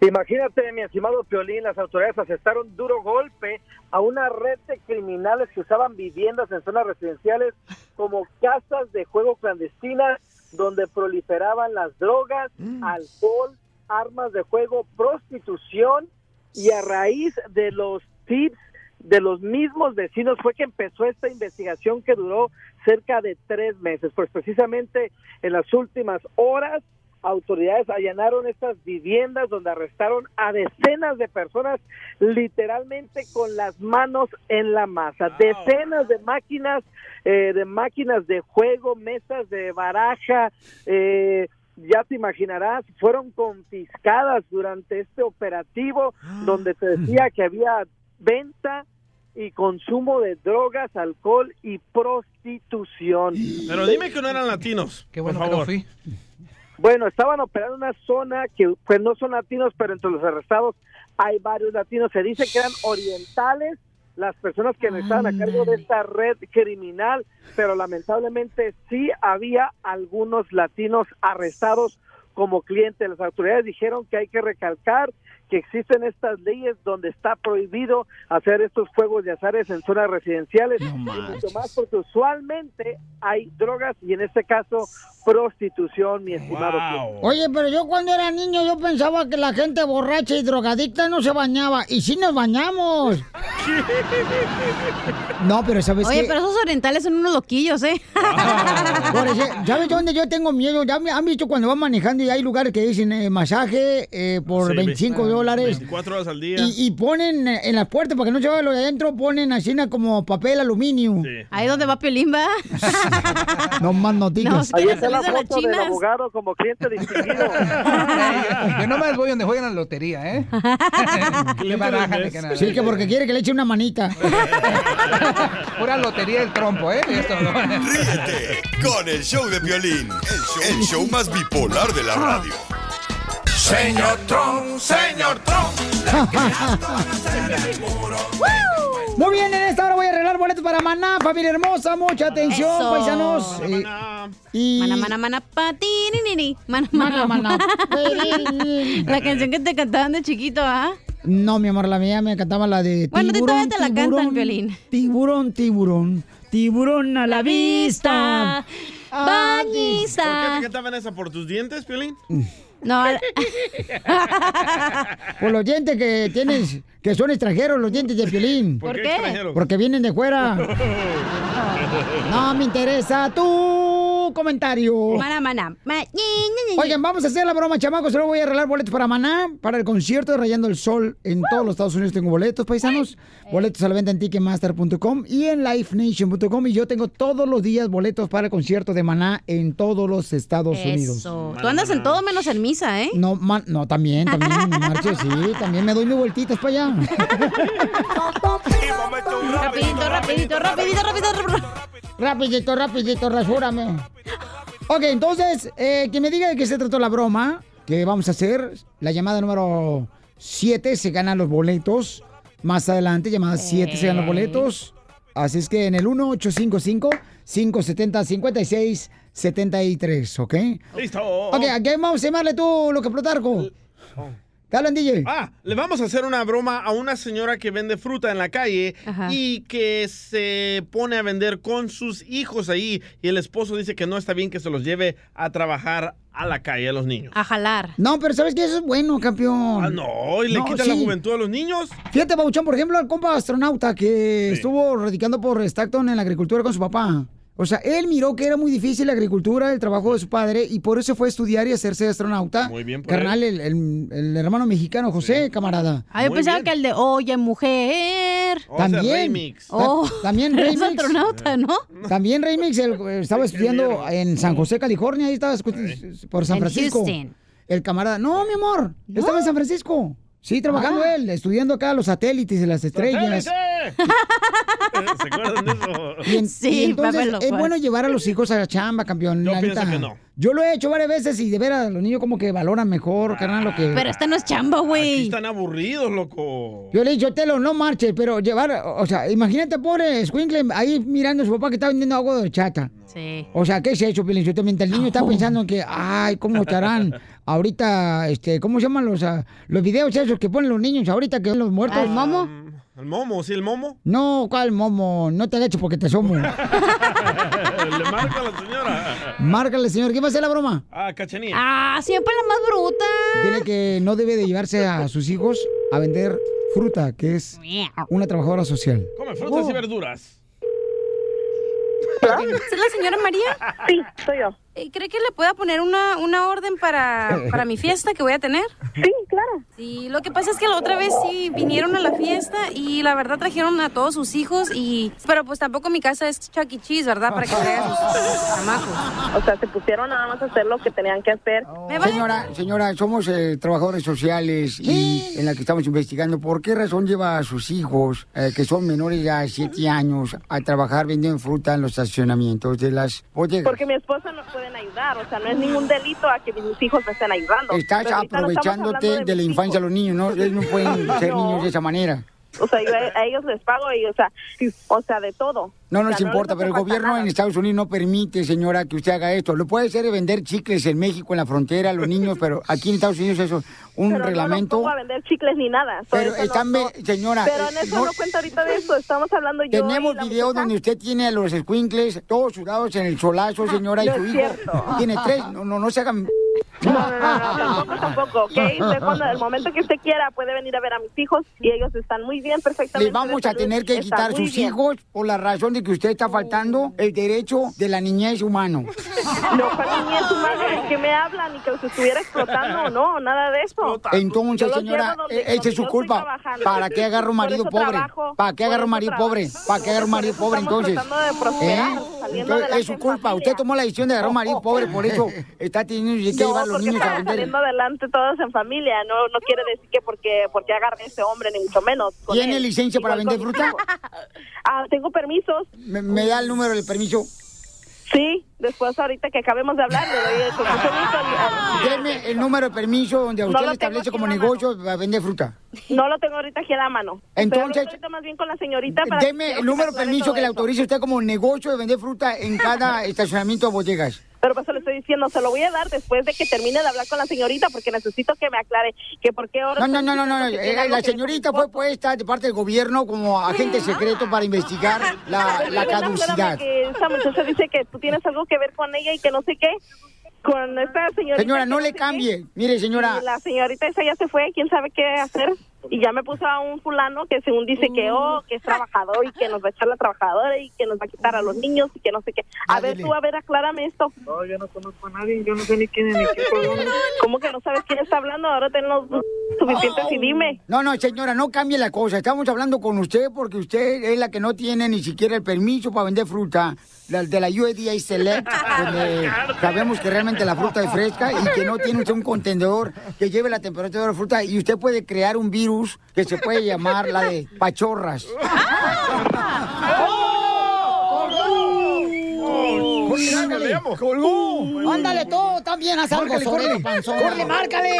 S24: Imagínate, mi estimado Piolín, las autoridades asestaron duro golpe a una red de criminales que usaban viviendas en zonas residenciales como casas de juego clandestinas donde proliferaban las drogas, alcohol, armas de juego, prostitución y a raíz de los tips de los mismos vecinos fue que empezó esta investigación que duró cerca de tres meses. Pues precisamente en las últimas horas autoridades allanaron estas viviendas donde arrestaron a decenas de personas literalmente con las manos en la masa. Decenas de máquinas, eh, de máquinas de juego, mesas de baraja, eh, ya te imaginarás, fueron confiscadas durante este operativo donde se decía que había venta y consumo de drogas, alcohol y prostitución.
S2: Pero dime que no eran latinos. Qué bueno, por favor.
S24: Bueno, estaban operando una zona que pues no son latinos, pero entre los arrestados hay varios latinos. Se dice que eran orientales las personas que estaban a cargo de esta red criminal, pero lamentablemente sí había algunos latinos arrestados como clientes. Las autoridades dijeron que hay que recalcar que existen estas leyes donde está prohibido hacer estos juegos de azares en zonas residenciales, y mucho más porque usualmente hay drogas y en este caso prostitución, mi estimado. Piolín.
S1: Oye, pero yo cuando era niño yo pensaba que la gente borracha y drogadicta no se bañaba y sí nos bañamos. No, pero sabes
S6: Oye,
S1: qué? Ah.
S6: pero esos orientales son unos loquillos, ¿eh?
S1: Por eso, ¿Sabes dónde yo tengo miedo? Ya me han visto cuando van manejando y hay lugares que dicen eh, masaje eh,
S2: Sí,
S1: por
S2: ve- Ah,
S1: 25 dólares.
S2: 24 horas al día.
S1: Y, y ponen eh, en las puertas para que no se vaya lo de adentro, ponen así na- como papel aluminio.
S6: Ahí donde va Piolimba.
S1: No más
S6: No,
S1: noticias.
S6: es que
S24: Ahí está la
S6: Saludos a
S24: foto
S6: las
S24: del
S6: chinas.
S24: abogado como cliente distinguido.
S8: Yo nomás voy donde juegan la lotería, ¿eh? Qué baraja de que nada.
S1: Sí, que porque quiere que le eche una manita.
S8: Pura lotería del trompo, ¿eh? Esto, ¿no?
S5: Ríete con el show de violín, el show, el show más bipolar de la radio.
S25: Señor
S5: Trump, señor Trump.
S1: Muy bien, en esta hora voy a arreglar boletos para Maná, familia hermosa. Mucha atención,
S6: Eso.
S1: paisanos.
S6: Maná,
S1: Eh, y...
S6: Mana, mana, mana, pati, ni, ni, ni. Mana, mana,
S1: Mana,
S6: mana.
S1: mana.
S6: La canción que te cantaban de chiquito, ¿ah?
S1: No, mi amor, la mía me cantaba la de
S6: Bueno, a ti todavía
S1: tiburón,
S6: te la cantan,
S1: tiburón,
S6: Piolín.
S1: Tiburón, tiburón, tiburón a la vista.
S2: ¿Por qué te
S6: Bañista.
S2: cantaban esa? ¿Por tus dientes, Piolín?
S6: No,
S1: Por los dientes que tienes, que son extranjeros, los dientes de Piolín.
S2: ¿Por ¿Por qué qué? extranjeros?
S1: Porque vienen de fuera. No me interesa tu comentario.
S6: mana, mana. ma- ni, ni, ni, ni.
S1: Oigan, vamos a hacer la broma, chamacos. Solo voy a arreglar boletos para Maná, para el concierto de Rayando el Sol en todos los Estados Unidos. Tengo boletos, paisanos.
S6: eh.
S1: Boletos a la venta en Ticketmaster.com y en LifeNation.com. Y yo tengo todos los días boletos para el concierto de Maná en todos los Estados Unidos.
S6: Eso. Tú andas en todo menos en misa, ¿eh?
S1: No, ma- no, también, también, no marches, sí, también me doy mis vueltitas para allá.
S6: Rapidito, rapidito, rapidito, rapidito, rapidito.
S1: rapidito, rapidito, rasúrame. Ok, entonces, eh, que me diga de qué se trató la broma que vamos a hacer. La llamada número 7 se gana los boletos. Más adelante, llamada 7 se ganan los boletos. Así es que en el 1-855-570-5673, ¿ok?
S2: Listo.
S6: Oh.
S1: Ok, ¿a qué vamos a llamarle tú, lo que Plutarco? ¿Te hablan, DJ?
S2: Oh. Ah, le vamos a hacer una broma a una señora que vende fruta en la calle y que se pone a vender con sus hijos ahí y el esposo dice que no está bien que se los lleve a trabajar a la calle a los niños.
S6: A jalar.
S1: No, pero ¿sabes qué? Eso es bueno, campeón.
S2: Ah, no, y le
S1: No,
S2: quita
S1: sí.
S2: la juventud a los niños.
S1: Fíjate, Pabuchón, por ejemplo, al compa astronauta que estuvo radicando por Stockton en la agricultura con su papá. O sea, él miró que era muy difícil la agricultura, el trabajo de su padre, y por eso fue a estudiar y hacerse astronauta.
S2: Muy bien por
S1: Carnal, el, el- el hermano mexicano José, camarada.
S6: Ah, yo pensaba que el de Oye, mujer.
S1: también. Ta-
S6: Oh,
S1: también
S6: es
S1: remix.
S6: astronauta, ¿no?
S1: También Remix él, eh, estaba estudiando en San José, California, ahí estaba escu- por San
S6: En
S1: Francisco.
S6: Houston.
S1: El camarada, no, mi
S6: Ah.
S1: amor, estaba en San Francisco. Sí, trabajando él, estudiando acá los satélites y las estrellas.
S2: ¿eh? ¿Se acuerdan de eso?
S14: Y en- y entonces es
S6: pues.
S14: bueno llevar a los hijos a la chamba, campeón.
S2: Yo
S14: la
S2: pienso
S14: neta.
S2: que no.
S14: Yo lo he hecho varias veces y de veras los niños como que valoran mejor, carnal, lo que.
S6: Pero esta no es chamba,
S2: Ah, Aquí
S6: güey.
S2: están aburridos, loco.
S14: Yo le he dicho, Telo, no marches, pero llevar, o sea, imagínate, pobre Squinkle, ahí mirando a su papá que está vendiendo agua de chata.
S6: Sí.
S14: O sea, ¿qué se ha hecho, Piolín? Sotelo? Mientras el niño está pensando en que, ay, ¿cómo estarán ahorita, este, ¿cómo se llaman los, ah, los videos esos que ponen los niños ahorita que son los muertos?
S2: Ah, El momo, sí, el momo.
S14: No, ¿cuál momo? No te agaches porque te asomo.
S2: Le marca a la señora.
S14: Márcale, señor, ¿qué va a hacer la broma?
S2: Ah, cachanilla.
S6: Ah, siempre la más bruta.
S14: Dile que no debe de llevarse a sus hijos a vender fruta, que es una trabajadora social.
S2: Come frutas y verduras.
S6: ¿Es la señora María? Eh,
S11: Sí, soy yo.
S6: ¿Cree que le pueda poner una, una orden para, para mi fiesta que voy a tener?
S11: Sí, claro.
S6: Sí, lo que pasa es que la otra vez sí vinieron a la fiesta y la verdad trajeron a todos sus hijos y... Pero pues tampoco mi casa es Chuck E. Cheese, ¿verdad? Para que traiga a sus chamacos.
S11: O sea, se pusieron nada más a hacer lo que tenían que hacer.
S1: Oh. Señora, señora, somos eh, trabajadores sociales y en la que estamos investigando por qué razón lleva a sus hijos, eh, que son menores de 7 años, a trabajar vendiendo fruta en los estacionamientos de las bodegas.
S11: Porque mi esposa nos pueden ayudar, o sea, no es ningún delito a que mis hijos me estén ayudando.
S1: Estás
S11: Pero ahorita no estamos
S1: aprovechándote
S11: hablando
S1: de,
S11: mis
S1: la infancia de los niños, ¿no? Ellos no pueden ser
S11: No.
S1: niños de esa manera.
S11: O sea, yo a, a ellos les pago, y, o, sea, o sea, de todo.
S1: No
S11: O sea,
S1: nos importa,
S11: les
S1: pero el
S11: hace falta
S1: gobierno
S11: nada.
S1: en Estados Unidos no permite, señora, que usted haga esto. Lo puede hacer es vender chicles en México, en la frontera, a los niños, pero aquí en Estados Unidos eso, un
S11: Pero
S1: reglamento.
S11: No los pongo a vender chicles ni nada. So,
S1: Pero
S11: eso no-
S1: están ve-
S11: no-
S1: señora,
S11: Pero
S1: eh,
S11: en eso
S1: no-
S11: no, cuenta ahorita de eso. Estamos hablando yo.
S1: Tenemos videos donde usted tiene a los escuincles todos sudados en el solazo, señora, y
S11: Ah, No
S1: su
S11: es
S1: hijo.
S11: cierto.
S1: Tiene tres, no, no, no se hagan.
S11: No, no, no, no, tampoco, tampoco. ¿ok? Usted cuando, el momento que usted quiera puede venir a ver a mis hijos y ellos están muy bien, perfectamente.
S1: Le vamos
S11: de
S1: a
S11: salud,
S1: tener que
S11: están
S1: quitar
S11: muy
S1: sus
S11: bien.
S1: hijos por la razón de que usted está faltando el derecho de la niñez humano.
S11: No, ¿cuál niñez humana? ¿Que me hablan y que los estuviera explotando o no? Nada de eso.
S1: Entonces,
S11: Yo los
S1: señora,
S11: llevo donde-
S1: eh, esa
S11: donde
S1: es su
S11: yo estoy
S1: culpa.
S11: trabajando.
S1: ¿Para qué agarro un
S11: Por
S1: marido
S11: eso
S1: pobre?
S11: trabajo,
S1: ¿Para qué
S11: por
S1: agarro
S11: eso
S1: un marido
S11: trabajo.
S1: pobre? ¿Para qué agarro un marido pobre
S11: estamos
S1: entonces? ¿Eh?
S11: tratando de prosperar, saliendo
S1: Entonces,
S11: adelante
S1: es su culpa. Usted tomó la decisión de agarrar un marido pobre, por eso está teniendo que
S11: No,
S1: llevar a los
S11: porque
S1: niños a
S11: estamos
S1: vender.
S11: saliendo adelante todos en familia. No, no quiere decir que porque, porque agarre ese hombre, ni mucho menos. con
S1: ¿Tiene
S11: él.
S1: licencia para
S11: Igual
S1: vender
S11: con mis
S1: fruta?
S11: hijos. Ah, tengo permisos.
S1: ¿Me, me da el número del permiso?
S11: Sí, después ahorita que acabemos de hablar, le doy el- con mucho gusto el- el-
S1: Deme el número de permiso donde a
S11: No
S1: usted
S11: lo
S1: le
S11: tengo
S1: establece como negocio para vender fruta.
S11: No lo tengo ahorita aquí en la mano. Estoy hablando
S1: Entonces-
S11: ahorita más bien con la señorita para
S1: Deme
S11: que-
S1: el número de
S11: aclare
S1: permiso
S11: todo
S1: que le
S11: eso.
S1: autorice usted como negocio de vender fruta en cada estacionamiento de bodegas.
S11: Pero pues se lo estoy diciendo, se lo voy a dar después de que termine de hablar con la señorita porque necesito que me aclare que por qué ahora...
S1: No, no,
S11: están
S1: no, no, no.
S11: diciendo que tiene
S1: eh,
S11: algo
S1: la
S11: que-
S1: señorita fue puesta de parte del gobierno como agente secreto para investigar la,
S11: Ah. Pero
S1: la
S11: Elena,
S1: caducidad.
S11: espérame, que esa muchacha dice que tú tienes algo que ver con ella y que no sé qué. Con esta señorita...
S1: Señora,
S11: que
S1: no
S11: sé
S1: le
S11: qué.
S1: cambie. Mire, señora.
S11: Y La señorita esa ya se fue, quién sabe qué hacer. Y ya me puso a un fulano que según dice que,
S1: Mm.
S11: oh, que es trabajador y que nos va a echar la trabajadora y que nos va a quitar a
S1: Mm.
S11: los niños y que no sé qué. A ver, tú, a ver, aclárame esto. No, yo no conozco a nadie, yo no sé ni quién ni ¿Cómo que no sabes quién está hablando? Ahora tenemos
S1: Oh.
S11: suficientes y dime.
S1: No, no, señora, no cambie la cosa. Estamos hablando con usted porque usted es la que no tiene ni siquiera el permiso para vender fruta la, de la USDA Select, donde sabemos que realmente la fruta es fresca y que no tiene usted un contenedor que lleve la temperatura de la fruta y usted puede crear un virus que se puede llamar la de pachorras. ¡Ah!
S14: ¡Ándale!
S1: Oh.
S14: ¡Ándale todo! ¡También haz algo,
S1: Córrele,
S14: sorero,
S1: córrele.
S14: panzón!
S1: Córrele,
S14: márcale!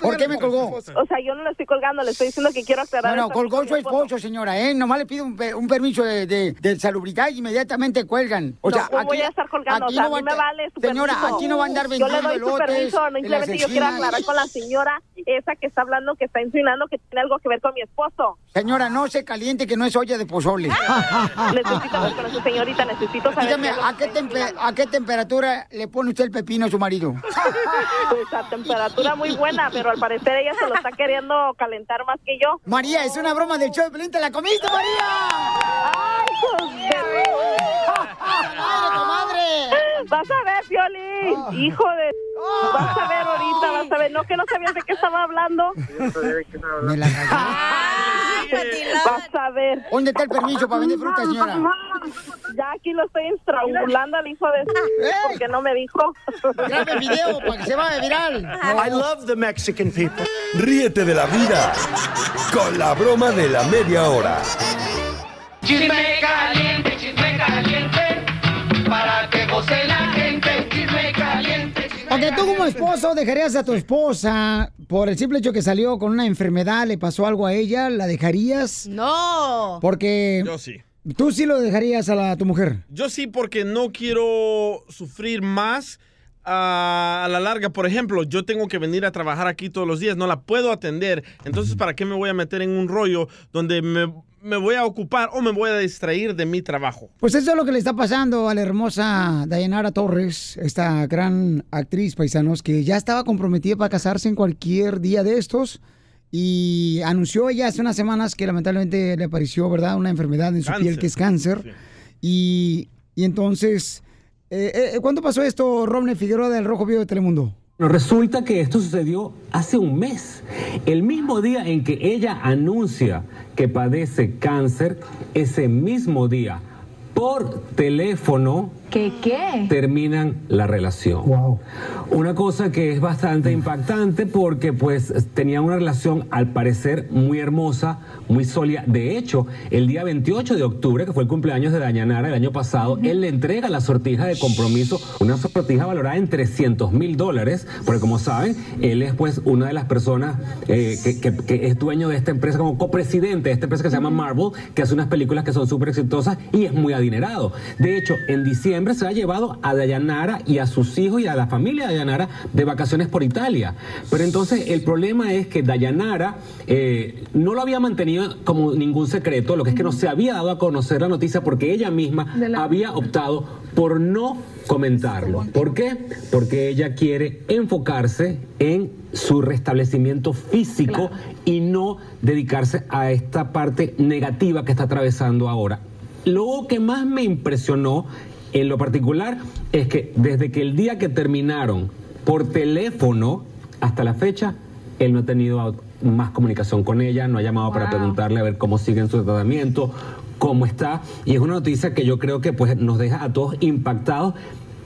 S1: ¿Por qué me colgó?
S11: O sea, yo no le estoy colgando, le estoy diciendo que quiero aclarar.
S1: No, no,
S11: esto
S1: colgó
S11: con
S1: su
S11: mi esposo.
S1: esposo, señora, ¿eh? Nomás le pido un, pe- un permiso de, de- de salubridad y inmediatamente cuelgan. O
S11: No,
S1: sea,
S11: ¿cómo voy a estar colgando? O sea, a mí
S1: van
S11: me vale su
S1: Señora,
S11: permiso.
S1: aquí no van a andar vendiendo
S11: Yo le doy su
S1: elotes
S11: permiso, no,
S1: en las
S11: simplemente yo quiero
S1: esquinas.
S11: aclarar con la señora esa que está hablando, que está insinuando que tiene algo que ver con mi esposo.
S1: Señora, no se caliente que no es olla de pozole.
S11: Necesito hablar con esa señorita, necesito saber.
S1: Ah, Dígame,
S11: qué es lo
S1: ¿a qué, tempe- ¿a qué temperatura le pone usted el pepino a su marido?
S11: Pues a temperatura muy buena, pero al parecer ella se lo está queriendo calentar más que yo.
S1: María, es una broma del show de Pelín, te la comiste, María.
S11: comadre! Vas a ver,
S1: Ah.
S11: Piolín, hijo de... Vas a ver ahorita, vas a ver. No, que no sabías de qué estaba hablando.
S1: Me la cagaste.
S26: Vas a ver.
S11: ¿Dónde está el permiso para vender fruta, señora? Ah,
S26: Ya aquí lo estoy estrangulando al hijo de...
S1: Ah.
S26: Porque no me dijo.
S11: Grabe el video para que se vaya viral.
S14: I love the Mexican people.
S5: Ríete de la vida con la broma de la media hora.
S14: Chisme caliente, chisme caliente, para que goce la gente. Chisme caliente, chisme
S1: Ok, tú como esposo dejarías a tu esposa por el simple hecho que salió con una enfermedad, le pasó algo a ella, ¿la dejarías?
S6: No.
S1: Porque
S2: Yo sí.
S1: tú sí lo dejarías a, la- a tu mujer.
S2: Yo sí, porque no quiero sufrir más ah, a la larga. Por ejemplo, yo tengo que venir a trabajar aquí todos los días, no la puedo atender. Entonces, ¿para qué me voy a meter en un rollo donde me, me voy a ocupar o me voy a distraer de mi trabajo?
S1: Pues eso es lo que le está pasando a la hermosa Dayanara Torres, esta gran actriz paisanos que ya estaba comprometida para casarse en cualquier día de estos y anunció ella hace unas semanas que lamentablemente le apareció, ¿verdad?, una enfermedad en su
S11: Cáncer.
S1: piel que es cáncer. Y, y entonces, eh, eh, ¿cuándo pasó esto, Romney Figueroa del Rojo Vivo de Telemundo?
S16: Bueno, resulta que esto sucedió hace un mes. El mismo día en que ella anuncia que padece cáncer, ese mismo día, por teléfono,
S27: ¿Qué qué?
S16: terminan la relación. Una cosa que es bastante impactante porque pues tenían una relación al parecer muy hermosa, muy sólida. De hecho, el día 28 de octubre, que fue el cumpleaños de Dayanara el año pasado, él le entrega la sortija de compromiso, una sortija valorada en 300 mil dólares, porque como saben, él es pues una de las personas eh, que, que- que es dueño de esta empresa, como copresidente de esta empresa que se llama Marvel, que hace unas películas que son súper exitosas y es muy adinerado. De hecho, en diciembre se ha llevado a Dayanara y a sus hijos y a la familia de Dayanara de vacaciones por Italia. Pero entonces el problema es que Dayanara eh, no lo había mantenido como ningún secreto, lo que es que no se había dado a conocer la noticia porque ella misma había optado por no comentarlo. ¿Por qué? Porque ella quiere enfocarse en su restablecimiento físico y no dedicarse a esta parte negativa que está atravesando ahora. Lo que más me impresionó en lo particular es que desde que el día que terminaron por teléfono hasta la fecha, él no ha tenido au- más comunicación con ella, no ha llamado para preguntarle a ver cómo sigue en su tratamiento, cómo está. Y es una noticia que yo creo que pues, nos deja a todos impactados,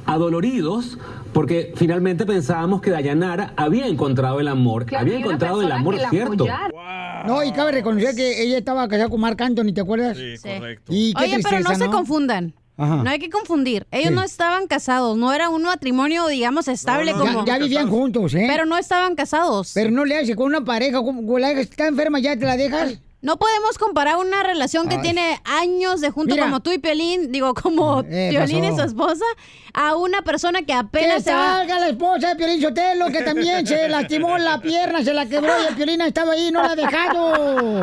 S16: adoloridos, porque finalmente pensábamos que Dayanara había encontrado el amor,
S1: Claro,
S16: había
S1: y una
S16: encontrado el
S1: persona
S16: amor
S1: que la
S16: cierto.
S1: apoyara. No, y cabe reconocer que ella estaba casada con Marc Anthony, ¿te acuerdas?
S16: correcto.
S1: Y qué
S6: Oye, pero
S1: tristeza,
S6: no, se confundan.
S1: Ajá.
S6: No hay que confundir. Ellos
S1: Sí.
S6: no estaban casados, no era un matrimonio, digamos, estable
S1: Ya-
S6: como.
S1: Ya, vivían juntos, ¿eh?
S6: Pero no estaban casados.
S1: Pero no le haces con una pareja, como como la hija está enferma, ya te la dejas.
S6: No podemos comparar una relación que
S1: Ay.
S6: tiene años de junto
S1: Mira. Eh,
S6: como tú y Piolín, digo, como Piolín
S1: pasó.
S6: y su esposa, a una persona que
S1: Que
S6: apenas se va-
S1: salga la esposa de Piolín Sotelo, que también se lastimó la pierna, se la quebró y el Piolín ha estado ahí, no la ha dejado.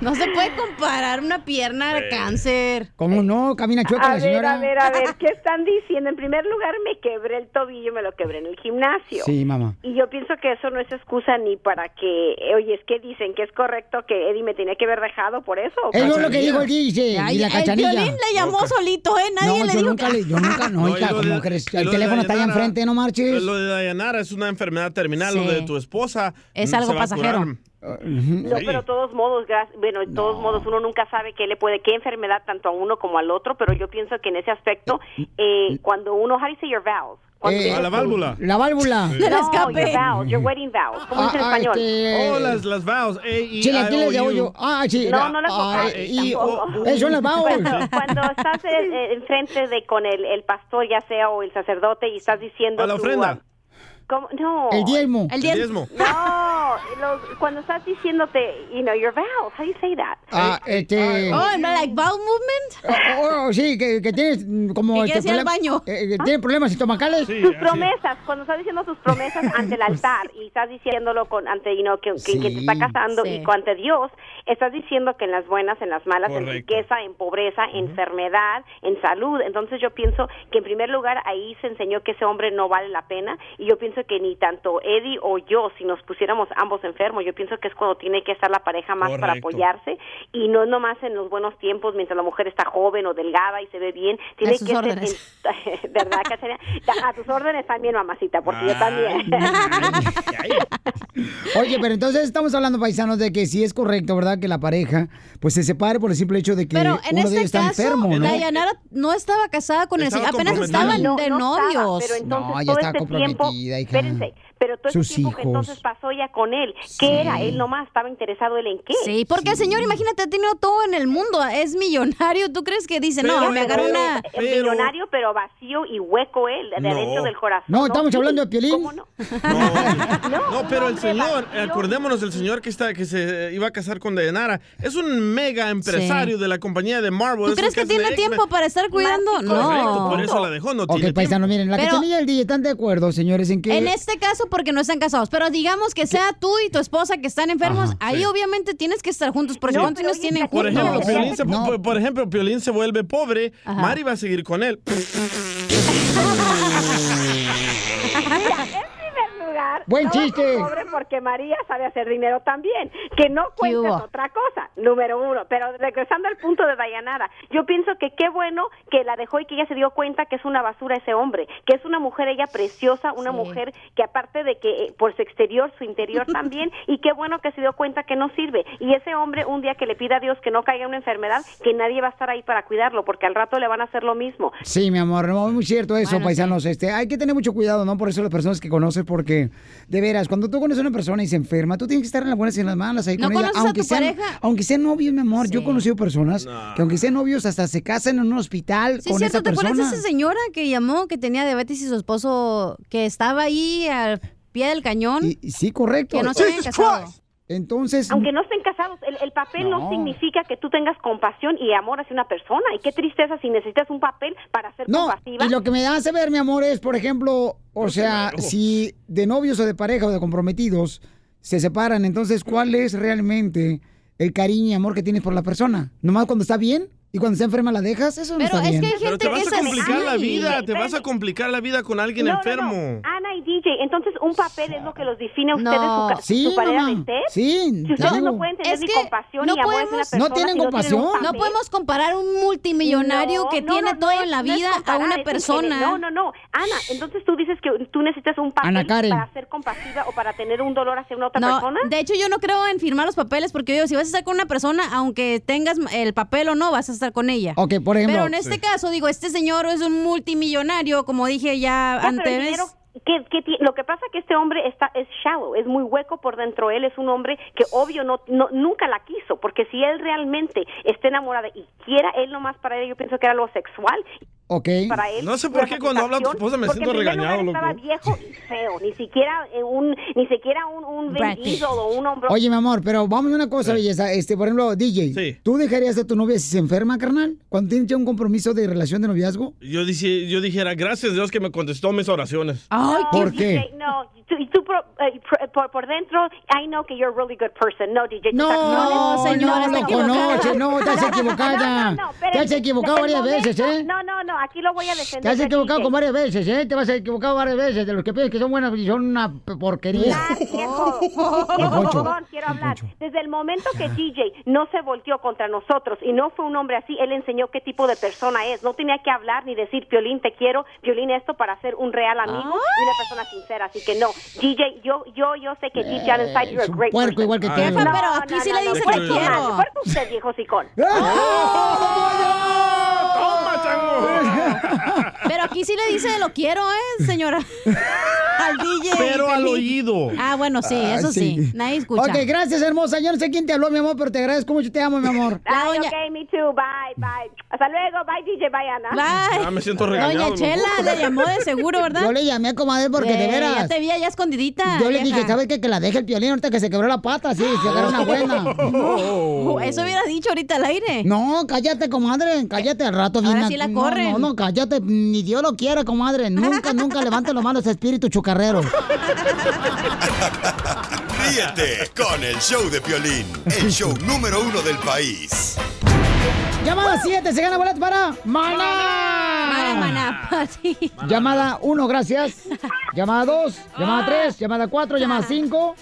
S6: No se puede comparar una pierna al cáncer.
S1: ¿Cómo no? Camina chueca
S26: a
S1: la
S26: ver,
S1: señora.
S26: a ver, a ver, ¿qué están diciendo? En primer lugar, me quebré el tobillo, me lo quebré en el gimnasio.
S1: Sí, mamá.
S26: Y yo pienso que eso no es excusa ni para que, oye, es que dicen que es correcto que Eddie me tenía que haber dejado por eso. ¿o
S1: Eso es
S26: qué?
S1: lo que dijo el DJ y la cachanilla.
S6: solito, ¿eh?
S1: Nadie no, yo Nunca le, yo nunca, no,
S2: No, y
S1: hija,
S2: lo de-
S1: ¿cómo crees?
S2: y
S1: El
S2: lo de
S1: teléfono está allá
S2: Dayanara-
S1: enfrente, no marches.
S2: Lo de Dayanara es una enfermedad terminal, lo
S1: Sí.
S2: de tu esposa.
S6: Es
S2: no
S6: algo
S2: se va a
S6: pasajero.
S2: curar.
S26: No,
S2: Sí.
S26: pero de todos modos, gra- bueno, de todos modos, uno nunca sabe qué le puede, qué enfermedad tanto a uno como al otro, pero yo pienso que en ese aspecto, eh, cuando uno, how do you say your vows? Cuando
S2: Eh,
S26: tienes
S2: a la
S26: tu-
S2: válvula.
S1: La válvula.
S26: No, your vows, your wedding vows, ¿cómo
S1: Ah,
S26: es en
S1: ah,
S26: español?
S1: este-
S2: Oh, las, las vows. A-E-I-O-U.
S1: Chilaquiles de hoyo. Ah, sí.
S26: No, no las
S1: Ah,
S26: vocales,
S1: y-
S26: tampoco.
S1: oh, eh, son las vowels.
S26: Cuando, cuando estás eh, eh, enfrente de con el, el pastor, ya sea, o el sacerdote, y estás diciendo...
S2: A la
S26: tu,
S2: ofrenda.
S26: ah, ¿cómo? No.
S1: El diezmo. El diezmo.
S26: No, los- cuando estás diciéndote, you know, your vows, how do you say that?
S1: Ah, este.
S6: Oh, no, like bowel movement.
S1: Oh, oh, sí, que, que tienes mm, como.
S6: Que quieres ir al
S1: problema-
S6: baño.
S1: eh, que tienes problemas estomacales.
S26: tus promesas, cuando estás diciendo tus promesas ante el
S11: Pues
S26: altar y estás diciéndolo con ante you know, que, que- que te está casando
S28: Sí.
S26: y con- ante Dios, estás diciendo que en las buenas, en las malas, en
S28: Correcto.
S26: riqueza, en pobreza, en enfermedad, en salud. Entonces yo pienso que en primer lugar ahí se enseñó que ese hombre no vale la pena y yo pienso pienso que ni tanto Eddie o yo, si nos pusiéramos ambos enfermos, yo pienso que es cuando tiene que estar la pareja más para
S11: Correcto.
S26: apoyarse y no nomás en los buenos tiempos, mientras la mujer está joven o delgada y se ve bien, tiene
S11: A sus
S26: que ser
S11: órdenes.
S26: en- ¿Verdad, Cachanilla? A tus órdenes también, mamacita, porque yo también.
S1: Oye, pero entonces estamos hablando, paisanos, de que sí es correcto, ¿verdad? Que la pareja pues se separe por el simple hecho de que
S6: Pero en
S1: uno de
S6: este
S1: ellos está
S6: caso,
S1: enfermo, ¿no?
S6: Dayanara no estaba casada con el
S1: Estaba
S6: señor, apenas estaban
S1: comprometida.
S6: de
S26: No, no estaba,
S6: novios.
S26: pero entonces
S1: No, ya
S26: todo
S1: estaba
S26: este tiempo,
S1: comprometida, hija.
S26: espérense, pero todo
S1: Sus
S26: este tiempo
S1: hijos.
S26: que entonces pasó ya con él, ¿qué
S6: Sí.
S26: era? Él nomás estaba interesado él en qué.
S6: Sí, porque el señor, imagínate, ha tenido todo en el mundo, es millonario. ¿Tú crees que dice, no, me agarro una.
S26: millonario, eh, pero vacío y hueco él, de
S2: No.
S26: adentro del corazón.
S1: No, estamos hablando de Piolín.
S2: No, pero el señor, acordémonos del señor que está, que se iba a casar con Dayanara. Es un mega empresario de la compañía de Marvel.
S6: ¿Tú crees que tiene tiempo para estar cuidando?
S2: Correcto,
S6: No.
S2: por eso la dejó, no
S1: ok, pues,
S2: tiene tiempo.
S1: paisano, miren, la
S6: Pero-
S1: cachanilla y el DJ están de acuerdo, señores, en que...
S6: En este caso, porque no están casados. Pero digamos que sea tú y tu esposa que están enfermos, ahí obviamente tienes que estar juntos. Porque
S2: No,
S6: ¿cuántos
S26: pero
S6: años
S26: oye,
S6: tienen
S2: Por
S6: juntos?
S2: ejemplo, Piolín se, por, por ejemplo, Piolín se vuelve pobre,
S6: Ajá.
S2: Mari va a seguir con él.
S26: Mira, en primer lugar,
S2: Buen
S26: no va a ser
S2: chiste.
S26: pobre porque María sabe hacer dinero también, que no cuenta es
S11: hubo?
S26: otra cosa, número uno. Pero regresando al punto de Dayanara, yo pienso que qué bueno que la dejó y que ella se dio cuenta que es una basura ese hombre, que es una mujer ella preciosa, una
S11: Sí.
S26: mujer que aparte de que eh, por su exterior, su interior también, y qué bueno que se dio cuenta que no sirve. Y ese hombre, un día que le pida a Dios que no caiga en una enfermedad, que nadie va a estar ahí para cuidarlo, porque al rato le van a hacer lo mismo.
S1: Sí, mi amor, no, muy cierto eso, paisanos. Este, hay que tener mucho cuidado, ¿no? Por eso las personas que conoces, porque de veras, cuando tú conoces a una persona y se enferma, tú tienes que estar en las buenas y en las malas ahí
S6: ¿No
S1: con ella.
S6: conoces a
S1: Aunque
S6: tu
S1: sean,
S6: pareja?
S1: aunque sean novios, mi amor, yo he conocido personas
S6: No.
S1: que aunque sean novios hasta se casan en un hospital
S6: Sí,
S1: con
S6: cierto,
S1: esa
S6: ¿te
S1: persona.
S6: acuerdas de esa señora que llamó que tenía diabetes y su esposo que estaba ahí al pie del cañón?
S1: sí, correcto.
S6: Que no se habían
S26: Jesus
S6: casado.
S1: Entonces,
S26: Aunque no estén casados, el, el papel no.
S1: No.
S26: significa que tú tengas compasión y amor hacia una persona. Y qué tristeza si necesitas un papel para ser
S1: No,
S26: compasiva.
S1: y lo que me hace ver, mi amor, es, por ejemplo, o sea, si de novios o de pareja o de comprometidos se separan, entonces, ¿cuál es realmente el cariño y amor que tienes por la persona? ¿Nomás cuando está bien? ¿Y cuando está enferma la dejas? Eso no
S26: Pero
S1: está bien.
S26: es que hay
S2: Pero te vas a complicar la
S26: Ay,
S2: vida, te
S26: espérame.
S2: vas a complicar la vida con alguien
S26: No, no,
S2: enfermo.
S26: no. Ana y DJ, entonces un papel es lo que los define a ustedes
S1: No.
S26: su, ca-
S1: Sí,
S26: su manera
S1: mamá.
S26: de ser.
S1: Sí,
S26: si
S1: te
S26: ustedes
S1: digo.
S26: no pueden tener
S6: Es
S26: ni
S6: que
S26: compasión
S6: no
S26: ni amor hacia una
S6: podemos-
S26: persona,
S1: No tienen
S26: si tienen un
S1: compasión.
S6: No
S26: papel.
S6: podemos comparar un multimillonario
S26: No,
S6: que
S26: no,
S6: tiene
S26: no,
S6: todo
S26: no
S6: en la
S26: es- no es
S6: vida a
S26: comparar, es
S6: una
S26: diferente.
S6: persona.
S26: No, no, no. Ana, entonces tú dices que tú necesitas un papel
S6: Ana Karen.
S26: para ser compasiva o para tener un dolor hacia una otra
S6: No,
S26: persona.
S6: de hecho yo no creo en firmar los papeles porque yo, si vas a estar con una persona, aunque tengas el papel o no, vas a estar con ella.
S1: Ok, por ejemplo.
S6: Pero en este
S1: Sí.
S6: caso, digo, este señor es un multimillonario, como dije
S1: Ah,
S6: ya
S26: No, pero el
S6: antes.
S26: dinero, ¿qué- qué ti- lo que pasa es que este hombre está es shallow, es muy hueco por dentro. Él es un hombre que obvio no, no- nunca la quiso, porque si él realmente está enamorado y quiera él nomás para ella, yo pienso que era algo sexual.
S1: Ok.
S26: Para él,
S2: No sé por
S26: la
S2: qué cuando habla tu
S26: satisfacción,
S2: esposa me
S26: porque en
S2: siento
S26: primer
S2: regañado,
S26: lugar
S2: loco.
S26: Estaba viejo y feo, ni siquiera eh, un ni siquiera un, un
S1: Brad Pitt.
S26: vendido o un hombre.
S1: Oye, mi amor, pero vamos a una cosa, belleza. Este, por ejemplo, DJ, ¿tú dejarías a tu novia si se enferma, carnal? Cuando tienes ya un compromiso de relación de noviazgo.
S2: Yo, dice, yo dijera, gracias Dios que me contestó mis oraciones.
S26: No, DJ, no, tú, y tú por, eh, por- por, por dentro, I know que you're a really good person. No, DJ, tú
S1: No,
S26: estás-
S1: no,
S26: señora,
S1: lo
S26: está equivocada.
S1: conoce, no, estás equivocada.
S26: No, no, no, espérate.
S1: Te has equivocado
S26: Desde el
S1: varias veces,
S26: momento-
S1: ¿eh?
S26: No, no, no, aquí lo voy a defender.
S1: Te has
S26: de
S1: equivocado
S26: DJ.
S1: con varias veces, ¿eh? Te vas a equivocar varias veces. De los que piensas que son buenas y son una p- porquería.
S26: Viejo,
S1: Don Poncho.
S26: perdón, quiero hablar. Desde el momento que DJ no se volteó contra nosotros y no fue un hombre así, él enseñó qué tipo de persona es. No tenía que hablar ni decir, Piolín, te quiero, Piolín, esto para ser un real amigo y una persona sincera. Así que no, DJ, yo yo, yo sé que deep down inside you're a
S1: Es un
S26: great
S1: puerco
S26: person.
S1: igual que tú.
S26: No,
S1: Jefa, pero
S26: no,
S1: aquí
S26: no,
S1: sí
S26: no,
S1: le
S26: no,
S1: dices,
S26: puerco
S1: "Te
S26: nadie,
S1: quiero".
S26: puerco usted, viejo sicón.
S1: ¡Oh!
S6: Pero aquí sí le dice lo quiero, ¿eh, señora? al DJ.
S1: Pero al oído.
S6: Ah, bueno, sí,
S1: Ah,
S6: eso sí.
S1: sí.
S6: Nadie escucha.
S1: Ok, gracias, hermosa. Yo no sé quién te habló, mi amor, pero te agradezco mucho. Te amo, mi amor.
S26: Ay, ok, me too, bye, bye. Hasta luego, bye DJ, bye Ana.
S6: Bye.
S2: Ah, me siento regañado,
S6: Doña Chela
S2: loco.
S6: le llamó de seguro, ¿verdad?
S1: Yo le llamé a comadre porque de
S6: Eh,
S1: veras.
S6: Ya te vi allá escondidita.
S1: Yo le
S6: vieja.
S1: dije, ¿sabes qué? Que la deje el piolín ahorita que se quebró la pata, sí, se agarró una buena.
S6: No, eso hubiera dicho ahorita al aire.
S1: No, cállate, comadre, cállate al rato.
S6: Ahora
S1: bien
S6: sí la
S1: no,
S6: corren.
S1: No, no, cállate, ni Dios lo quiera, comadre. Nunca, nunca levante los malos espíritus chucarreros.
S5: Ríete con el show de Piolín, el show número uno del país.
S1: Llamada 7, se gana boleto para Maná.
S6: Maná, sí.
S1: Llamada 1, gracias. Llamada 2, llamada 3, llamada 4, llamada 5.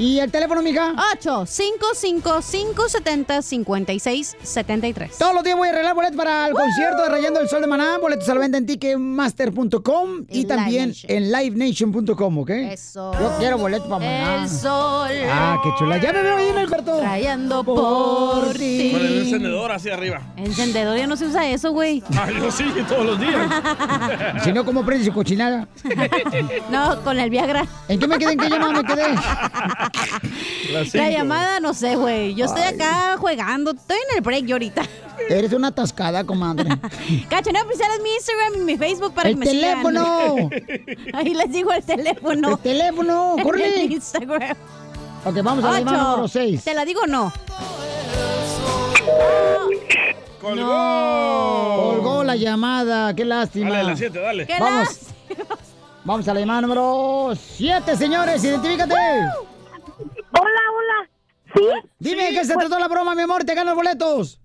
S1: ¿Y el teléfono, mija?
S6: 8 570 5673
S1: Todos los días voy a arreglar boletos para el concierto de Rayando el Sol de Maná. Boletos a la venta en ticketmaster.com y,
S6: Y
S1: también en livenation.com, ¿ok?
S6: Eso.
S1: Yo quiero boletos para Maná.
S6: El sol.
S1: Ah, qué chula. Ya me veo bien, Alberto.
S6: Rayando por ti.
S2: Con el encendedor hacia arriba.
S6: Encendedor ya no se usa eso, güey.
S2: Ah, yo sí, todos los días.
S1: Si no, ¿cómo prende su cochinada?
S6: No, con el Viagra.
S1: ¿En qué me quedé? ¿En qué llamada me quedé?
S6: La llamada, no sé, güey. Yo estoy acá jugando. Estoy en el break yo ahorita.
S1: Eres una atascada, comadre.
S6: Cachaneo oficial pues es mi Instagram y mi Facebook para
S1: ¡El
S6: que me sigan.
S1: teléfono!
S6: Ahí les digo el teléfono. ¡El
S1: teléfono!
S6: ¡Corre! El Instagram.
S1: Ok, vamos a la llamada
S6: Ocho.
S1: número 6.
S6: ¿Te la digo o no?
S2: ¡Colgó!
S1: Colgó la llamada, qué lástima.
S2: Dale, la siete, dale. Qué
S1: Vamos. Vamos a la llamada número 7, señores, identifícate. Hola,
S4: hola. ¿Sí?
S1: Dime
S4: Sí,
S1: que se
S4: pues-
S1: trató la broma, mi amor, te ganas boletos.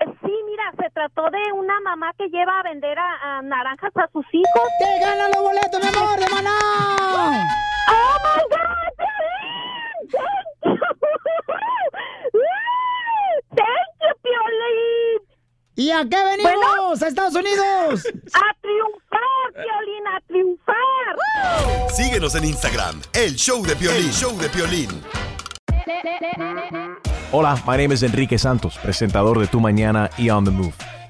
S4: Sí, mira, se trató de una mamá que lleva a vender a, a naranjas a sus hijos.
S1: ¡Te ganan los boletos, mi amor, de maná!
S4: ¡Oh, my God! Piolín! ¡Thank you! ¡Thank you, Piolín!
S1: ¿Y a qué venimos? ¡A Estados Unidos!
S4: ¡A triunfar, Piolín, a triunfar!
S5: Síguenos en Instagram, el show de Piolín. El show de Piolín.
S29: Hola, my name is Enrique Santos, presentador de Tu Mañana y On the Move.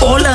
S30: Hola